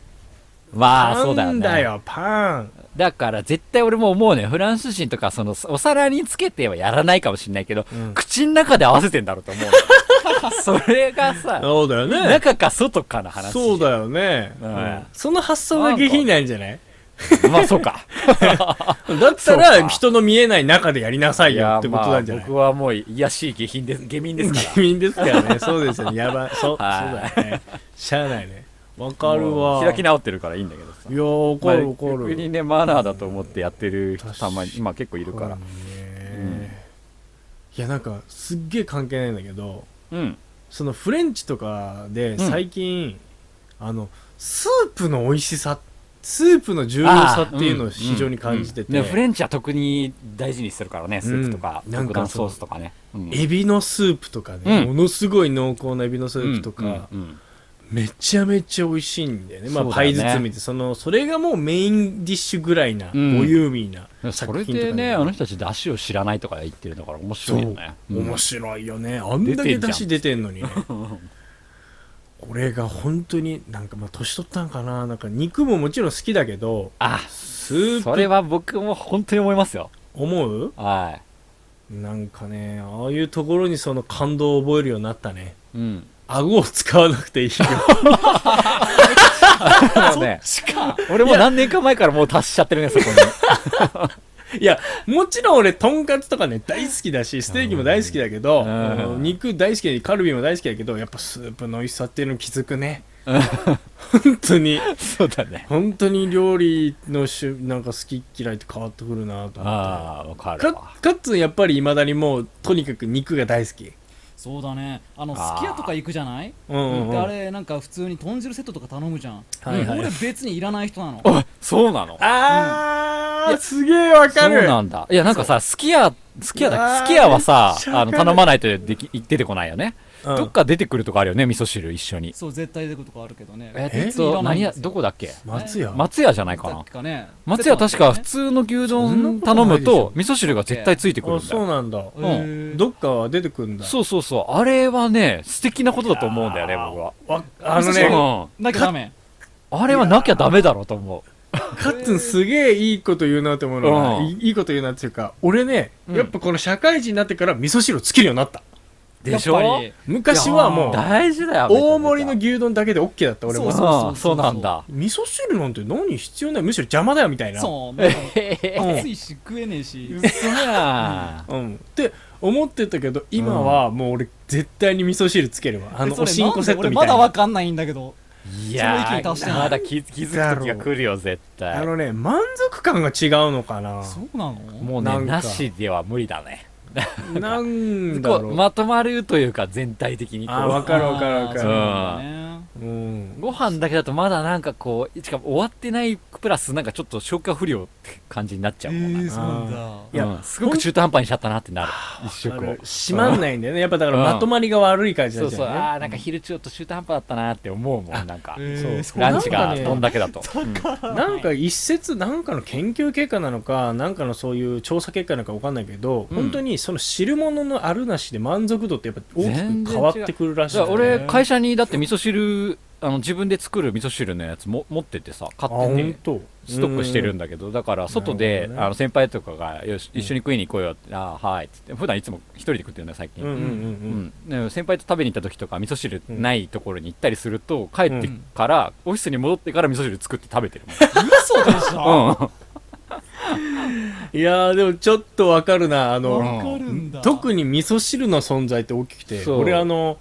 Speaker 4: まあ、
Speaker 6: パ
Speaker 4: そうだよ
Speaker 6: ン
Speaker 4: ね。
Speaker 6: だよ、パン。
Speaker 4: だから絶対俺も思うねフランス人とかそのお皿につけてはやらないかもしれないけど、
Speaker 6: うん
Speaker 4: 口の中で合わせてんだろうと思う のそれがさ、
Speaker 6: そうだよね。
Speaker 4: 中か外かの話
Speaker 6: そうだよね。
Speaker 4: うん
Speaker 6: うんその発想が下品なんじゃない
Speaker 4: まあそうか
Speaker 6: だった
Speaker 4: そう
Speaker 6: ら
Speaker 4: か
Speaker 6: 人の見えない中でやりなさいよってことなんじゃない
Speaker 4: 僕はもう癒やしい下品です下品ですから
Speaker 6: 下品ですからね。 そうですよね。やばい。そう、そう
Speaker 4: はい
Speaker 6: だよね。しゃあないね。わ かる
Speaker 4: も
Speaker 6: わ。
Speaker 4: う開き直ってるからいいんだけどさ
Speaker 6: いやー、怒る怒
Speaker 4: まあ逆
Speaker 6: る。
Speaker 4: にねマナーだと思ってやってる人たまに今結構いるから
Speaker 6: ねいや、なんか、すっげえ関係ないんだけど、
Speaker 4: うん
Speaker 6: そのフレンチとかで最近、あの、スープの美味しさ、スープの重要さっていうのを非常に感じてて、
Speaker 4: ねフレンチは特に大事にするからねスープとか
Speaker 6: うんなん
Speaker 4: 特
Speaker 6: か
Speaker 4: 段
Speaker 6: そ
Speaker 4: ソ
Speaker 6: う
Speaker 4: ースとかねうん
Speaker 6: エビのスープとかね、
Speaker 4: うん
Speaker 6: ものすごい濃厚なエビのスープとか、
Speaker 4: うんうんうん
Speaker 6: めちゃめちゃ美味しいんだよね。まあ、
Speaker 4: そうだ
Speaker 6: パ
Speaker 4: よ
Speaker 6: イ
Speaker 4: ね
Speaker 6: 包みって、その、それがもうメインディッシュぐらいな、
Speaker 4: うん
Speaker 6: ボリューミーな
Speaker 4: そ
Speaker 6: 作
Speaker 4: れ
Speaker 6: 品とか
Speaker 4: でね、あの人たち出汁を知らないとか言ってるんだから面白いよね。
Speaker 6: そう面白いよね。あんだけ出汁出てんのにね。 俺が本当になんかまあ年取ったんかななんか肉ももちろん好きだけど
Speaker 4: あ、
Speaker 6: スー
Speaker 4: それ
Speaker 6: プ
Speaker 4: は僕も本当に思いますよ。
Speaker 6: 思う
Speaker 4: は
Speaker 6: なんかねああいうところにその感動を覚えるようになったね
Speaker 4: い。 うん。
Speaker 6: 顎を使わなくて いいよ
Speaker 4: もうね、俺も何年か前からもう達しちゃってるね、そこに。
Speaker 6: いやもちろん俺とんかつとかね大好きだしステーキも大好きだけど
Speaker 4: うん
Speaker 6: あの肉大好きでカルビも大好きだけどやっぱスープの美味しさっていうの気づくね本当に
Speaker 4: そうだね。
Speaker 6: 本当に料理のしゅなんか好き嫌いって変わってくるなと思って
Speaker 4: ああ、わかる
Speaker 6: か
Speaker 4: わ。
Speaker 6: かっつんやっぱりいまだにもうとにかく肉が大好き
Speaker 5: そうだねあの
Speaker 4: あー
Speaker 5: すき家とか行くじゃない
Speaker 6: うんうんうん
Speaker 5: であれなんか普通に豚汁セットとか頼むじゃん、
Speaker 6: はいはい
Speaker 5: 俺別にいらない人なの
Speaker 4: あ、そうなの
Speaker 6: あー、すげえわ
Speaker 4: そうなんだ。いや、なんかさ、スキヤ、スキヤだ、スキヤはさ、
Speaker 6: うわー
Speaker 4: あの、頼まないとでき出てこないよね。
Speaker 6: うん
Speaker 4: どっか出てくるとかあるよね、味噌汁一緒に。
Speaker 5: そう絶対出てくるとこあるけどね
Speaker 4: え
Speaker 5: 別
Speaker 4: っ
Speaker 5: にい
Speaker 4: と、
Speaker 5: ら
Speaker 4: 何
Speaker 5: ないんで
Speaker 4: や、
Speaker 5: すよ
Speaker 4: どこだっけ
Speaker 6: 松屋
Speaker 4: 松屋じゃないか
Speaker 5: だ
Speaker 4: な
Speaker 5: っ。けかね
Speaker 4: 松屋確か普通の牛丼頼むと味噌汁が絶対ついてくる
Speaker 6: あ
Speaker 4: んだ
Speaker 6: そう
Speaker 4: よ
Speaker 6: なんだ
Speaker 5: へー
Speaker 6: どっかは出てくるんだ
Speaker 4: そうそうそうあれはね素敵なことだと思うんだよね僕は
Speaker 6: わあの
Speaker 5: 味噌汁
Speaker 6: ね
Speaker 4: ね
Speaker 5: なきゃダメ
Speaker 4: あれはなきゃダメだろうと思
Speaker 6: かっつんすげえいいこと言うなって思うのが、
Speaker 4: うん
Speaker 6: いいいこと言うなっていうか俺ね、
Speaker 4: うん
Speaker 6: やっぱこの社会人になってから味噌汁をつけるようになった
Speaker 4: うでしょ
Speaker 5: やっぱり
Speaker 6: 昔はもう
Speaker 4: 大事だよ
Speaker 6: 大盛りの
Speaker 4: 牛
Speaker 6: 牛丼だけで OK だった俺
Speaker 5: そ
Speaker 6: も
Speaker 5: うそう
Speaker 4: そうそうなんだ
Speaker 6: 味噌汁なんて何必要ないむしろ邪魔だよみたいな
Speaker 5: そうなんか
Speaker 4: え
Speaker 6: うん
Speaker 5: 暑いし食えねえし
Speaker 4: そや
Speaker 6: うん、って思ってたけど今はもう俺絶対に味噌汁つけるわあの
Speaker 5: それ
Speaker 6: おしんこセットみたい
Speaker 5: なんで俺まだ
Speaker 6: な
Speaker 5: わかんないんだけど
Speaker 4: い
Speaker 5: その
Speaker 4: や
Speaker 5: 域に達してない
Speaker 4: まだ気気づく時が来るよ絶
Speaker 6: あ
Speaker 4: 対
Speaker 6: のね満足感が違うのかな
Speaker 5: そうなの
Speaker 4: もう
Speaker 6: な
Speaker 4: ね
Speaker 6: んか
Speaker 4: なしでは無理だね
Speaker 6: なんだ
Speaker 4: こ
Speaker 6: ろ
Speaker 4: う
Speaker 6: う、
Speaker 4: まとまるというか全体的にこう
Speaker 6: あわかるわかるわか
Speaker 5: あー
Speaker 6: る
Speaker 5: そうなんだね
Speaker 6: うん、
Speaker 4: ご飯だけだとまだなんかこうしかも終わってないプラスなんかちょっと消化不良って感じになっちゃうもんな
Speaker 5: えーそうなんだ
Speaker 6: いや
Speaker 4: うんすごく中途半端にしちゃったなってなる一
Speaker 6: あ
Speaker 4: 食
Speaker 6: の
Speaker 4: を
Speaker 6: 閉まんないんだよねやっぱだから
Speaker 4: うん
Speaker 6: まとまりが悪い感じ
Speaker 4: そ
Speaker 6: なん
Speaker 4: う
Speaker 6: じ
Speaker 4: そう
Speaker 6: ゃない
Speaker 4: ああーなんか昼ちょっと中途半端だったなって思うもんなんか
Speaker 5: え
Speaker 6: そう
Speaker 5: ー
Speaker 4: ランチが
Speaker 6: なんかね
Speaker 4: どんだけだと
Speaker 6: なんか一説なんかの研究結果なのかなんかのそういう調査結果なのかわかんないけど、
Speaker 4: うん
Speaker 6: 本当にその汁物のあるなしで満足度ってやっぱ大きく変わってくるらしい、
Speaker 4: だから俺
Speaker 6: あ
Speaker 4: 会社にだって味噌汁あの自分で作る味噌汁のやつも持ってってさ買って
Speaker 6: 本
Speaker 4: て
Speaker 6: 当
Speaker 4: ストックしてるんだけどだから外で
Speaker 6: なるほどね
Speaker 4: あの先輩とかがよし一緒に食いに行こうよってああはいっつって普段いつも一人で食ってるんだよ最
Speaker 6: うんうん
Speaker 4: 近
Speaker 6: うんうん、
Speaker 4: うん、先輩と食べに行った時とか味噌汁ないところに行ったりすると帰ってから、オフィスに戻ってから味噌汁作って食べてる
Speaker 5: 嘘でしょ
Speaker 4: もん、 うん、
Speaker 6: いやーでもちょっとわかるなあの
Speaker 5: わかるんだ
Speaker 6: 特に味噌汁の存在って大きくて
Speaker 4: そう
Speaker 6: 俺あの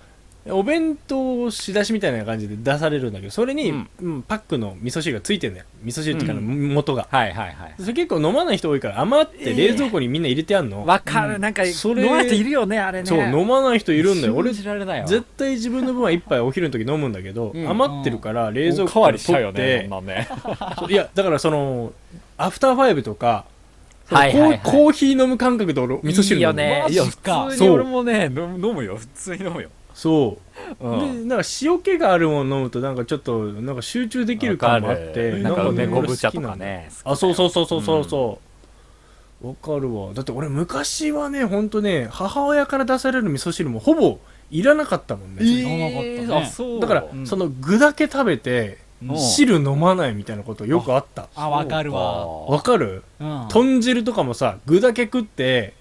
Speaker 6: お弁当を仕出しみたいな感じで出されるんだけどそれに、
Speaker 4: うん
Speaker 6: うんパックの味噌汁がついてんだよ味噌汁っていうか、
Speaker 4: う
Speaker 6: 元が
Speaker 4: はいはいはい
Speaker 6: それ結構飲まない人多いから余って冷蔵庫にみんな入れてあんの、
Speaker 4: わかる、なんか
Speaker 6: それ
Speaker 4: 飲まれているよねあれね
Speaker 6: そう飲まない人いるんだよ俺
Speaker 4: 信じられないわ
Speaker 6: 絶対自分の分は一杯お昼の時飲むんだけど、
Speaker 4: うん
Speaker 6: 余ってるから冷蔵
Speaker 4: お
Speaker 6: 庫
Speaker 4: か
Speaker 6: か
Speaker 4: わ
Speaker 6: ら
Speaker 4: りしちゃうよ
Speaker 6: 取っ
Speaker 4: ね
Speaker 6: て
Speaker 4: そんなんね
Speaker 6: そういやだからそのアフターファイブとか
Speaker 4: はいはいはい
Speaker 6: コーコーヒー飲む感覚で俺味噌汁
Speaker 4: いい
Speaker 6: 飲
Speaker 4: よ
Speaker 6: む
Speaker 4: ねいや
Speaker 5: マジか
Speaker 4: 普通に俺もね飲む飲むよ普通に飲むよ、
Speaker 6: そう
Speaker 4: う
Speaker 6: で
Speaker 4: ん、
Speaker 6: なんか塩気があるもの飲むとなんかちょっとなんか集中できる感もあっ
Speaker 4: わ
Speaker 6: て
Speaker 4: かるなんか
Speaker 6: ね
Speaker 4: 梅昆布茶とかね
Speaker 6: あそうそうそうそうそうそう、わかるわ。だって俺昔はね、ほんとね、母親から出される味噌汁もほぼいらなかったもんね。
Speaker 5: 飲まなかった
Speaker 4: あ
Speaker 5: ね
Speaker 4: そう
Speaker 6: だから、
Speaker 5: うん
Speaker 6: その具だけ食べて、
Speaker 4: うん
Speaker 6: 汁飲まないみたいなことよくあった。
Speaker 5: あわかるわ
Speaker 6: わかる
Speaker 5: うん
Speaker 6: 豚汁とかもさ、具だけ食って、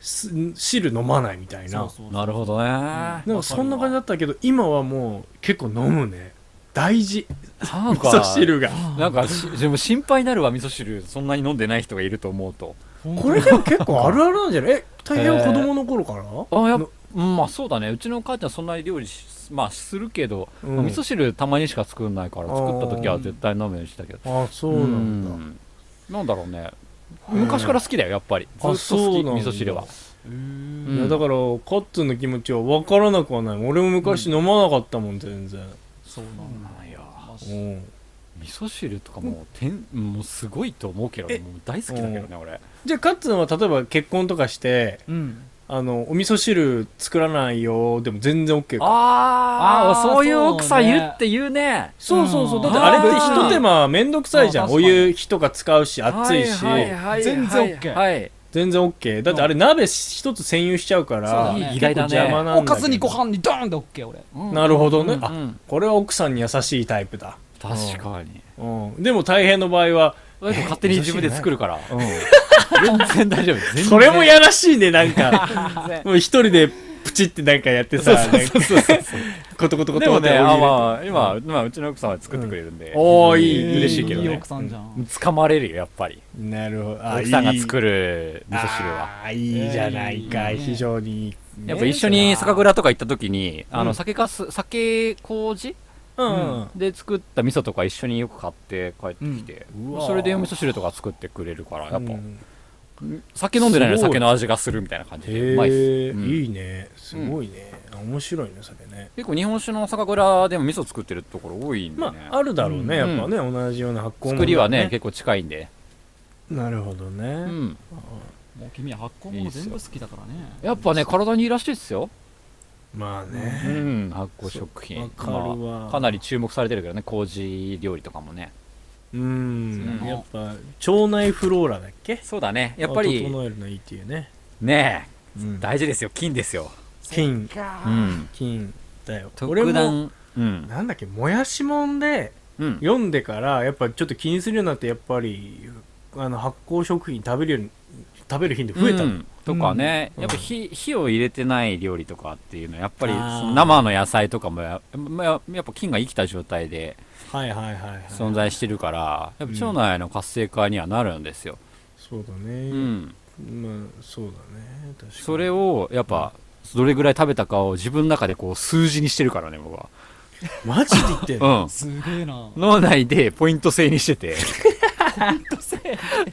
Speaker 6: す汁飲まないみたいな。
Speaker 5: そうそう
Speaker 4: なるほどね、な
Speaker 6: なんかそんな感じだったけど、今はもう結構飲むね。大事。
Speaker 4: ん
Speaker 6: 味
Speaker 4: か
Speaker 6: 噌汁が。
Speaker 4: なんかしでも心配になるわ味噌汁そんなに飲んでない人がいると思うと
Speaker 6: これでも結構あるあるなんじゃないえ、大変は子供の頃から、
Speaker 4: あやっうんまあそうだねうちの母ちゃんそんなに料理しまあするけど、
Speaker 6: うん
Speaker 4: まあ味噌汁たまにしか作んないから
Speaker 6: あー
Speaker 4: 作った時は絶対飲むようにしたけど
Speaker 6: あ、そうなんだ。
Speaker 4: うんなんだろうね昔から好きだよやっぱりずっと
Speaker 6: あ
Speaker 4: 好
Speaker 6: そう
Speaker 4: き
Speaker 6: なんだ
Speaker 4: 味噌汁は
Speaker 5: うん
Speaker 4: うん
Speaker 6: いやだからカッツンの気持ちは分からなくはない俺も昔飲まなかったもん全然、
Speaker 5: そうなんだ
Speaker 4: いや
Speaker 6: うん、
Speaker 4: 味噌汁とかもうてんもうすごいと思うけど
Speaker 6: え
Speaker 4: もう大好きだけどね俺
Speaker 6: じゃあカッツンは例えば結婚とかして
Speaker 5: うん
Speaker 6: あのお味噌汁作らないよでも全然 OK か
Speaker 4: あ
Speaker 5: あーそういう奥さんいるって
Speaker 4: 言うね
Speaker 6: そうそうそう
Speaker 5: うん
Speaker 6: だってあれって
Speaker 4: あー
Speaker 6: 一手間めんどくさいじゃ
Speaker 4: あ
Speaker 6: ん
Speaker 4: ー
Speaker 6: お
Speaker 4: 確かに
Speaker 6: 湯火とか使うし熱いし、
Speaker 5: い全然 OK
Speaker 4: はい
Speaker 6: 全然 OK だってあれ鍋一つ占有しちゃうから
Speaker 5: そうだね
Speaker 6: 結構邪魔なんだけど
Speaker 5: おかずにご飯にドーンで OK 俺
Speaker 6: なるほどね、
Speaker 5: うん
Speaker 6: あこれは奥さんに優しいタイプだ、
Speaker 4: 確かに
Speaker 6: うん、でも大変の場合は、
Speaker 4: だけど勝手に自分で作るから
Speaker 6: うん、
Speaker 4: 全然大丈夫全然
Speaker 6: それもやらしいねなんか
Speaker 5: 然
Speaker 6: もう一人でプチってなんかやってさ、なんかコトコトコ
Speaker 4: で
Speaker 6: ト
Speaker 4: も
Speaker 6: って
Speaker 4: ね、あ
Speaker 6: お
Speaker 4: まあ、今、まあ、うちの奥さんは作ってくれるんで、
Speaker 6: おーいい、
Speaker 4: 嬉しいけどね
Speaker 5: いい奥さんじゃん
Speaker 4: 掴まれるよ、やっぱり。
Speaker 6: なるほど。
Speaker 4: 奥さんが作
Speaker 6: る
Speaker 4: る味噌汁は。。
Speaker 6: あーいいじゃないか、
Speaker 5: いいね
Speaker 6: 非常にいいね
Speaker 4: やっぱ一緒に酒蔵とか行った時に、あ
Speaker 6: うん
Speaker 4: の、酒かす、酒麹
Speaker 6: うん、
Speaker 4: で作った味噌とか一緒によく買って帰ってきて、
Speaker 6: わ
Speaker 4: それでお味噌汁とか作ってくれるから、やっぱ
Speaker 6: う、ん
Speaker 4: 酒飲んでないのに
Speaker 6: すごい
Speaker 4: 酒の味がするみたいな感じで、
Speaker 6: へ
Speaker 4: うまいっす
Speaker 6: え、
Speaker 4: うん
Speaker 6: いいね。すごいね。あ面白いね、それね。
Speaker 4: 結構日本酒の酒蔵でも味噌作ってるところ多いんで
Speaker 6: ま
Speaker 4: ね。
Speaker 6: あ、あるだろうね、やっぱね、同じような発酵物
Speaker 4: 作りはね、。結構近いんで。
Speaker 6: なるほど
Speaker 4: う
Speaker 6: ね。
Speaker 4: ん。
Speaker 5: もう君は発酵物全部好きだからね
Speaker 4: やっぱね、体にいいらしいですよ。
Speaker 6: まあ
Speaker 4: う
Speaker 6: ね。
Speaker 4: ん、発酵食品
Speaker 6: わかる
Speaker 4: ま
Speaker 6: わ。
Speaker 4: あかなり注目されてるけどね麹料理とかもね
Speaker 6: うん。やっぱ、腸内フローラだっけ
Speaker 4: そうだねやっぱり
Speaker 6: 整えるのいいっていうね。
Speaker 4: ね
Speaker 6: う
Speaker 4: え
Speaker 6: ん
Speaker 4: 大事ですよ金ですよ、
Speaker 6: 金
Speaker 4: うん、
Speaker 6: 金だよ俺
Speaker 4: 特
Speaker 6: も
Speaker 4: 段うん、
Speaker 6: なんだっけもやしもんで
Speaker 4: うん、
Speaker 6: 読んでからやっぱちょっと気にするようになってやっぱりあの発酵食品食べるように食べる頻度増えた
Speaker 4: う
Speaker 6: の、
Speaker 4: んとかね、やっぱ火火を入れてない料理とかっていうのはやっぱり
Speaker 6: あ
Speaker 4: そ
Speaker 6: ー
Speaker 4: の生の野菜とかもやまややっぱ菌が生きた状態で
Speaker 6: はいはいはいはい
Speaker 4: 存在してるからやっぱ
Speaker 6: うん
Speaker 4: 腸内の活性化にはなるんですよ、
Speaker 6: そうだ
Speaker 4: う
Speaker 6: ね、
Speaker 4: ん、
Speaker 6: まあそうだね確かに
Speaker 4: それをやっぱどれぐらい食べたかを自分の中でこう数字にしてるからね僕は、
Speaker 6: マジで言ってん
Speaker 4: う
Speaker 6: の
Speaker 4: ん、
Speaker 5: すげえな
Speaker 4: 脳内でポイント制にしてて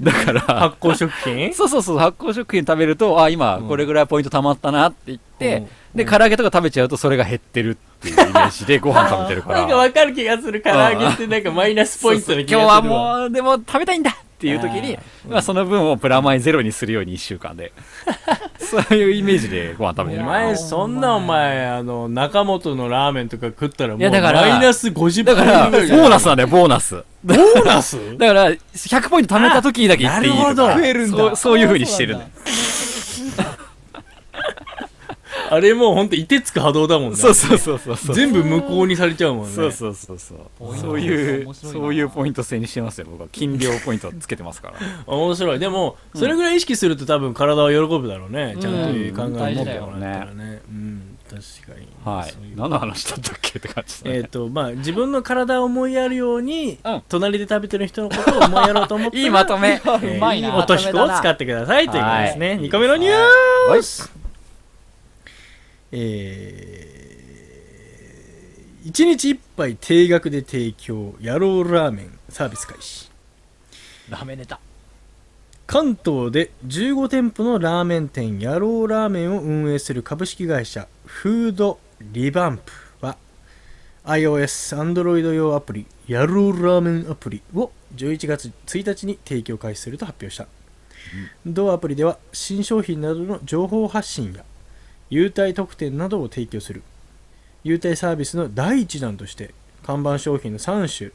Speaker 4: だ から
Speaker 6: 発酵食品
Speaker 4: そうそうそう発酵食品食べるとあ今これぐらいポイントたまったなって言って、
Speaker 6: うん
Speaker 4: で唐揚げとか食べちゃうとそれが減ってるっていうイメージでご飯食べてるか ら
Speaker 6: 分かる気がする唐
Speaker 4: 揚げって
Speaker 6: なんかマイナス
Speaker 4: そうそう今日はもうでも食べたいんだっていう時に
Speaker 6: あ
Speaker 4: まあ、その分をプラマイゼロにするように1週間で そういうイメージでご飯食べ
Speaker 6: お
Speaker 4: てるから
Speaker 6: 前そんなお前あの中本のラーメンとか食ったらもう
Speaker 4: いやだから
Speaker 6: マイナス50
Speaker 4: だからボ
Speaker 6: ポイント
Speaker 4: ーナスなんだよボーナス
Speaker 6: ボーナス
Speaker 4: だから100ポイント貯めた時だけ言っていいとか
Speaker 6: あなるほど増
Speaker 5: えるんだ
Speaker 4: そうそういうふうにしてるんだよ
Speaker 6: あれもうほんと凍てつく波動だもんね。
Speaker 4: そうそうそうそうそう
Speaker 6: 全部無効にされちゃうもんね。
Speaker 4: そうそうそうそう
Speaker 5: ね
Speaker 4: そういう
Speaker 5: 面白いな
Speaker 4: そういうポイント制にしてますよ僕は金量ポイントつけてますから
Speaker 6: 面白い。でも、それぐらい意識すると多分体は喜ぶだろうね。ちゃんと考えを持ってもらったらね。うん、確かに。
Speaker 4: はい
Speaker 6: そういう
Speaker 4: 何の話だったっけって感じだ ね
Speaker 6: えっと、まあ、自分の体を思いやるように
Speaker 4: うん、
Speaker 6: 隣で食べてる人のことを思いやろうと思って。
Speaker 4: いいまとめ
Speaker 6: えー
Speaker 5: うまいな
Speaker 6: おとしくを使ってくださいということです
Speaker 4: は
Speaker 6: ね。
Speaker 4: い
Speaker 6: 2個目のニュースえー、1日1杯定額で提供、野郎ラーメンサービス開始。
Speaker 5: ラメネタ
Speaker 6: 関東で15店舗のラーメン店野郎ラーメンを運営する株式会社フードリバンプは iOS、Android 用アプリ野郎ラーメンアプリを11月1日に提供開始すると発表した、同アプリでは新商品などの情報発信や優待特典などを提供する優待サービスの第一弾として看板商品の3種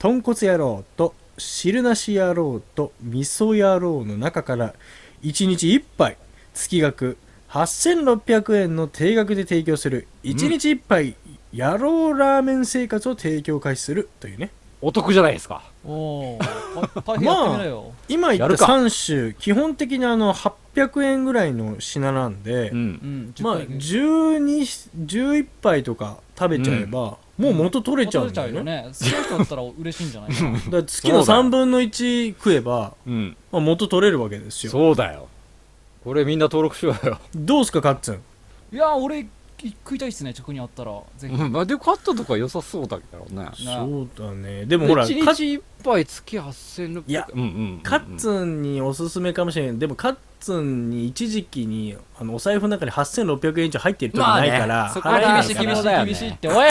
Speaker 6: 豚骨野郎と汁なし野郎と味噌野郎の中から1日1杯月額8600円の定額で提供する1日1杯野郎ラーメン生活を提供開始するというね
Speaker 4: お得じゃないですか。
Speaker 5: おお大変やってみなよ、
Speaker 6: 今言
Speaker 4: や
Speaker 6: っ
Speaker 4: る
Speaker 6: た
Speaker 4: か
Speaker 6: 3種基本的にあの800円ぐらいの品なんで、
Speaker 4: うん。
Speaker 5: うん
Speaker 6: まあ12 11杯とか食べちゃえば、もう元取れちゃうんだよね
Speaker 5: よねそういう人だったら嬉しいんじゃないかな
Speaker 6: だから月
Speaker 4: そ
Speaker 6: の
Speaker 4: うだよ
Speaker 6: 3分の1食えば、
Speaker 4: うん。
Speaker 6: まあ、元取れるわけですよ
Speaker 4: そうだよ。これみんな登録しようよ。
Speaker 6: どうすかカッツン
Speaker 5: いや俺食いたいっすね直にあったらぜひ、
Speaker 4: うん。 まあ、で、カットとか良さそうだけどね。
Speaker 5: な
Speaker 6: そうだねでもほらカ
Speaker 4: 1
Speaker 6: ッ
Speaker 4: 日一杯月8600
Speaker 6: いや
Speaker 4: うんうんうんうん。
Speaker 6: カッツンにおすすめかもしれないけどでもカッツンに一時期にあのお財布の中に8600円以上入ってるとかないから、
Speaker 4: そこ
Speaker 5: あ
Speaker 4: は
Speaker 5: 厳
Speaker 4: 厳
Speaker 5: し
Speaker 4: し
Speaker 5: い
Speaker 4: い
Speaker 5: 厳
Speaker 4: 厳
Speaker 5: し
Speaker 4: しい
Speaker 5: い厳
Speaker 4: 厳
Speaker 5: し
Speaker 4: し
Speaker 5: い
Speaker 4: い
Speaker 5: っ
Speaker 4: って
Speaker 5: おい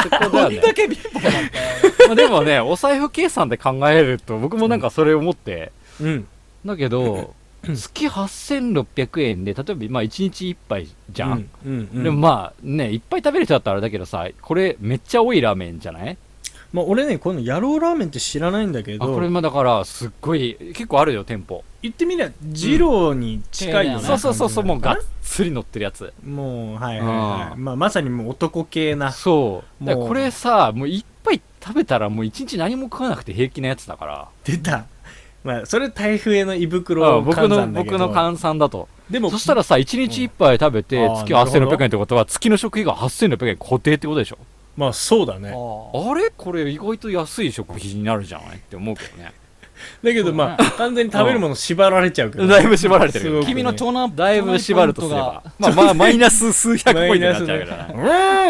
Speaker 4: そこだよね。
Speaker 5: け貧乏なんだよ
Speaker 4: まあでもね、お財布計算で考えると、僕もなんかそれ思って、
Speaker 6: うん
Speaker 4: だけど、月8600円で、例えばまあ1日1杯じゃん。
Speaker 6: うんうんうん
Speaker 4: でもまあね、いっぱい食べる人だったらあれだけどさ、これめっちゃ多いラーメンじゃない
Speaker 6: まあ、俺ねこの野郎ラーメンって知らないんだけ
Speaker 4: あこれ
Speaker 6: ど
Speaker 4: まあだから、すっごい、結構あるよ、店舗。
Speaker 6: 言ってみりゃ二郎に近いような
Speaker 4: そう
Speaker 6: 感じ
Speaker 4: そう
Speaker 6: なのか
Speaker 4: そ
Speaker 6: な、
Speaker 4: うそう、もうがっつり乗ってるやつ。
Speaker 6: もうはいはいはい、
Speaker 4: う
Speaker 6: まあ、まさにもう男系な
Speaker 4: そう。だから
Speaker 6: もう
Speaker 4: これさ、もういっぱい食べたらもう一日何も食わなくて平気なやつだから。
Speaker 6: 出たまあそれ台風への胃
Speaker 4: あ
Speaker 6: 袋換
Speaker 4: 僕の、
Speaker 6: 算だけど
Speaker 4: 僕の換算だと。
Speaker 6: でも
Speaker 4: そしたらさ、1日1杯食べて
Speaker 6: うん、あー
Speaker 4: 月
Speaker 6: なるほど
Speaker 4: 8600円ってことは、月の食費が8600円固定ってことでしょ。
Speaker 6: まあそうだね
Speaker 5: あ
Speaker 4: あれこれ意外と安い食費になるじゃないって思うけどね。
Speaker 6: だけどまあ完全に食べるもの縛られちゃうけど
Speaker 4: だいぶ縛られてるよ
Speaker 6: すご
Speaker 4: ね
Speaker 6: く。
Speaker 5: 君の長男
Speaker 4: だいぶ縛るとすれば。まあまあ、マイナス数百ポイントになっちゃうから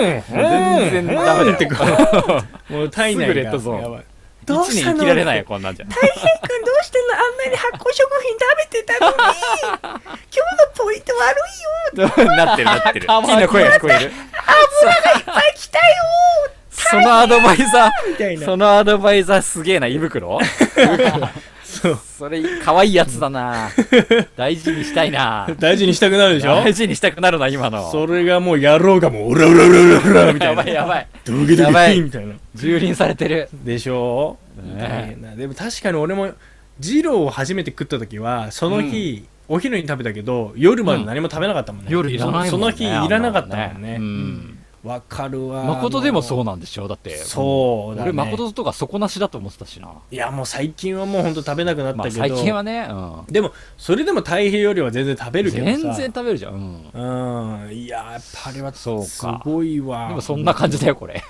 Speaker 4: ね。全然ダメだよ。
Speaker 6: もう体内
Speaker 4: す
Speaker 6: が
Speaker 4: ぐレッドゾーン
Speaker 6: やばい
Speaker 4: 1年生きられないよ、こんなんじゃ。
Speaker 7: どうしてんのあんなに発酵食品食べてた のに今日のポイント悪いよ
Speaker 4: なってる、なってる。金の声が聞こえる。
Speaker 7: あ来たよ
Speaker 4: そのアドバイザ
Speaker 6: みたい
Speaker 4: ー、
Speaker 6: な
Speaker 4: そのアドバイザーすげえな、胃袋
Speaker 6: そう
Speaker 4: それ、可愛いやつだな。大事にしたいな。
Speaker 6: 大事にしたくなるでしょ
Speaker 4: 大事にしたくなるな、今の。
Speaker 6: それがもうやろうがもうオラオラオラオラオラみた
Speaker 4: や
Speaker 6: い
Speaker 4: ば
Speaker 6: ない
Speaker 4: やばい。
Speaker 6: ドキド
Speaker 4: や
Speaker 6: キ
Speaker 4: ばい
Speaker 6: みたいな
Speaker 4: 蹂躙されてる。
Speaker 6: でしょ
Speaker 4: ね
Speaker 6: 大変なでも確かに俺も二郎を初めて食った時はその日お昼に食べたけど夜まで何も食べなかったもんね
Speaker 4: 夜いらないもんね。
Speaker 6: その日いらなかったもん
Speaker 4: う
Speaker 6: ね
Speaker 4: ん。
Speaker 6: わかるわ
Speaker 4: 誠でもそううなんでしょだって。
Speaker 6: そうだね
Speaker 4: 俺、誠とか底なしだと思ってたしな。
Speaker 6: いやもう最近はもうほんと食べなくなった
Speaker 4: ま
Speaker 6: け
Speaker 4: あ
Speaker 6: ど
Speaker 4: 最近はね、うん
Speaker 6: でもそれでも太平よりは全然食べるけどさ
Speaker 4: 全然食べるじゃん。うん
Speaker 6: うんいややっぱあれはす
Speaker 4: そうか。
Speaker 6: ごいわ
Speaker 4: でもそんな感じだよ、これ。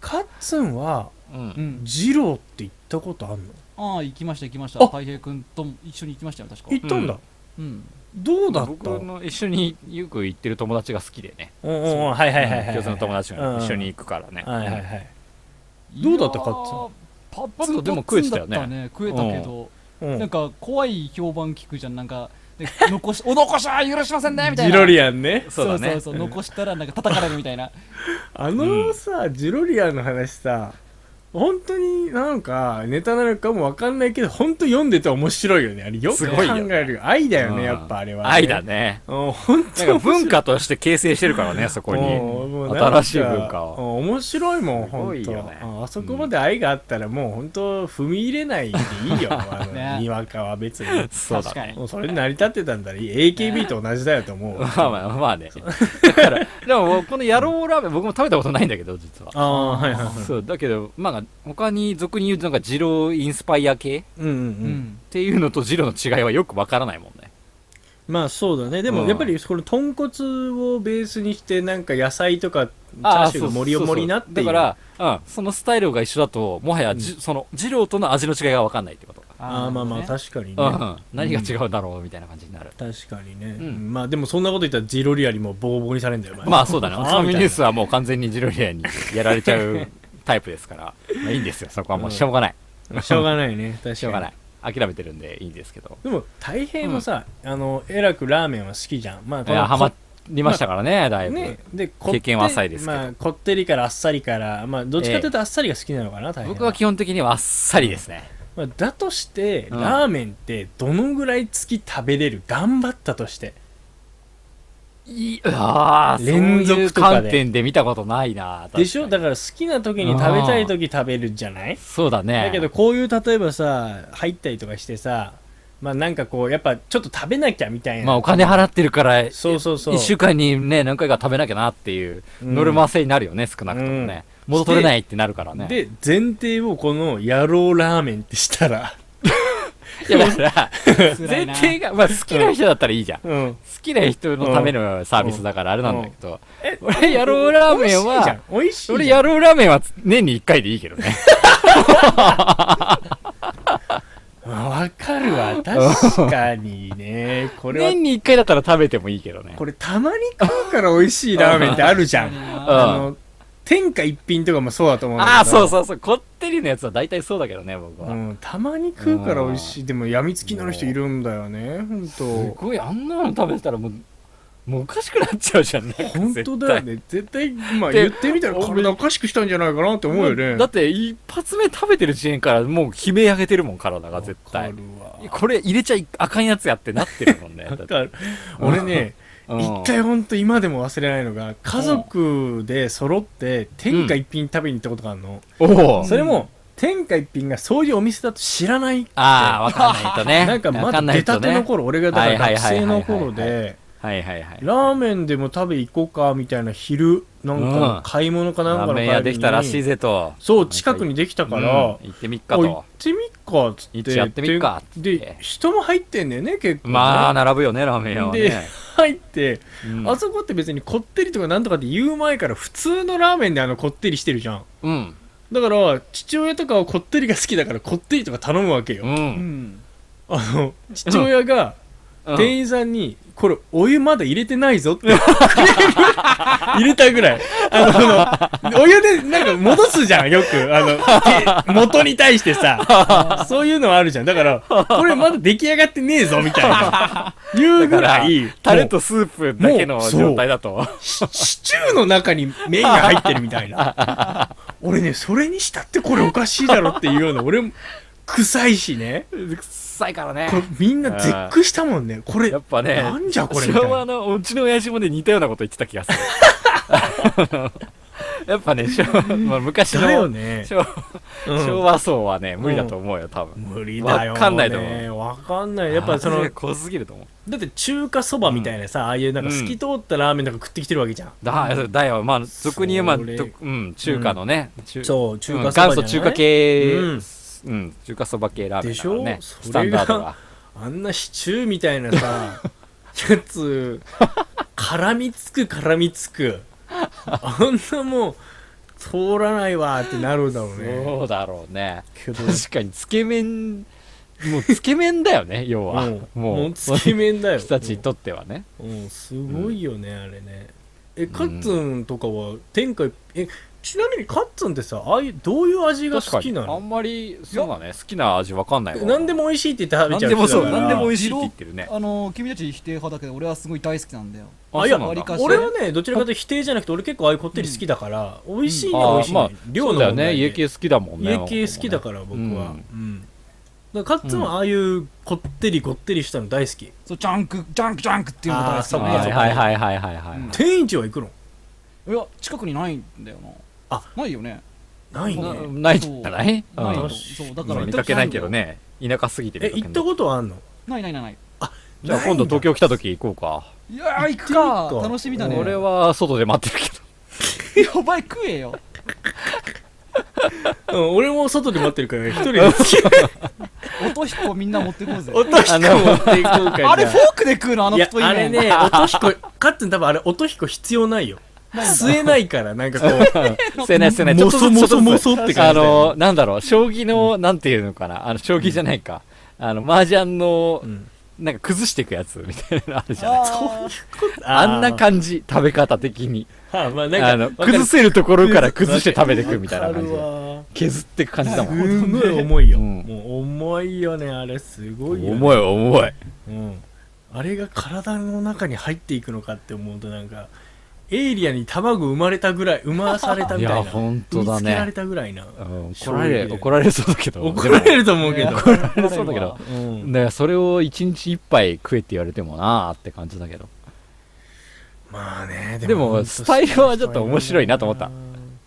Speaker 6: カッツンは
Speaker 4: うん
Speaker 5: うん、
Speaker 6: 二郎って行ったことあんの
Speaker 5: ああ行きました行きました
Speaker 6: あ
Speaker 5: 太平君とも一緒に行きましたよ確か
Speaker 6: 行ったんだ、
Speaker 5: うん
Speaker 6: どうだった
Speaker 4: 僕の一緒によく行ってる友達が好きでね。
Speaker 6: うんうんうんはいはいはいはい
Speaker 4: 共通の友達が一緒に
Speaker 6: 行
Speaker 4: 行くからね。
Speaker 6: はいはい
Speaker 4: うん
Speaker 6: はいどうだったかっつう
Speaker 5: いやー
Speaker 6: の
Speaker 5: パッ
Speaker 4: パッ
Speaker 5: ツン
Speaker 4: とでも
Speaker 5: パッ
Speaker 4: 食え
Speaker 5: ツン
Speaker 4: てた
Speaker 5: だっ
Speaker 4: よ
Speaker 5: た
Speaker 4: ね
Speaker 5: ね食えたけど
Speaker 6: うん
Speaker 5: なんか怖い評判聞くじゃんなんかで残しお残しは許しませんねみたい
Speaker 6: ジ
Speaker 5: な
Speaker 6: ロリアンね
Speaker 4: そうだね
Speaker 5: そうそう残したらなんか叩かれるみたいな
Speaker 6: あのさジロリアンの話さ本当になんかネタなのかもわかんないけど本当読んでて面白いよねあれよく
Speaker 4: す
Speaker 6: 考
Speaker 4: ごいよ
Speaker 6: える愛だよ
Speaker 4: うん
Speaker 6: ねやっぱあれは
Speaker 4: 愛だね。
Speaker 6: うん本
Speaker 4: な
Speaker 6: 当
Speaker 4: んか文化として形成してるからね、そこに。
Speaker 6: うんもうなんか
Speaker 4: 新しい文化
Speaker 6: う
Speaker 4: を。
Speaker 6: ん面白いもん
Speaker 4: すご
Speaker 6: 本
Speaker 4: い
Speaker 6: 当、
Speaker 4: よね
Speaker 6: うんあそこまで愛があったらもう本当踏み入れないでいい よ、あの
Speaker 5: ね
Speaker 6: にわかは別に
Speaker 4: そうだ
Speaker 5: 確か
Speaker 4: ね。
Speaker 5: に
Speaker 6: もうそれで成り立ってたんだらいい AKB と同じだよと思う
Speaker 4: ま
Speaker 6: わ
Speaker 4: あまあまあね。だから、でもこの野郎ラーメン、僕も食べたことないんだけど、実は。
Speaker 6: ああはいはいはい
Speaker 4: そう、だけど、まあ、他に俗に言うなんか、二郎インスパイア系っ
Speaker 6: うんうんう
Speaker 5: うんん
Speaker 4: ていうのと二郎の違いはよくわからないもんね。
Speaker 6: まあそうだねで
Speaker 4: う
Speaker 6: も
Speaker 4: ん
Speaker 6: やっぱりこの豚骨をベースにしてなんか野菜とかチャーシューが盛りを盛りなっていう
Speaker 4: だから、うん、そのスタイルが一緒だと、もはやじ、その、二郎との味の違いがわかんないってこと。
Speaker 6: ああまあまあ
Speaker 5: ね
Speaker 6: 確かにね、
Speaker 4: うん、うん何が違うんだろうみたいな感じになる。
Speaker 6: 確かにね、
Speaker 4: ん
Speaker 6: まあでもそんなこと言ったらジロリアにもボーボーにされんだよお前
Speaker 4: まあそうだね。
Speaker 6: あ
Speaker 4: つまみ
Speaker 6: みたいな
Speaker 4: ニュースはもう完全にジロリアにやられちゃ うタイプですから、まあいいんですよ。そこはもうしょうがない。
Speaker 6: しょうがないね確かに
Speaker 4: しょうがない。諦めてるんでいいんですけど。
Speaker 6: でも大平もさ、あのえらくラーメンは好きじゃんまあ
Speaker 4: いや、ハマ
Speaker 6: こ
Speaker 4: りましたからね、だいぶ。
Speaker 6: ねで
Speaker 4: 経験は浅いですけど
Speaker 6: まあ、こってりからあっさりからまあどっちかというとあっさりが好きなのかな、大平
Speaker 4: 僕は基本的にはあっさりですね。
Speaker 6: まあ、だとして、
Speaker 4: うん
Speaker 6: ラーメンってどのぐらい月食べれる頑張ったとして
Speaker 4: いやー
Speaker 6: 連続と
Speaker 4: そうい
Speaker 6: かで
Speaker 4: う観点で見たことないな
Speaker 6: でしょ
Speaker 4: 確
Speaker 6: だから好きな時に食べたい時食べるじゃない
Speaker 4: かにそうだね
Speaker 6: だけどこういう例えばさ入ったりとかしてさまあなんかこうやっぱちょっと食べなきゃみたいな、
Speaker 4: まあお金払ってるから
Speaker 6: そうそうそう
Speaker 4: 一週間にね何回か食べなきゃなっていう
Speaker 6: うん
Speaker 4: ノルマ制になるよね、少なくともね元取れないってなるからね
Speaker 6: で前提をこの野郎ラーメンってしたら
Speaker 4: いやだ から
Speaker 5: 辛い
Speaker 4: 前
Speaker 5: な
Speaker 4: 提が、まあ、好きな人だったらいいじゃん好
Speaker 6: うん
Speaker 4: きな人のためのサービスだからあれなんだけど
Speaker 6: え
Speaker 4: 俺野郎ラーメン
Speaker 6: 美味しいじゃ
Speaker 4: は
Speaker 6: ん美味しいじゃん
Speaker 4: 俺野郎ラーメンは年に1回でいいけどね
Speaker 6: あわかるわ確かにねこれは
Speaker 4: 年に1回だったら食べてもいいけどね
Speaker 6: これたまに食うから美味しいラーメンってあるじゃんあの天下一品とかもそうだと思うんだけど
Speaker 4: ああそうそうそうこってりのやつは大体そうだけどね僕は、
Speaker 6: うん、たまに食うから美味しいでもやみつきになる人いるんだよね本
Speaker 4: す
Speaker 6: 当
Speaker 4: ごいあんなの食べてたらもうもうおかしくなっちゃうじゃんなんか
Speaker 6: 本
Speaker 4: 絶対
Speaker 6: 当だよね絶対まあ
Speaker 4: で
Speaker 6: 言ってみたら体おかしくしたんじゃないかなって思うよね
Speaker 4: だって一発目食べてる時点からもう悲鳴上げてるもん体が絶
Speaker 6: わ
Speaker 4: 対
Speaker 6: かるわ
Speaker 4: これ入れちゃいあかんやつやってなってるもんねだっ
Speaker 6: だ
Speaker 4: て
Speaker 6: から俺ね
Speaker 4: うん
Speaker 6: 一回ほんと今でも忘れないのが家族で揃って天下一品食べに行ったことがあるの、
Speaker 4: おお
Speaker 6: それも天下一品がそういうお店だと知らない
Speaker 4: ああわかんないとね
Speaker 6: なんかま
Speaker 4: わ
Speaker 6: だ
Speaker 4: んな
Speaker 6: 出
Speaker 4: いと
Speaker 6: たての頃、俺がだから学生の
Speaker 4: は
Speaker 6: 頃
Speaker 4: いはい
Speaker 6: で
Speaker 4: はいはいはい
Speaker 6: ラーメンでも食べ行こうかみたいな昼なん
Speaker 4: うん
Speaker 6: か買い物かなん
Speaker 4: ラ
Speaker 6: か
Speaker 4: ー
Speaker 6: の帰
Speaker 4: メン
Speaker 6: り
Speaker 4: 屋
Speaker 6: に
Speaker 4: できたらしいぜと
Speaker 6: そう近くにできたから、
Speaker 4: うん行ってみっ
Speaker 6: あ
Speaker 4: か
Speaker 6: 行
Speaker 4: と
Speaker 6: ってみっかっつって
Speaker 4: 行ってやってみっかっつって
Speaker 6: で人も入ってんだよね結構ね、
Speaker 4: まあ並ぶよねラーメン屋は
Speaker 6: で
Speaker 4: ね、
Speaker 6: 入って、
Speaker 4: うん
Speaker 6: あそこって別にこってりとかなんとかって言う前から普通のラーメンであのこってりしてるじゃん
Speaker 4: うん
Speaker 6: だから父親とかはこってりが好きだからこってりとか頼むわけよ、
Speaker 4: う
Speaker 5: うんん
Speaker 6: あの父親が、
Speaker 4: うん
Speaker 6: 店員さんに、これ、お湯まだ入れてないぞって、クレーム 入れたぐらい。あの、あのお湯で、なんか戻すじゃん、よく。あの、て元に対してさ、そういうのあるじゃん。だから、これまだ出来上がってねえぞ、みた いな。言うぐ
Speaker 4: だから
Speaker 6: い、
Speaker 4: タレとスープだけの
Speaker 6: もうそう
Speaker 4: 状態だと
Speaker 6: シシチューの中に麺が入ってるみたいな。俺ね、それにしたってこれおかしいだろっていうような、俺も、臭いしね。
Speaker 4: 臭いからね
Speaker 6: これみんな絶句したもんね。これ
Speaker 4: やっ、ぱね
Speaker 6: なんじゃこれみたい
Speaker 4: 昭
Speaker 6: な
Speaker 4: 和。のうちの親父もね似たようなこと言ってた気がする やっぱね昭和、まあ、昔
Speaker 6: だよ
Speaker 4: の、
Speaker 6: ね。
Speaker 4: 昭
Speaker 6: うん
Speaker 4: 昭和層はね無理だと思うよ多分、
Speaker 6: 無理だよ、
Speaker 4: わ
Speaker 6: ね。
Speaker 4: かんないと思
Speaker 6: う。わかんない。やっぱそ
Speaker 4: あ
Speaker 6: の
Speaker 4: れ、濃すぎると思う
Speaker 6: だって中華そばみたいなさ、ああいうなんか透き通ったラーメンとか食ってきてるわけじゃん。
Speaker 4: だだよまあ俗に言う、まあ
Speaker 6: それ
Speaker 4: どうん、中華のね、中
Speaker 6: そう、中
Speaker 4: うん
Speaker 6: 華そば、
Speaker 4: 元祖中華。系、
Speaker 6: う
Speaker 4: うんん中華そば系ラーメンだからね
Speaker 6: でしょ
Speaker 4: スタンダードが
Speaker 6: あんなシチューみたい なさ、やつ、絡みつく絡みつく。あんなもう、通らないわってなるだろうね。
Speaker 4: そうだろうね
Speaker 6: けど
Speaker 4: 確かにつけ麺もうつけ麺だよ ね要は、
Speaker 6: うん
Speaker 4: もう
Speaker 6: もうつけ麺だよ。
Speaker 4: 人たちにとってはね、
Speaker 6: うん、すごいよね、あれねえカッツンとかは天下一えちなみにカッツンってさああいうどういう味が好きな
Speaker 4: あ
Speaker 6: の
Speaker 4: んまりそうだね好きな味わかんないわ
Speaker 6: 何でも美味しいって言って
Speaker 4: 何
Speaker 6: 食べちゃう
Speaker 4: でもそう
Speaker 6: 人だから
Speaker 4: 何でも美味しいって言ってるね
Speaker 5: あの君たち否定派だけど俺はすごい大好きなんだよ
Speaker 6: あい
Speaker 4: そ
Speaker 6: や
Speaker 4: うなんだ
Speaker 5: 割かし
Speaker 6: 俺はねどちらかというと否定じゃなくて俺結構ああいうこってり好きだから、美味しいには美
Speaker 4: あ
Speaker 6: 味し
Speaker 4: ー
Speaker 6: い、
Speaker 4: まあ
Speaker 6: 量の
Speaker 4: そうだよ
Speaker 6: 問題
Speaker 4: ね
Speaker 6: で
Speaker 4: 家系好きだもんね
Speaker 6: 家系好きだから僕は、う
Speaker 4: うんん
Speaker 6: だからカッツンはああいうこってりこってりしたの大好き、
Speaker 5: そうジャンクジャンクジャンクっていうのが大好きなんだよ
Speaker 4: はいはいはいはいはいはい、
Speaker 5: うん
Speaker 6: 天一は行くの
Speaker 5: いや近くにないんだよな
Speaker 6: あ
Speaker 5: ないよね
Speaker 6: ないね
Speaker 5: うん
Speaker 4: ないじゃない
Speaker 5: ないうの
Speaker 4: ん
Speaker 5: そうだか
Speaker 4: まあ
Speaker 5: ら
Speaker 4: 見かけないけどね田舎すぎて見か
Speaker 6: え
Speaker 4: け
Speaker 6: 行
Speaker 4: ない
Speaker 6: ったことはあんの
Speaker 5: ないないないない
Speaker 4: じゃあ今度東京来た時行こう
Speaker 5: いやー行く
Speaker 6: 行ってみっ
Speaker 5: か
Speaker 6: か
Speaker 5: 楽しみだ
Speaker 4: か
Speaker 5: ね
Speaker 4: 俺は外で待ってるけど
Speaker 5: い やお前食えよ
Speaker 6: うん、俺も外で待ってるから一人で好き
Speaker 5: 音彦みんな持ってこうぜ
Speaker 6: 音しか持っていこうかじゃ
Speaker 5: あれフォークで食うのあの
Speaker 6: いや
Speaker 5: 太い麺
Speaker 6: あれね音彦カッツン多分あれ音彦必要ないよ吸えないからなんかこ
Speaker 4: 捨てない捨てない。
Speaker 6: もそもそもそって感じだ
Speaker 4: あ
Speaker 6: よね
Speaker 4: の、なんだろう、将棋の、なんていうのかな、あの、将棋じゃないか。あの、麻雀の
Speaker 6: う、う、ん、
Speaker 4: なんか崩していくやつみたいなのあるじゃない
Speaker 5: あー
Speaker 4: あんな
Speaker 6: じ
Speaker 4: 感じ、食べ方的に。
Speaker 6: あまあなんか
Speaker 4: あの、
Speaker 6: わかる
Speaker 4: 崩せるところから崩して食べていくみたいな感じ
Speaker 6: わ。か
Speaker 4: 削っていく感じだも
Speaker 6: るわ
Speaker 4: ん。
Speaker 6: すごい重いよ、
Speaker 4: うん
Speaker 6: もう重いよねあれすごいよ、ね、
Speaker 4: 重い重い。
Speaker 6: うん、あれが体の中に入っていくのかって思うとなんかエイリアンに卵生まれたぐらい生まされたみたい な
Speaker 4: や
Speaker 6: い
Speaker 4: ほんとだね
Speaker 6: 産みつけられたぐらいな
Speaker 4: うん怒
Speaker 6: 衝撃
Speaker 4: ら
Speaker 6: だ
Speaker 4: れ
Speaker 6: よ
Speaker 4: る、怒られそうだけど。
Speaker 6: 怒られ
Speaker 4: る。
Speaker 6: ると思うけど
Speaker 4: 怒られそうだけど。
Speaker 6: うん
Speaker 4: だからそれを一日一杯食えって言われてもなーって感じだけど。
Speaker 6: まあね、
Speaker 4: でもスタイルはちょっと面白いなと思った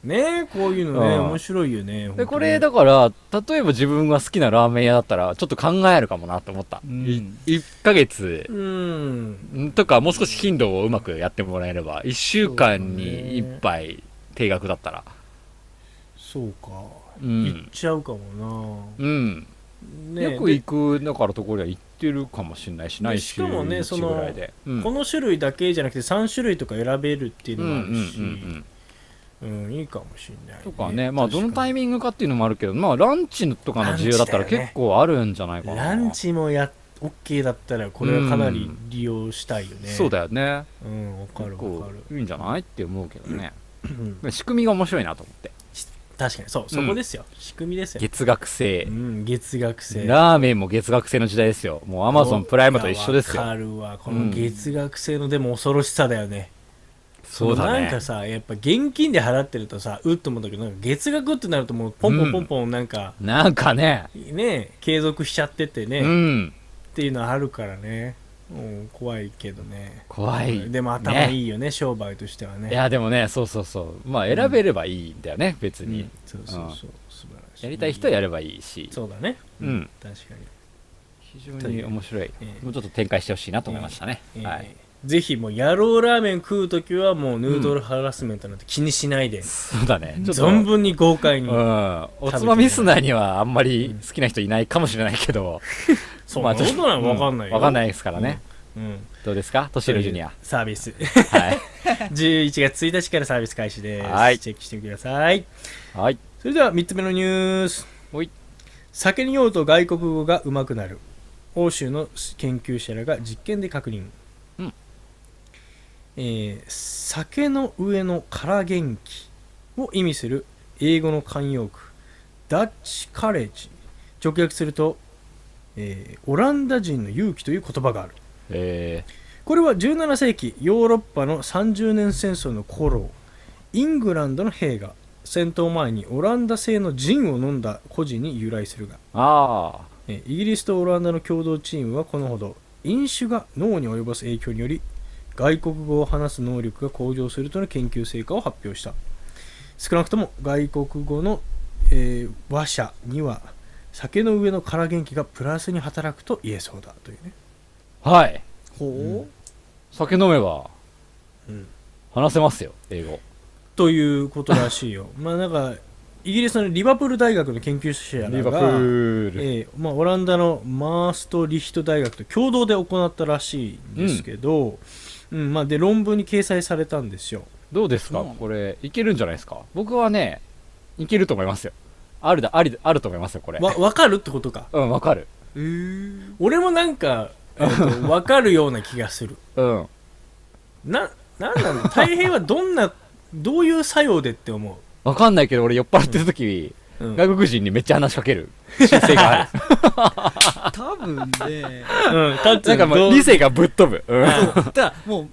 Speaker 6: ねこういうのね、
Speaker 4: うん
Speaker 6: 面白いよね。
Speaker 4: でこれ
Speaker 6: だ、
Speaker 4: だから例えば自分が好きなラーメン屋だったらちょっと考えるかもなと思った、
Speaker 5: うん
Speaker 4: 1ヶ月
Speaker 6: うん。
Speaker 4: とかもう少し頻度をうまくやってもらえれば1週間に1杯定額だったら
Speaker 6: そうか。
Speaker 4: う
Speaker 6: 行っ
Speaker 4: ん、
Speaker 6: ちゃうかも
Speaker 4: うん、
Speaker 6: な。ね
Speaker 4: よく行くだからところは行ってるかもしれないしない
Speaker 6: でしかもね
Speaker 4: 週一ぐらいでうん
Speaker 6: この種類だけじゃなくて3種類とか選べるっていう
Speaker 4: う
Speaker 6: の
Speaker 4: んうん
Speaker 6: も
Speaker 4: う
Speaker 6: あるし、うん
Speaker 4: ん
Speaker 6: いいかもしれない、ね。
Speaker 4: とかね、まあどのタイ
Speaker 6: ミ
Speaker 4: ミングかっていうのもあるけど、まあランチとかの需要だったら
Speaker 6: ランチだよね
Speaker 4: 結構あるんじゃないかな。
Speaker 6: ランチもや OK だったらこれはかなり利用したいよね。
Speaker 4: そうだよね。
Speaker 6: よ。うん、わか
Speaker 4: 結
Speaker 6: るわ
Speaker 4: 構
Speaker 6: かる。
Speaker 4: いいんじゃないって思うけどね。
Speaker 6: うん
Speaker 4: 仕組みが面白いなと思って。
Speaker 6: 確かに、そう、そこですよ。仕組みですよ。
Speaker 4: 月額制
Speaker 6: う。ん、月額制。
Speaker 4: ラーメンも月額制の時代ですよ。もうアマゾンプライムと一緒です
Speaker 6: わ
Speaker 4: よ。
Speaker 6: かるわ。この月額制のでも恐ろしさだよね。
Speaker 4: そうだ
Speaker 6: なん
Speaker 4: ね
Speaker 6: か。さ、やっぱ現金で払ってるとさ、うっと思うんだけど、なんか月額ってなるともうポンポンポンポンなんか、
Speaker 4: なんかね。
Speaker 6: ね、継続しちゃっててね、
Speaker 4: う
Speaker 6: っ
Speaker 4: ん。
Speaker 6: ていうのはあるからね。うん、怖いけどね。
Speaker 4: 怖い。
Speaker 6: でも頭
Speaker 4: ね
Speaker 6: いいよね、商売としてはね。
Speaker 4: いやでもね、そうそうそう。まあ選べればいいんだよね、別
Speaker 6: う
Speaker 4: に
Speaker 6: ん。そうそうそう。素晴らしい。
Speaker 4: やりたい人はやればいいし。
Speaker 6: そうだね。
Speaker 4: うん。
Speaker 6: 確かに。
Speaker 4: 非常に面白い
Speaker 6: ええ。
Speaker 4: もうちょっと展開してほしいなと思いましたね。
Speaker 6: えー
Speaker 4: はい。
Speaker 6: ぜひもう野郎ラーメン食うときはもうヌードルハラスメントなんて気にしないで、
Speaker 4: そうだね。ちょっと
Speaker 6: 存分に豪快に、
Speaker 4: うん、おつまみリスナーにはあんまり好きな人いないかもしれないけど、
Speaker 6: そん
Speaker 4: ま
Speaker 6: な
Speaker 4: あ
Speaker 6: ことなんわかんないよ、、
Speaker 4: わかんないいですからね、
Speaker 6: うん、
Speaker 4: どうですかトシエルジュニア
Speaker 6: サービス
Speaker 4: はい、
Speaker 6: 11月1日からサービス開始です
Speaker 4: はい
Speaker 6: チェックしてください
Speaker 4: はい、
Speaker 6: それでは3つ目のニュース
Speaker 4: ほい
Speaker 6: 酒に酔うと外国語がうまくなる欧州の研究者らが実験で確認、
Speaker 4: うん
Speaker 6: えー酒の上のから元気を意味する英語の慣用句ダッチカレッジ直訳すると、えーオランダ人の勇気という言葉がある
Speaker 4: え
Speaker 6: これは17世紀ヨーロッパの30年戦争の頃イングランドの兵が戦闘前にオランダ製のジンを飲んだ孤児に由来するが
Speaker 4: ー、ああ
Speaker 6: えーイギリスとオランダの共同チームはこのほど飲酒が脳に及ぼす影響により外国語を話す能力が向上するとの研究成果を発表した少なくとも外国語の、えー話者には酒の上の空元気がプラスに働くと言えそうだというね
Speaker 4: はい
Speaker 6: ほう
Speaker 4: 酒飲めば
Speaker 6: うん
Speaker 4: 話せますよ英語
Speaker 6: ということらし いよまあなんかイギリスのリバプール大学の研究者らが
Speaker 4: リバプール、
Speaker 6: ええまあ、オランダのマースト・リヒト大学と共同で行ったらしいんですけど、うんまあ、で論文に掲載されたんですよ
Speaker 4: どうですかこれいけるんじゃないですか僕はねいけると思いますよあるだありだあると思いますよこれ
Speaker 6: わ分かるってことか
Speaker 4: うんわかる
Speaker 6: 俺もなんか、えー と分かるような気がする
Speaker 4: うん
Speaker 6: ななんなの太平はどんなどういう作用でって思
Speaker 4: わかんないけど俺酔っ払ってる時、
Speaker 6: う、うん
Speaker 4: 外国人にめっちゃ話しかける習性があ る
Speaker 5: 多分
Speaker 6: う
Speaker 5: ね
Speaker 6: ん、タッチ
Speaker 4: なんかもう理性がぶっ飛ぶ、うん
Speaker 5: だからもうも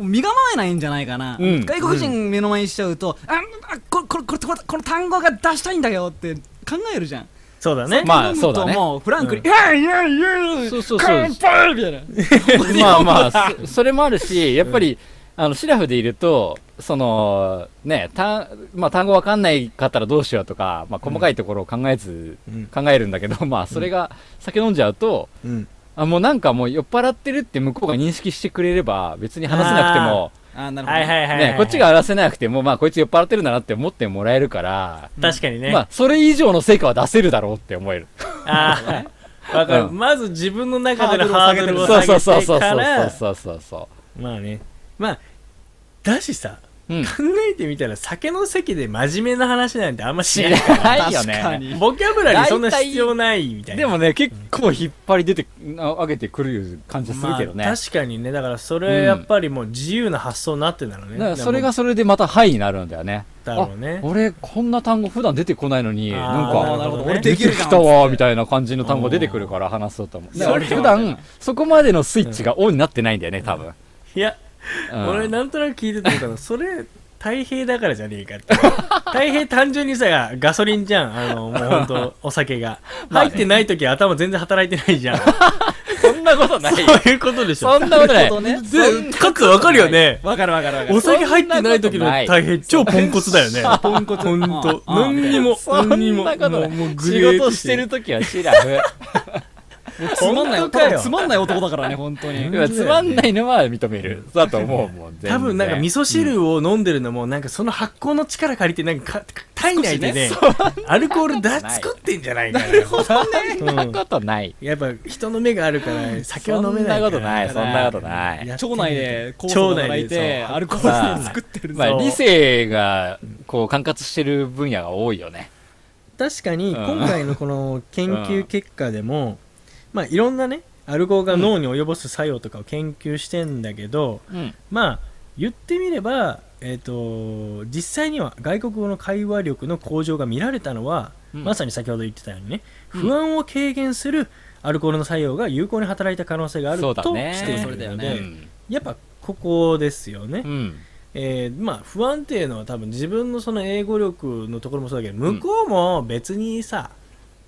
Speaker 5: う身構えないんじゃないかな、
Speaker 4: うん
Speaker 5: 外国人目の前にしちゃうと、ああこれこれこれこれこの単語が出したいんだよって考えるじゃん
Speaker 6: そうだね
Speaker 4: まあそうだね
Speaker 5: もうフランクに
Speaker 6: う
Speaker 5: 「イエイイエイイエイ
Speaker 4: そうそうそう
Speaker 5: 乾杯!」みたいな
Speaker 4: まあまあ、 そそれもあるし、やっぱり、あの、シラフでいると、その、ね、た、まあ単語わかんないかったらどうしようとか、まあ細かいところを考えず、
Speaker 6: うん
Speaker 4: 考えるんだけど、まあそれが酒飲んじゃうと、
Speaker 6: うん
Speaker 4: あ、もうなんかもう酔っ払ってるって向こうが認識してくれれば、別に話せなくても、
Speaker 5: あーなるほど、
Speaker 6: はいはいはいはい、
Speaker 4: ね、こっちが話せなくても、まあこいつ酔っ払ってるんだなって思ってもらえるから、
Speaker 6: 確かにね、
Speaker 4: まあそれ以上の成果は出せるだろうって思える。
Speaker 6: ああ、わかる、
Speaker 4: うん
Speaker 6: まず自分の中でのハードル
Speaker 4: そ
Speaker 6: を
Speaker 4: う
Speaker 6: 下げ
Speaker 4: そうそう
Speaker 6: て
Speaker 4: そう
Speaker 6: から、
Speaker 4: そうそうそ
Speaker 6: まあね。まあ、だしさ、
Speaker 4: う。うん。
Speaker 6: 考えてみたら酒の席で真面目な話なんてあんましない。
Speaker 4: ないよね。
Speaker 5: 確かに
Speaker 6: ボキャブラリーそんな必要ないみたいな。
Speaker 4: でもね、結構引っ張り出て、あ上げてくる感じはす
Speaker 6: ま
Speaker 4: る
Speaker 6: あ、
Speaker 4: けどね。
Speaker 6: 確かにね、だからそ
Speaker 4: うん
Speaker 6: れやっぱりもう自由な発想になってんだろうね。
Speaker 4: だからそれがそれでまた「はい」になるんだよね。
Speaker 6: だろうね。
Speaker 4: 俺、こんな単語普段出てこないのに、
Speaker 6: あー
Speaker 4: なん
Speaker 5: あー
Speaker 4: か、
Speaker 5: なるほど
Speaker 6: ね
Speaker 5: 俺
Speaker 4: 出
Speaker 5: で
Speaker 4: て
Speaker 5: きるじゃ
Speaker 4: き
Speaker 5: ん
Speaker 4: たわーみたいな感じの単語出てくるから話そうと思う。だから俺普段、そこまでのスイッチがオンになってないんだよね、多分。
Speaker 6: いや、
Speaker 4: うん
Speaker 6: 俺なんとなく聞いてたけど、それ、太平だからじゃねえかって。太平単純にさ、ガソリンじゃん。あの、もうほんと、お酒が。入ってない時頭全然働いてないじゃん。
Speaker 4: そんなことないよ。
Speaker 6: そういうことでしょ
Speaker 4: そんなことない。
Speaker 5: ね
Speaker 6: でかつわかるよね
Speaker 5: わかるわかるわか
Speaker 6: お
Speaker 5: る
Speaker 6: 酒入ってない時の大変超ポンコツだよね
Speaker 5: ポンコツ
Speaker 6: ほんと何にも
Speaker 4: そん
Speaker 6: 何にも
Speaker 4: なことない。
Speaker 6: もうもうグ
Speaker 4: 仕
Speaker 6: レー
Speaker 4: 事してるときはシラ フ。
Speaker 5: つまんない
Speaker 6: 本当かよ
Speaker 5: 多分つまんない男だからね本当に
Speaker 4: 今つまんないのは認める。だと思うもん。全然
Speaker 6: 多分なんか味噌汁を飲んでるのもなんかその発酵の力借りてなんかか体内でねアルコールだ
Speaker 4: ない
Speaker 6: 作ってんじゃないかなるほど
Speaker 4: そんなことない。
Speaker 6: やっぱ人の目があるから酒は飲めな
Speaker 4: そんな
Speaker 6: い
Speaker 4: こ
Speaker 6: から
Speaker 4: とない。そんなことない。
Speaker 6: やって
Speaker 5: 腸
Speaker 6: み
Speaker 5: 内
Speaker 6: て
Speaker 5: で酵素が働い
Speaker 6: 腸内で
Speaker 5: て
Speaker 6: そう
Speaker 5: アルコールで作ってる
Speaker 4: まあ
Speaker 5: ぞ
Speaker 4: 理性がこう管轄してる分野が多いよね。
Speaker 6: 確かに
Speaker 4: うん
Speaker 6: 今回のこの研究結果でも、まあいろんなねアルコールが脳に及ぼす作用とかを研究してんだけど、
Speaker 4: うん
Speaker 6: まあ言ってみれば、えー、と実際には外国語の会話力の向上が見られたのは、
Speaker 4: うん
Speaker 6: まさに先ほど言ってたようにね不安を軽減するアルコールの作用が有効に働いた可能性がある
Speaker 4: そ
Speaker 6: と
Speaker 4: うだね
Speaker 6: しているので、
Speaker 4: う。
Speaker 5: うん
Speaker 6: やっぱここですよね、
Speaker 4: うん。
Speaker 6: えーまあ不安っていうのは多分自分のその英語力のところもそうだけど向こうも別にさ、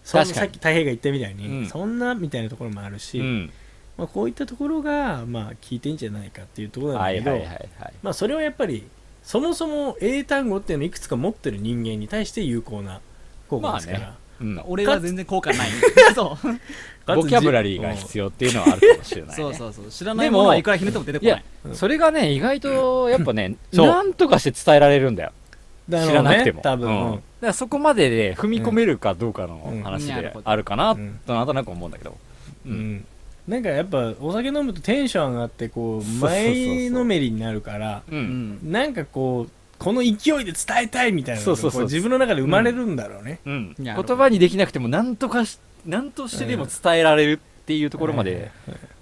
Speaker 6: そん
Speaker 4: 確か
Speaker 6: さ
Speaker 4: に
Speaker 6: っき太平が言ったみたいに、
Speaker 4: うん
Speaker 6: そんなみたいなところもあるし、
Speaker 4: うん。
Speaker 6: まあ、こういったところがまあ聞いてんじゃないかっていうところなん
Speaker 4: は
Speaker 6: だ
Speaker 4: い
Speaker 6: けど、
Speaker 4: はいはいはい。
Speaker 6: まあ、それはやっぱりそもそも英単語っていうのをいくつか持ってる人間に対して有効な効果ですから、
Speaker 4: まあうん
Speaker 5: 俺は全然効果 ないそう
Speaker 6: かつ
Speaker 4: ボキャブラリーが必要っていうのはあるかもしれ ないね。
Speaker 5: そうそうそう知らないものはいくらひねっても出てこ
Speaker 4: い
Speaker 5: な
Speaker 4: や
Speaker 5: い、
Speaker 4: それがね、意外と、やっぱね、
Speaker 6: そう
Speaker 4: なんとかして伝えられるんだよ。
Speaker 6: だろう
Speaker 4: 知らなくても。
Speaker 6: ね、多分、
Speaker 4: うんだからそこまでで踏み込めるかどうか
Speaker 6: う
Speaker 4: の
Speaker 6: ん
Speaker 4: 話
Speaker 5: うんなる
Speaker 4: で
Speaker 5: ほど
Speaker 4: あるかな、
Speaker 6: うん
Speaker 4: となんとなく思うんだけど。う
Speaker 6: うんんなんかやっぱお酒飲むとテンション上がってこう
Speaker 4: そうそうそう
Speaker 6: 前のめりになるから
Speaker 4: う。
Speaker 5: うんん
Speaker 6: なんかこうこの勢いで伝えたいみたいなの
Speaker 4: そう
Speaker 6: が
Speaker 4: そうそう
Speaker 6: こ自分の中で生まれるんだろうね、
Speaker 4: うん。
Speaker 5: な
Speaker 4: 言
Speaker 5: るほど
Speaker 4: 葉にできなくても、なんとかし、なんとしてでも伝えられるっていうところまで、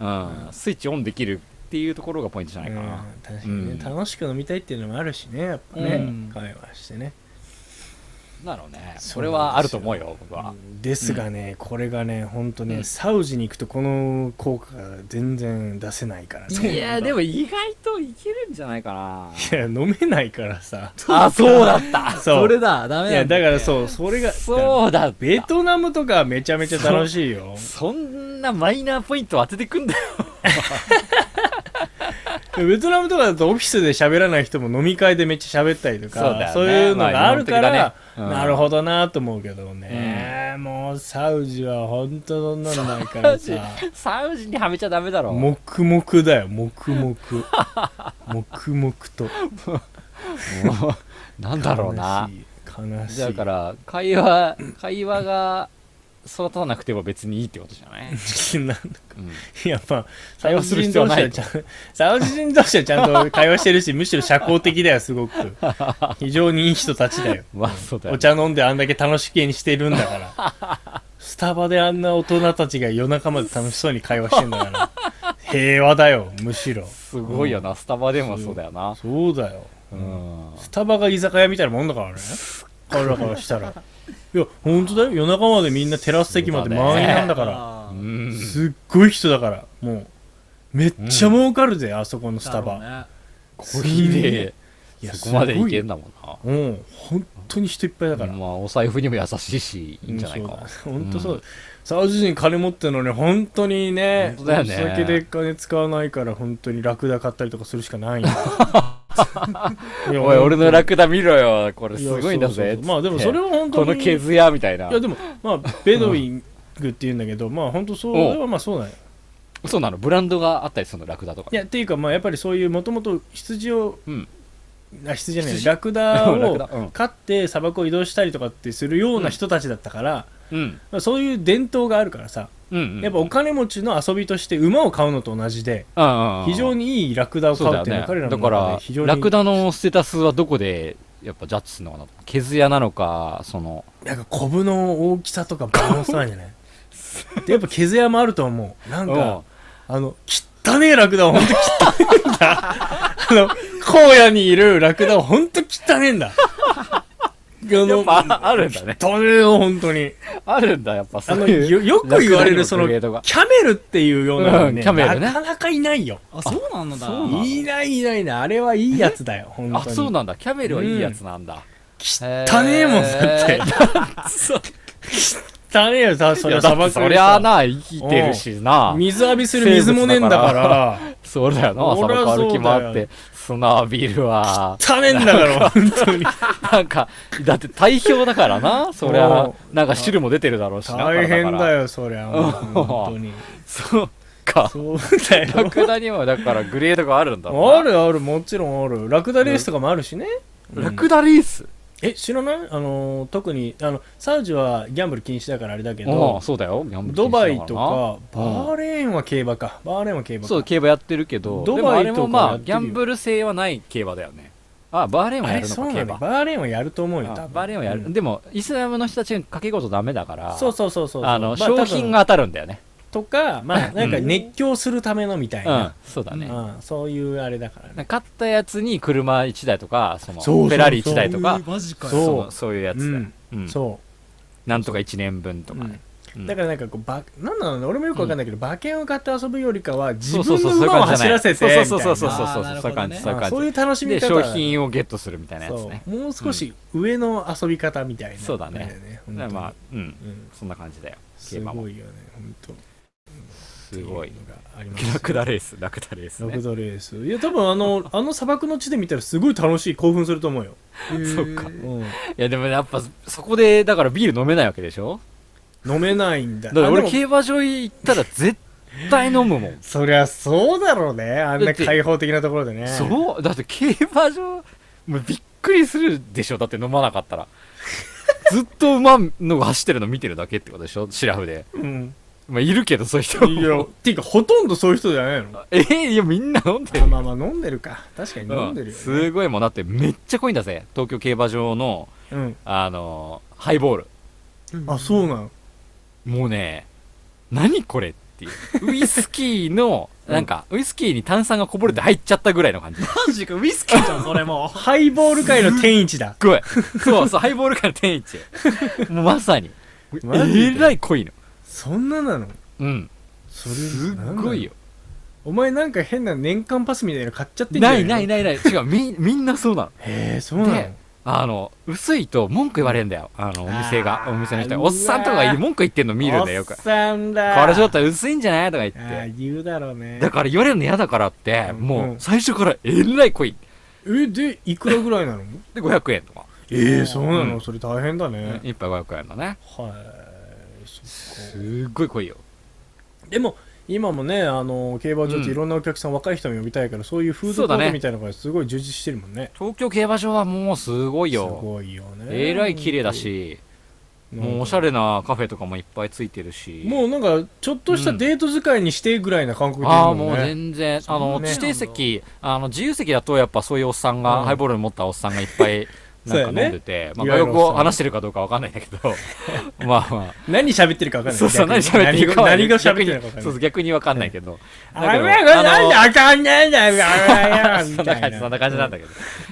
Speaker 4: うん、スイッチオンできるっていうところがポイントじゃないか
Speaker 6: うん
Speaker 4: な。
Speaker 6: 確かにね、
Speaker 4: うん
Speaker 6: 楽しく飲みたいっていうのもあるしねやっぱね、
Speaker 5: うん
Speaker 6: 会話してね
Speaker 4: なのね。そ
Speaker 6: そうなんですよ
Speaker 4: れはあると思うよ、僕は。
Speaker 6: ですがね、これがね本当ね、
Speaker 4: うん
Speaker 6: サウジに行くとこの効果が全然出せないからね
Speaker 4: いや、でも意外といけるんじゃないかな。
Speaker 6: いや飲めないからさ
Speaker 4: あ、 そうだった。
Speaker 6: そう
Speaker 5: それだダメ
Speaker 6: い
Speaker 5: な
Speaker 6: や
Speaker 5: んだ
Speaker 6: だからそうそれが
Speaker 4: そうだった。
Speaker 6: ベトナムとかはめちゃめちゃ楽しいよ
Speaker 4: そんなマイナーポイントを当ててくんだよ。
Speaker 6: ベトナムとかだとオフィスで喋らない人も飲み会でめっちゃ喋ったりとか
Speaker 4: そ
Speaker 6: そうう,、
Speaker 4: だよね
Speaker 6: いうのがあるから、
Speaker 4: まあ日本的だねうん
Speaker 6: なるほどなと思うけどね、もうサウジは本当そんなのないからさ
Speaker 4: サウジにはめちゃダメだろ。
Speaker 6: 黙々だよ黙々 黙々と
Speaker 4: もう なんだろうな。
Speaker 6: 悲しい悲しい
Speaker 4: だから、会話、会話が育たなくても別にいいってことじゃない、
Speaker 6: なんか
Speaker 4: うん
Speaker 6: いやまあ
Speaker 4: 会話する必要はないと
Speaker 6: サウジ人同士はちゃんサウジ人同士はちゃんと会話してるしむしろ社交的だよす ごく非常にいい人たちだよ
Speaker 4: まあ、そうだよ、
Speaker 6: お
Speaker 4: ね。
Speaker 6: 茶飲んであんだけ楽しげにしてるんだから スタバであんな大人たちが夜中まで楽しそうに会話してんだから平和だよむしろ
Speaker 4: すごいよな、スタバでもそうだよな。
Speaker 6: そうだよ
Speaker 4: うん。
Speaker 6: スタバが居酒屋みたいなもんだからね彼らからしたらいや本当だよ夜中までみんなテラス席まで満員なんだから
Speaker 5: あ
Speaker 4: う
Speaker 5: ー
Speaker 4: ん
Speaker 6: すっごい人だからもうめっちゃ儲かるぜ、あそこのスタ
Speaker 5: だ
Speaker 6: バ
Speaker 5: ろうね
Speaker 6: コ
Speaker 4: コーヒーで、そこまでいけんだもんな。
Speaker 6: うん本当に人いっぱいだから、
Speaker 4: まあ、お財布にも優しいし、いいんじゃないか。
Speaker 6: そう だ本当そう、
Speaker 4: うん
Speaker 6: サウジ人金持ってるのに本当にね
Speaker 4: 本当だよね
Speaker 6: お酒で金使わないから本当にラクダ買ったりとかするしか ないんだいや
Speaker 4: おい、俺の
Speaker 6: 本
Speaker 4: ラクダ見ろよ。これ
Speaker 6: 当
Speaker 4: す
Speaker 6: に
Speaker 4: ごいんだ
Speaker 6: や
Speaker 4: ぜ
Speaker 6: そうそうそう。まあでもそれ
Speaker 4: は
Speaker 6: は本当
Speaker 4: こ
Speaker 6: に
Speaker 4: のケズや、みたいな。
Speaker 6: いやでもまあベドウィングって言うんだけど、まあ本当それはまあそうだよ
Speaker 4: そうなのブランドがあったりするのラクダとか
Speaker 6: い。やっていうかまあやっぱりそういうもともと羊を、
Speaker 4: うん
Speaker 6: あ羊じゃない
Speaker 4: 羊
Speaker 6: ラクダ
Speaker 4: ラク
Speaker 6: を
Speaker 4: ダうん
Speaker 6: 飼って砂漠を移動したりとかってするような人たちだったから、
Speaker 4: うん。
Speaker 6: まあそういう伝統があるからさ、
Speaker 4: うん。
Speaker 6: やっぱお金持ちの遊びとして馬を買うのと同じで
Speaker 4: ぱ
Speaker 6: 非常
Speaker 4: に
Speaker 6: にいいラクダを買
Speaker 4: そう
Speaker 6: う
Speaker 4: だ
Speaker 6: っ
Speaker 4: よ
Speaker 6: ていうのは
Speaker 4: ね。
Speaker 6: 彼ら
Speaker 4: だ
Speaker 6: の
Speaker 4: か
Speaker 6: 中で
Speaker 4: ら
Speaker 6: 非常、に
Speaker 4: ラクダのステータスはどこで、やっぱジャッジするのかなケズヤなのか、その、
Speaker 6: なんかコブの大きさとかバランスなんじゃない でやっぱ毛艶もあると思うなん
Speaker 4: うん
Speaker 6: かあの汚ねえラクダは本当汚ねえんだ あの荒野にいるラクダは本当汚ねえ んだあ
Speaker 4: やっ
Speaker 6: の
Speaker 4: ぱあるんだね。
Speaker 6: 汚ねえよ本当に
Speaker 4: あるんだ、やっぱそ
Speaker 6: あの
Speaker 4: ういう
Speaker 6: よよく言われるその
Speaker 4: ラ
Speaker 6: キ
Speaker 4: クダのグレードが
Speaker 6: ャメルっていうようなの
Speaker 4: うん
Speaker 6: ね
Speaker 4: キャメルね
Speaker 6: なかなかいないよ
Speaker 5: あそうなんだ
Speaker 4: そうなの
Speaker 6: いないいないなあれはいいやつだよ本当
Speaker 4: あ、
Speaker 6: に
Speaker 4: そうなんだ。キャメルはいいやつなんだ。
Speaker 6: 汚ねえもんだって
Speaker 4: へー。
Speaker 6: 汚ねえよ、さ、そ
Speaker 4: い
Speaker 6: り
Speaker 4: や
Speaker 6: ゃ砂
Speaker 4: だっ
Speaker 6: 漠
Speaker 4: てそりゃあな、生きてるしな。
Speaker 6: 水浴びする水もねえんだから。
Speaker 4: そうだよな、
Speaker 6: そ
Speaker 4: 砂
Speaker 6: りゃ
Speaker 4: 漠歩き回
Speaker 6: そ
Speaker 4: っ
Speaker 6: うだよ
Speaker 4: て、砂浴びる わ。
Speaker 6: 汚ねえんだから、本 当に。
Speaker 4: なんか、だって体表だからな、そり
Speaker 6: う
Speaker 4: ゃ
Speaker 6: ん、
Speaker 4: なんか汁も出てるだろうしな。
Speaker 6: 大変だ
Speaker 4: よ。
Speaker 6: よ、そりゃ。もう本当に。
Speaker 4: そうか。
Speaker 6: そうだよ
Speaker 4: ラ。クダにはだからグレードがあるんだろうな
Speaker 6: あるある、もちろんある。ラクダレースとかもあるしね。
Speaker 4: ラクダリース
Speaker 6: え、知らないあのー、特に、あの、サウジはギャンブル禁止だからあれだけ
Speaker 4: あ
Speaker 6: ど
Speaker 4: あ、、そうだよギャンブル禁
Speaker 6: ド
Speaker 4: 止だら
Speaker 6: バ
Speaker 4: な
Speaker 6: イとか、バーレーンは競馬か。バーレーンは競馬か。
Speaker 4: そう競馬やってるけど
Speaker 6: ド
Speaker 4: でも
Speaker 6: バ
Speaker 4: あ
Speaker 6: イ
Speaker 4: れ
Speaker 6: とか
Speaker 4: もま
Speaker 6: や
Speaker 4: あ
Speaker 6: ってる
Speaker 4: ギ
Speaker 6: よ
Speaker 4: ャンブル性はない競馬だよねあバーレーンは
Speaker 6: あ
Speaker 4: や
Speaker 6: れ
Speaker 4: るの
Speaker 6: そう
Speaker 4: か
Speaker 6: な
Speaker 4: 競
Speaker 6: んだよ
Speaker 4: 馬
Speaker 6: バーレーンはやると思うよ、多
Speaker 4: あ
Speaker 6: 分
Speaker 4: バーレーンはや
Speaker 6: う
Speaker 4: る
Speaker 6: ん
Speaker 4: でもイスラムの人たちが賭け事ダメだから
Speaker 6: そうそうそうそう。
Speaker 4: あの
Speaker 6: まあ多
Speaker 4: 商
Speaker 6: 分
Speaker 4: 品が当たるんだよね
Speaker 6: とか、まあ、なんか熱狂するためのみたいうな。
Speaker 4: んそうだね
Speaker 6: うん、そういうあれだからね。
Speaker 4: 勝ったやつに車1台とかその
Speaker 6: そうそうそう
Speaker 4: フェラーリ1台とか
Speaker 5: マジかよ
Speaker 6: そう
Speaker 4: そのそういうやつだようん
Speaker 6: そ
Speaker 4: なんとか1年分と
Speaker 6: う、
Speaker 4: かね
Speaker 6: うんだからなんかこうばなんなの俺もよくわかんないけど、馬券を買って遊ぶよりかは自
Speaker 4: そう
Speaker 6: 分
Speaker 4: そう
Speaker 6: の
Speaker 4: そうそういう
Speaker 6: 馬を
Speaker 4: 感じじゃ
Speaker 6: 走
Speaker 4: な
Speaker 6: ら
Speaker 4: い
Speaker 6: せて
Speaker 4: そう
Speaker 6: みたいな
Speaker 4: そうそうそうそうそう
Speaker 5: あー
Speaker 4: そういう感じそういう
Speaker 6: あ
Speaker 4: 感じ
Speaker 6: そういう楽しみ
Speaker 4: で
Speaker 6: 方
Speaker 4: 商品をゲットするみたいなやつ
Speaker 6: そ
Speaker 4: ね
Speaker 6: うもう少し上の遊び方みたいな、
Speaker 4: そうだね
Speaker 6: 本当
Speaker 4: だ
Speaker 6: に
Speaker 4: からまあうん
Speaker 6: うん、
Speaker 4: そんな感じだよ競
Speaker 6: す
Speaker 4: 馬も
Speaker 6: ごいよね本当
Speaker 4: すごい
Speaker 6: ってうのがあります
Speaker 4: ラクダレースラクダレース
Speaker 6: ラ
Speaker 4: ね
Speaker 6: クダレースいや多分あ のあの砂漠の地で見たらすごい楽しい興奮すると思うよ、
Speaker 4: そっか
Speaker 6: うん、
Speaker 4: いやでもやっぱそこでだからビール飲めないわけでしょ
Speaker 6: 飲めないんだ
Speaker 4: だから
Speaker 6: あ
Speaker 4: 俺
Speaker 6: でも
Speaker 4: 競馬場行ったら絶対飲むもん
Speaker 6: そりゃそうだろうねあん
Speaker 4: だ
Speaker 6: な
Speaker 4: って
Speaker 6: 開放的なところでね
Speaker 4: そうだって競馬場もうびっくりするでしょだって飲まなか ったらずっと馬のが走ってるの見てるだけってことでしょシラフで、
Speaker 6: う、うん、
Speaker 4: まあ、いるけどそういう人も
Speaker 6: いや、っていうか、ほとんどそういう人じゃないの
Speaker 4: えーいやみんな飲んでる
Speaker 6: あ
Speaker 4: よ
Speaker 6: まあまあ、飲んでるか。確かに飲んでる
Speaker 4: うん
Speaker 6: よ、ね。
Speaker 4: すごいもんだってめっちゃ濃いんだぜ東京競馬場の
Speaker 6: うん。
Speaker 4: あのーハイボール
Speaker 6: あ、そうなの。
Speaker 4: もうね何これっていう ウイスキーのなんか、ウイスキーに炭酸がこぼれて入っちゃったぐらいの感じす
Speaker 5: マジかウイスキーじゃんそれもう
Speaker 6: ハイボール界の天一だ。
Speaker 4: ごいそうそうハイボールから天 一もうまさに
Speaker 6: マジで
Speaker 4: えらい濃いの
Speaker 6: そんななの
Speaker 4: うん
Speaker 6: それ、
Speaker 4: すっごいよ
Speaker 6: よ。お前なんか変な年間パスみたいなの買っちゃってんじゃ
Speaker 4: ないない
Speaker 6: な
Speaker 4: ないない違うみ みんなそうなの
Speaker 6: へえ、そうなの
Speaker 4: であの薄いと文句言われんだよあのお店が
Speaker 6: あー
Speaker 4: お店の人
Speaker 6: う
Speaker 4: が
Speaker 6: わ
Speaker 4: おっ
Speaker 6: ー
Speaker 4: さんとかが文句言ってんの見るんだよよ
Speaker 6: お
Speaker 4: く
Speaker 6: っさんだ。
Speaker 4: これちょっと薄いんじゃないとか言
Speaker 6: あ
Speaker 4: って
Speaker 6: ー言うだろうね。
Speaker 4: だから言われるの嫌だからって、
Speaker 6: うん
Speaker 4: も
Speaker 6: うん
Speaker 4: う最初からえらい濃い
Speaker 6: え、で、いくらぐらい なの
Speaker 4: で500円とか、
Speaker 6: ええ、そうな
Speaker 4: う
Speaker 6: の
Speaker 4: ん
Speaker 6: それ大変だね。
Speaker 4: 一杯500円のね
Speaker 6: はい。そ
Speaker 4: す
Speaker 6: っか
Speaker 4: っごい濃いよ
Speaker 6: でも、今もね、あの、競馬場っていろんなお客さん、若い人も呼びたいから、そういうフードコ
Speaker 4: そうだ
Speaker 6: ー
Speaker 4: ね
Speaker 6: トみたいなのがすごい充実してるもんね。
Speaker 4: 東京競馬場はもうすごい
Speaker 6: す
Speaker 4: よ
Speaker 6: ごいよね。
Speaker 4: えらい綺麗だし、
Speaker 6: なんか、
Speaker 4: もうおしゃれなカフェとかもいっぱいついてるし
Speaker 6: もうなんか、ちょっとしたデート使いにしてぐらいな感覚でいい
Speaker 4: ああ
Speaker 6: もん
Speaker 4: もう
Speaker 6: ね。
Speaker 4: 全然あ
Speaker 6: そ
Speaker 4: の
Speaker 6: うね
Speaker 4: 指定席あの自由席だとやっぱそういうおっさんが、
Speaker 6: うん
Speaker 4: ハイボール持ったおっさんがいっぱ い
Speaker 6: そう
Speaker 4: な
Speaker 6: や
Speaker 4: ん
Speaker 6: ね
Speaker 4: か飲んでて、まあ、
Speaker 6: い
Speaker 4: 外
Speaker 6: わゆる
Speaker 4: 国語
Speaker 6: おっさん
Speaker 4: 話してるかどうかわかんないんだけ どまあま
Speaker 6: 何喋ってるか分
Speaker 4: あ
Speaker 6: かんない。
Speaker 4: そうそう何
Speaker 6: 逆に
Speaker 4: 喋ってるかは
Speaker 6: 何が喋っ
Speaker 4: 逆
Speaker 6: て
Speaker 4: に
Speaker 6: るか分かんない。
Speaker 4: そうそう逆にわかんないけ ど
Speaker 6: あれ
Speaker 4: けど
Speaker 6: なんだあかんないんだよ、あ れ
Speaker 4: そ
Speaker 6: み
Speaker 4: んな
Speaker 6: た
Speaker 4: 感じ
Speaker 6: いな。
Speaker 4: そんな感じなんだけど、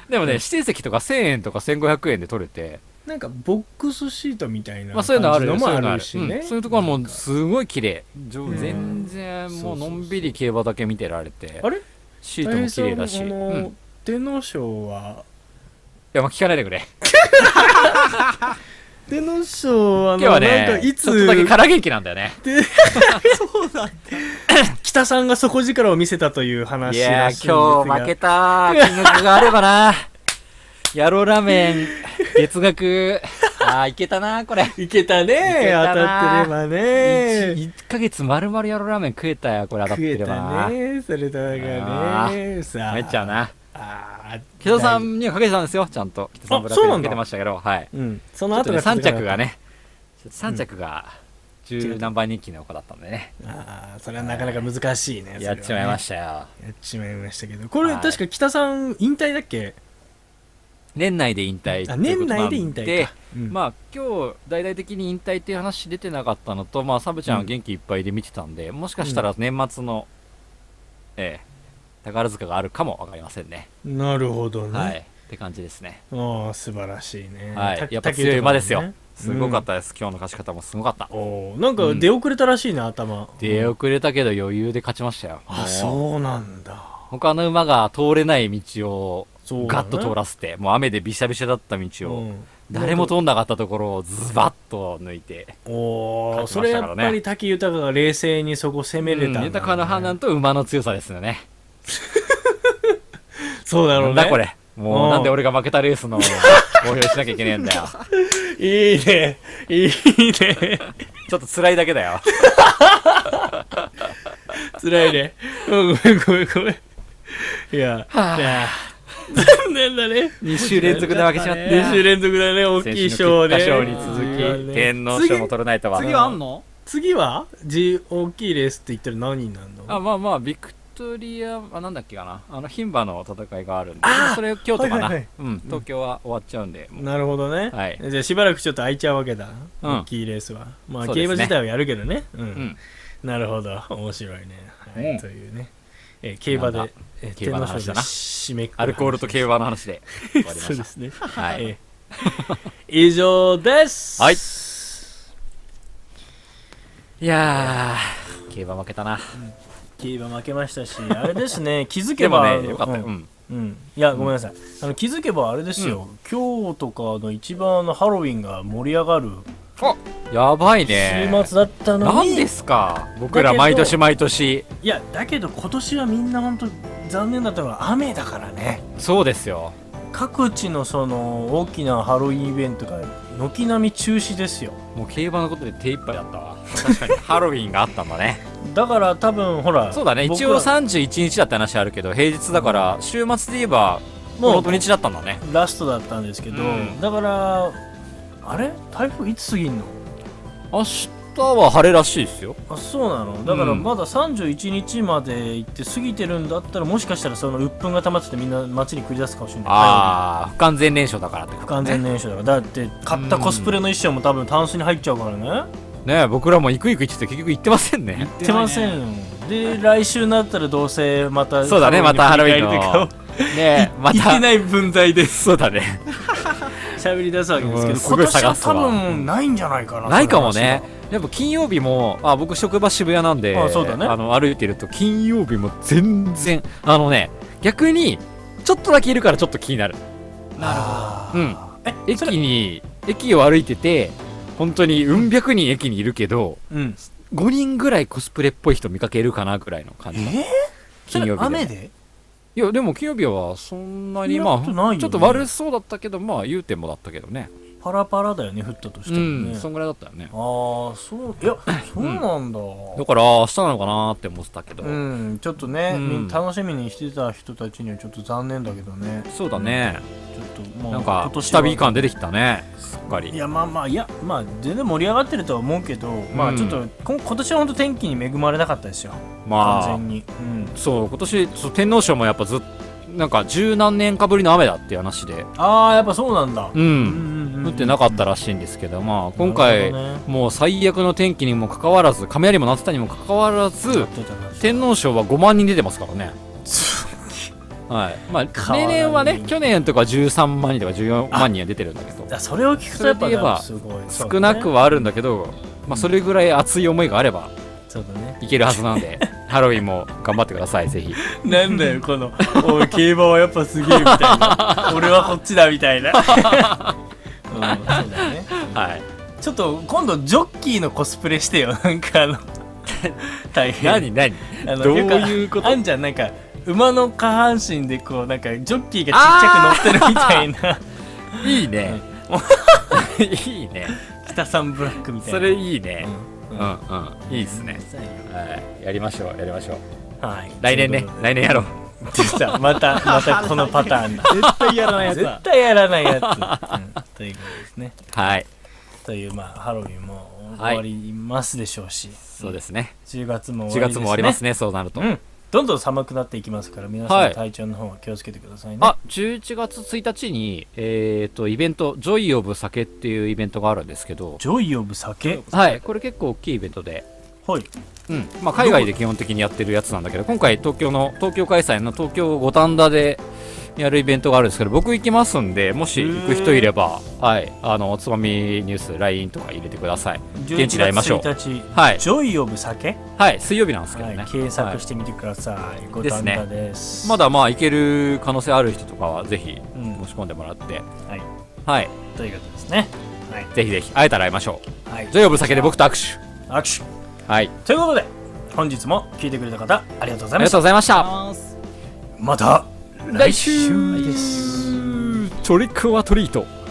Speaker 4: でもね指定席とか1000円とか1500円で取れて、
Speaker 6: なんか、ボックスシートみたいな。
Speaker 4: まあ、そういうのあるよ
Speaker 6: も
Speaker 4: そういうのあ
Speaker 6: あ
Speaker 4: る
Speaker 6: るしね
Speaker 4: うん。そういうところはもうすごい綺麗上
Speaker 6: ん
Speaker 4: 全然もうのんびり競馬だけ見てられて
Speaker 6: あれ
Speaker 4: シートも綺麗だし、
Speaker 6: 大平さん
Speaker 4: う
Speaker 6: あ
Speaker 4: ん
Speaker 6: の、天皇賞は、
Speaker 4: いや、まあ、聞かないでくれ。
Speaker 6: 天皇賞は、あ
Speaker 4: 今日は
Speaker 6: のなんか、
Speaker 4: ね、
Speaker 6: い
Speaker 4: ちょっとだけ
Speaker 6: つ、
Speaker 4: 空元気なんだよ ね。
Speaker 6: 北さんが底力を見せたという話
Speaker 4: いや
Speaker 6: らしいんですが。
Speaker 4: ー、今日負けた金額があればな。野郎ラーメ ン、月額、あー、いけたな、これ。
Speaker 6: いけた
Speaker 4: いけ
Speaker 6: ね
Speaker 4: たな
Speaker 6: 当たってればね
Speaker 4: 1ヶ月丸々野郎ラーメン食えたよ、これ当たっ
Speaker 6: 食
Speaker 4: て
Speaker 6: え
Speaker 4: れば
Speaker 6: た
Speaker 4: な。
Speaker 6: ねそれだ
Speaker 4: あ
Speaker 6: がねさあ
Speaker 4: めっちゃうな。
Speaker 6: あ
Speaker 4: 木戸さんにはかけてたんですよ、ちゃんと。木戸さんブラック
Speaker 6: そう
Speaker 4: に
Speaker 6: な
Speaker 4: か
Speaker 6: ん
Speaker 4: け
Speaker 6: だ
Speaker 4: てましたけど、はい。
Speaker 6: うんその
Speaker 4: あと
Speaker 6: 後
Speaker 4: ね、
Speaker 6: が
Speaker 4: 3着が
Speaker 6: ね
Speaker 4: ね、3着が、十何番人気の子だったんでね。
Speaker 6: ああそれはなかなか難しいね
Speaker 4: やっちまいま
Speaker 6: し
Speaker 4: したよ。
Speaker 6: たやっちまいましたけどこれ
Speaker 4: はい
Speaker 6: 確か北さん引退だっけ
Speaker 4: 年内で引退
Speaker 6: あ
Speaker 4: という
Speaker 6: 年
Speaker 4: ことなん
Speaker 6: 内で引退かうん
Speaker 4: まあ今日大々的に引退っていう話出てなかったのと、まあ、サブちゃんは元気いっぱいで見てたんで、もしかしたら年末の、ええ宝塚があるかもわかりませんね、
Speaker 6: なるほど
Speaker 4: はい
Speaker 6: ね
Speaker 4: って感じですね、
Speaker 6: ああ素晴らしいね
Speaker 4: はい
Speaker 6: た、
Speaker 4: やっぱ強い馬ですよ、
Speaker 6: 竹内と
Speaker 4: す
Speaker 6: かもね
Speaker 4: ごかったです、今日の勝ち方もすごかった
Speaker 6: うんおーなんか出遅れたらしいな頭
Speaker 4: 出遅れたけど余裕で勝ちましたよも
Speaker 6: あ
Speaker 4: う
Speaker 6: そうなんだ
Speaker 4: 他の馬が通れない道を
Speaker 6: そうだ
Speaker 4: ガ
Speaker 6: ね
Speaker 4: ッと通らせて、もう雨でびしゃびしゃだった道
Speaker 6: う
Speaker 4: を
Speaker 6: ん
Speaker 4: 誰も通んなかったところをズバッと抜いて、
Speaker 6: お
Speaker 4: 勝
Speaker 6: お、
Speaker 4: ち
Speaker 6: そ
Speaker 4: まし
Speaker 6: れ
Speaker 4: た
Speaker 6: や
Speaker 4: からね
Speaker 6: っぱり滝豊が冷静にそこ攻めれたんだ、ね
Speaker 4: 豊かな判断と馬の強さですよね。
Speaker 6: そうだろう
Speaker 4: な
Speaker 6: ね。
Speaker 4: んだこ。れ。も
Speaker 6: う
Speaker 4: う、
Speaker 6: ん
Speaker 4: なんで俺が負けたレース の公表しなきゃいけねえんだよ。
Speaker 6: いいね。いいね。
Speaker 4: ちょっと辛いだけだよ。
Speaker 6: 辛いね。うん、ごめんごめんごめん。いや、いや残念だね。
Speaker 4: 2週連続で負けちまっ
Speaker 6: 2週連続だね、大
Speaker 4: 先
Speaker 6: きい
Speaker 4: 週の
Speaker 6: 賞
Speaker 4: 結果
Speaker 6: ね。
Speaker 4: 賞に
Speaker 6: う
Speaker 4: 続
Speaker 6: ん
Speaker 4: き、天皇賞も取れないとは。
Speaker 5: 次はあんの
Speaker 6: 次はじ大きいレースって言ったら何になるの
Speaker 4: あ、まあまあ、ビクトリア、あ、なんだっけかな。あの、牝馬の戦いがあるんで、まあそれ京都か
Speaker 6: はい
Speaker 4: な
Speaker 6: はいはい。
Speaker 4: うん、東京は終わっちゃうんで、もう
Speaker 6: なるほどね、
Speaker 4: はい
Speaker 6: じゃあしばらくちょっと空いちゃうわけだ、
Speaker 4: うん
Speaker 6: 大きいレースはまあ、
Speaker 4: そうで
Speaker 6: 競
Speaker 4: す
Speaker 6: 馬
Speaker 4: ね
Speaker 6: 自体はやるけどね、うん
Speaker 4: ん
Speaker 6: なるほど面白いね、はい
Speaker 4: うん
Speaker 6: というね、えー競馬
Speaker 4: なん
Speaker 6: で
Speaker 4: だ
Speaker 6: えー
Speaker 4: 競馬の話だな
Speaker 6: 天皇賞で締めくくる
Speaker 4: アルコールと競馬の話で終わりま
Speaker 6: そう
Speaker 4: し
Speaker 6: で
Speaker 4: た。
Speaker 6: すね、
Speaker 4: は
Speaker 6: え
Speaker 4: い。
Speaker 6: ー以上です
Speaker 4: はいいやー、競馬負けたな。
Speaker 6: 競馬負けましたしあれですね気づけ
Speaker 4: でも
Speaker 6: ば
Speaker 4: ね、よかったよ。
Speaker 6: う
Speaker 4: うんん。
Speaker 6: うんいやごめんなさい、あの気づけばあれですよ、今日とかの一番あのハロウィンが盛り上がる
Speaker 4: やばいね。
Speaker 6: 週末だったのに
Speaker 4: なんですか僕
Speaker 6: だ
Speaker 4: ら
Speaker 6: けど
Speaker 4: 毎年毎年
Speaker 6: いやだけど今年はみんな本当残念だったのが雨だからね
Speaker 4: そうですよ
Speaker 6: 各地のその大きなハロウィンイベントが軒並み中止ですよ
Speaker 4: もう競馬のことで手一杯だったわ確かに ハロウィンがあったんだね
Speaker 6: だから多分ほら
Speaker 4: そうだね
Speaker 6: 僕
Speaker 4: 一
Speaker 6: ら
Speaker 4: 応31日だって話あるけど平日だから週末で言えばも
Speaker 6: も
Speaker 4: う
Speaker 6: う
Speaker 4: 土日だったんだね
Speaker 6: ラストだったんですけど、
Speaker 4: うん
Speaker 6: だからあれ台風いつ過ぎんの
Speaker 4: 明日は晴れらしいですよ
Speaker 6: あそうなのだから
Speaker 4: うん
Speaker 6: まだ31日まで行って過ぎてるんだったらもしかしたらその鬱憤が溜まっててみんな街に繰り出すかもしれない
Speaker 4: ああ不完全燃焼だからってこと
Speaker 6: 不完
Speaker 4: ね
Speaker 6: 全燃焼だからだって買ったコスプレの衣装も多分タンスに入っちゃうからね、
Speaker 4: ね僕らも行く行く行ってて結局行ってませんね
Speaker 6: 行ってませんよで来週になったらどうせまた
Speaker 4: そうだねまたハロウィンの
Speaker 6: 振り返りとか
Speaker 4: ねま
Speaker 6: 行って
Speaker 4: た
Speaker 6: ない分際で
Speaker 4: そうだね
Speaker 6: 喋り出すわけですけ
Speaker 4: うん
Speaker 6: ど
Speaker 4: す
Speaker 6: 今
Speaker 4: ごい
Speaker 6: 年
Speaker 4: 探
Speaker 6: は
Speaker 4: すわ
Speaker 6: 多分ないんじゃないかな
Speaker 4: ないかもねやっぱ金曜日もあ僕職場渋谷なんで
Speaker 6: あそうだね
Speaker 4: あの歩いてると金曜日も全然あのね逆にちょっとだけいるからちょっと気になる
Speaker 6: な
Speaker 4: うん駅に駅を歩いてて本当にうん百人駅にいるけど
Speaker 6: るほどうん
Speaker 4: 5人ぐらいコスプレっぽい人見かけるかなぐらいの感
Speaker 6: え
Speaker 4: じ
Speaker 6: ー
Speaker 4: 金曜日
Speaker 6: それ
Speaker 4: で
Speaker 6: 雨
Speaker 4: も
Speaker 6: で
Speaker 4: いやでも金曜日はそんなに
Speaker 6: そんな
Speaker 4: ま
Speaker 6: ことないよ
Speaker 4: あ
Speaker 6: ね
Speaker 4: ちょっと悪そうだったけどまあ言うてもだったけどね
Speaker 6: パラパラだよね降ったとして
Speaker 4: う
Speaker 6: も
Speaker 4: ん
Speaker 6: ね
Speaker 4: そんぐらいだったよね
Speaker 6: ああそう いやそうなんだ
Speaker 4: だから明日なのかなって思ってたけど
Speaker 6: うんちょっとね
Speaker 4: うん
Speaker 6: みん楽しみにしてた人たちにはちょっと残念だけどね
Speaker 4: そうだね
Speaker 6: ちょっともう
Speaker 4: なんか
Speaker 6: 今年は
Speaker 4: 下火感出てきたねすっかり
Speaker 6: いやまあまあいやまあ全然盛り上がってるとは思うけど、まあちょっとこ今年は本当天気に恵まれなかったですよ
Speaker 4: ま
Speaker 6: 完
Speaker 4: あ
Speaker 6: 全に、うん、
Speaker 4: そう今年そう天皇賞もやっぱずっなんか十何年かぶりの雨だっていう話で
Speaker 6: ああやっぱそうなんだ、
Speaker 4: う
Speaker 6: うんんうん
Speaker 4: 降ってなかったらしいんですけどまあ今
Speaker 6: な
Speaker 4: 回、
Speaker 6: るほどね
Speaker 4: もう最悪の天気にもかかわらず雷もなってたにもかかわらず天皇賞は5万人出てますからねはいまあ例年は
Speaker 6: 変わら
Speaker 4: ね
Speaker 6: ない
Speaker 4: 去年とか13万人とか14万人は出てるんだけど
Speaker 6: だそれを聞くとやっぱなんかすごいそうだね
Speaker 4: 少なくはあるんだけど、まあ、それぐらい熱い思いがあれば
Speaker 6: そうだね
Speaker 4: いけるはずなん でハロウィンも頑張ってくださいぜひ
Speaker 6: なんだよこの「 おい競馬はやっぱすげえ」みたい な「俺はこっちだ」みたいな、うん、そうだね
Speaker 4: はい
Speaker 6: ちょっと今度ジョッキーのコスプレしてよ なんかあ の大変
Speaker 4: 何 何
Speaker 6: あの
Speaker 4: どう
Speaker 6: よく
Speaker 4: いうこと
Speaker 6: あんじゃんなんか馬の下半身でこうなんかジョッキーがちっちゃく乗ってるみたいな
Speaker 4: いいね いいね
Speaker 6: 北さんブラックみたいな
Speaker 4: それいいね
Speaker 6: う
Speaker 4: うんん
Speaker 6: うん
Speaker 4: うんいいですねはいやりましょうやりましょう
Speaker 6: はい
Speaker 4: 来年ね来年やろう
Speaker 6: でしたま たまたこのパターンだ
Speaker 5: 絶対やらないやつだ
Speaker 6: 絶対やらないやつ、 うんということですね
Speaker 4: はい
Speaker 6: というまあハロウィンも
Speaker 4: はい
Speaker 6: 終わりますでしょうし、
Speaker 4: そうですね
Speaker 6: 10月
Speaker 4: 10
Speaker 6: も終わりです、ね、
Speaker 4: 月も終わりますねそうなると
Speaker 6: うんどんどん寒くなっていきますから皆さ
Speaker 4: は
Speaker 6: ん
Speaker 4: い
Speaker 6: 体調の方は気をつけてくださいね、
Speaker 4: あ11月1日に、えー、とイベント「ジョイ・オブ・酒」っていうイベントがあるんですけど、
Speaker 6: ジョイオブ酒
Speaker 4: はい、これ結構大きいイベントで、
Speaker 6: はい
Speaker 4: うんまあ、海外で基本的にやってるやつなんだけど今回東京の東京開催の東京五反田でやるイベントがあるんですけど僕行きますんでもし行く人いれば、はい、あのおつまみニュース LINE とか入れてください現地で会いましょう
Speaker 6: 11月1日、
Speaker 4: はい
Speaker 6: ジョイオブ酒
Speaker 4: はい水曜日なんですけどね、
Speaker 6: はい、検
Speaker 4: は
Speaker 6: 索
Speaker 4: い
Speaker 6: してみてください。ご
Speaker 4: で
Speaker 6: た
Speaker 4: す
Speaker 6: ん
Speaker 4: ね
Speaker 6: だです。
Speaker 4: まだまあ行ける可能性ある人とかはぜひ
Speaker 6: うん
Speaker 4: 申し込んでもらって、
Speaker 6: はい
Speaker 4: はい。
Speaker 6: ということですね。はい。
Speaker 4: ぜひぜひ、会えたら会いましょう。
Speaker 6: はい。
Speaker 4: ジョイオブ酒で僕と握手。
Speaker 6: 握手。
Speaker 4: はい。
Speaker 6: ということで、本日も聞いてくれた方、ありがとう
Speaker 4: あ
Speaker 6: ござ
Speaker 4: り
Speaker 6: いま
Speaker 4: が
Speaker 6: し
Speaker 4: とう
Speaker 6: た。
Speaker 4: ございました。
Speaker 5: あー
Speaker 6: また、
Speaker 4: 来週トリックオアトリート。トリックオアトリート。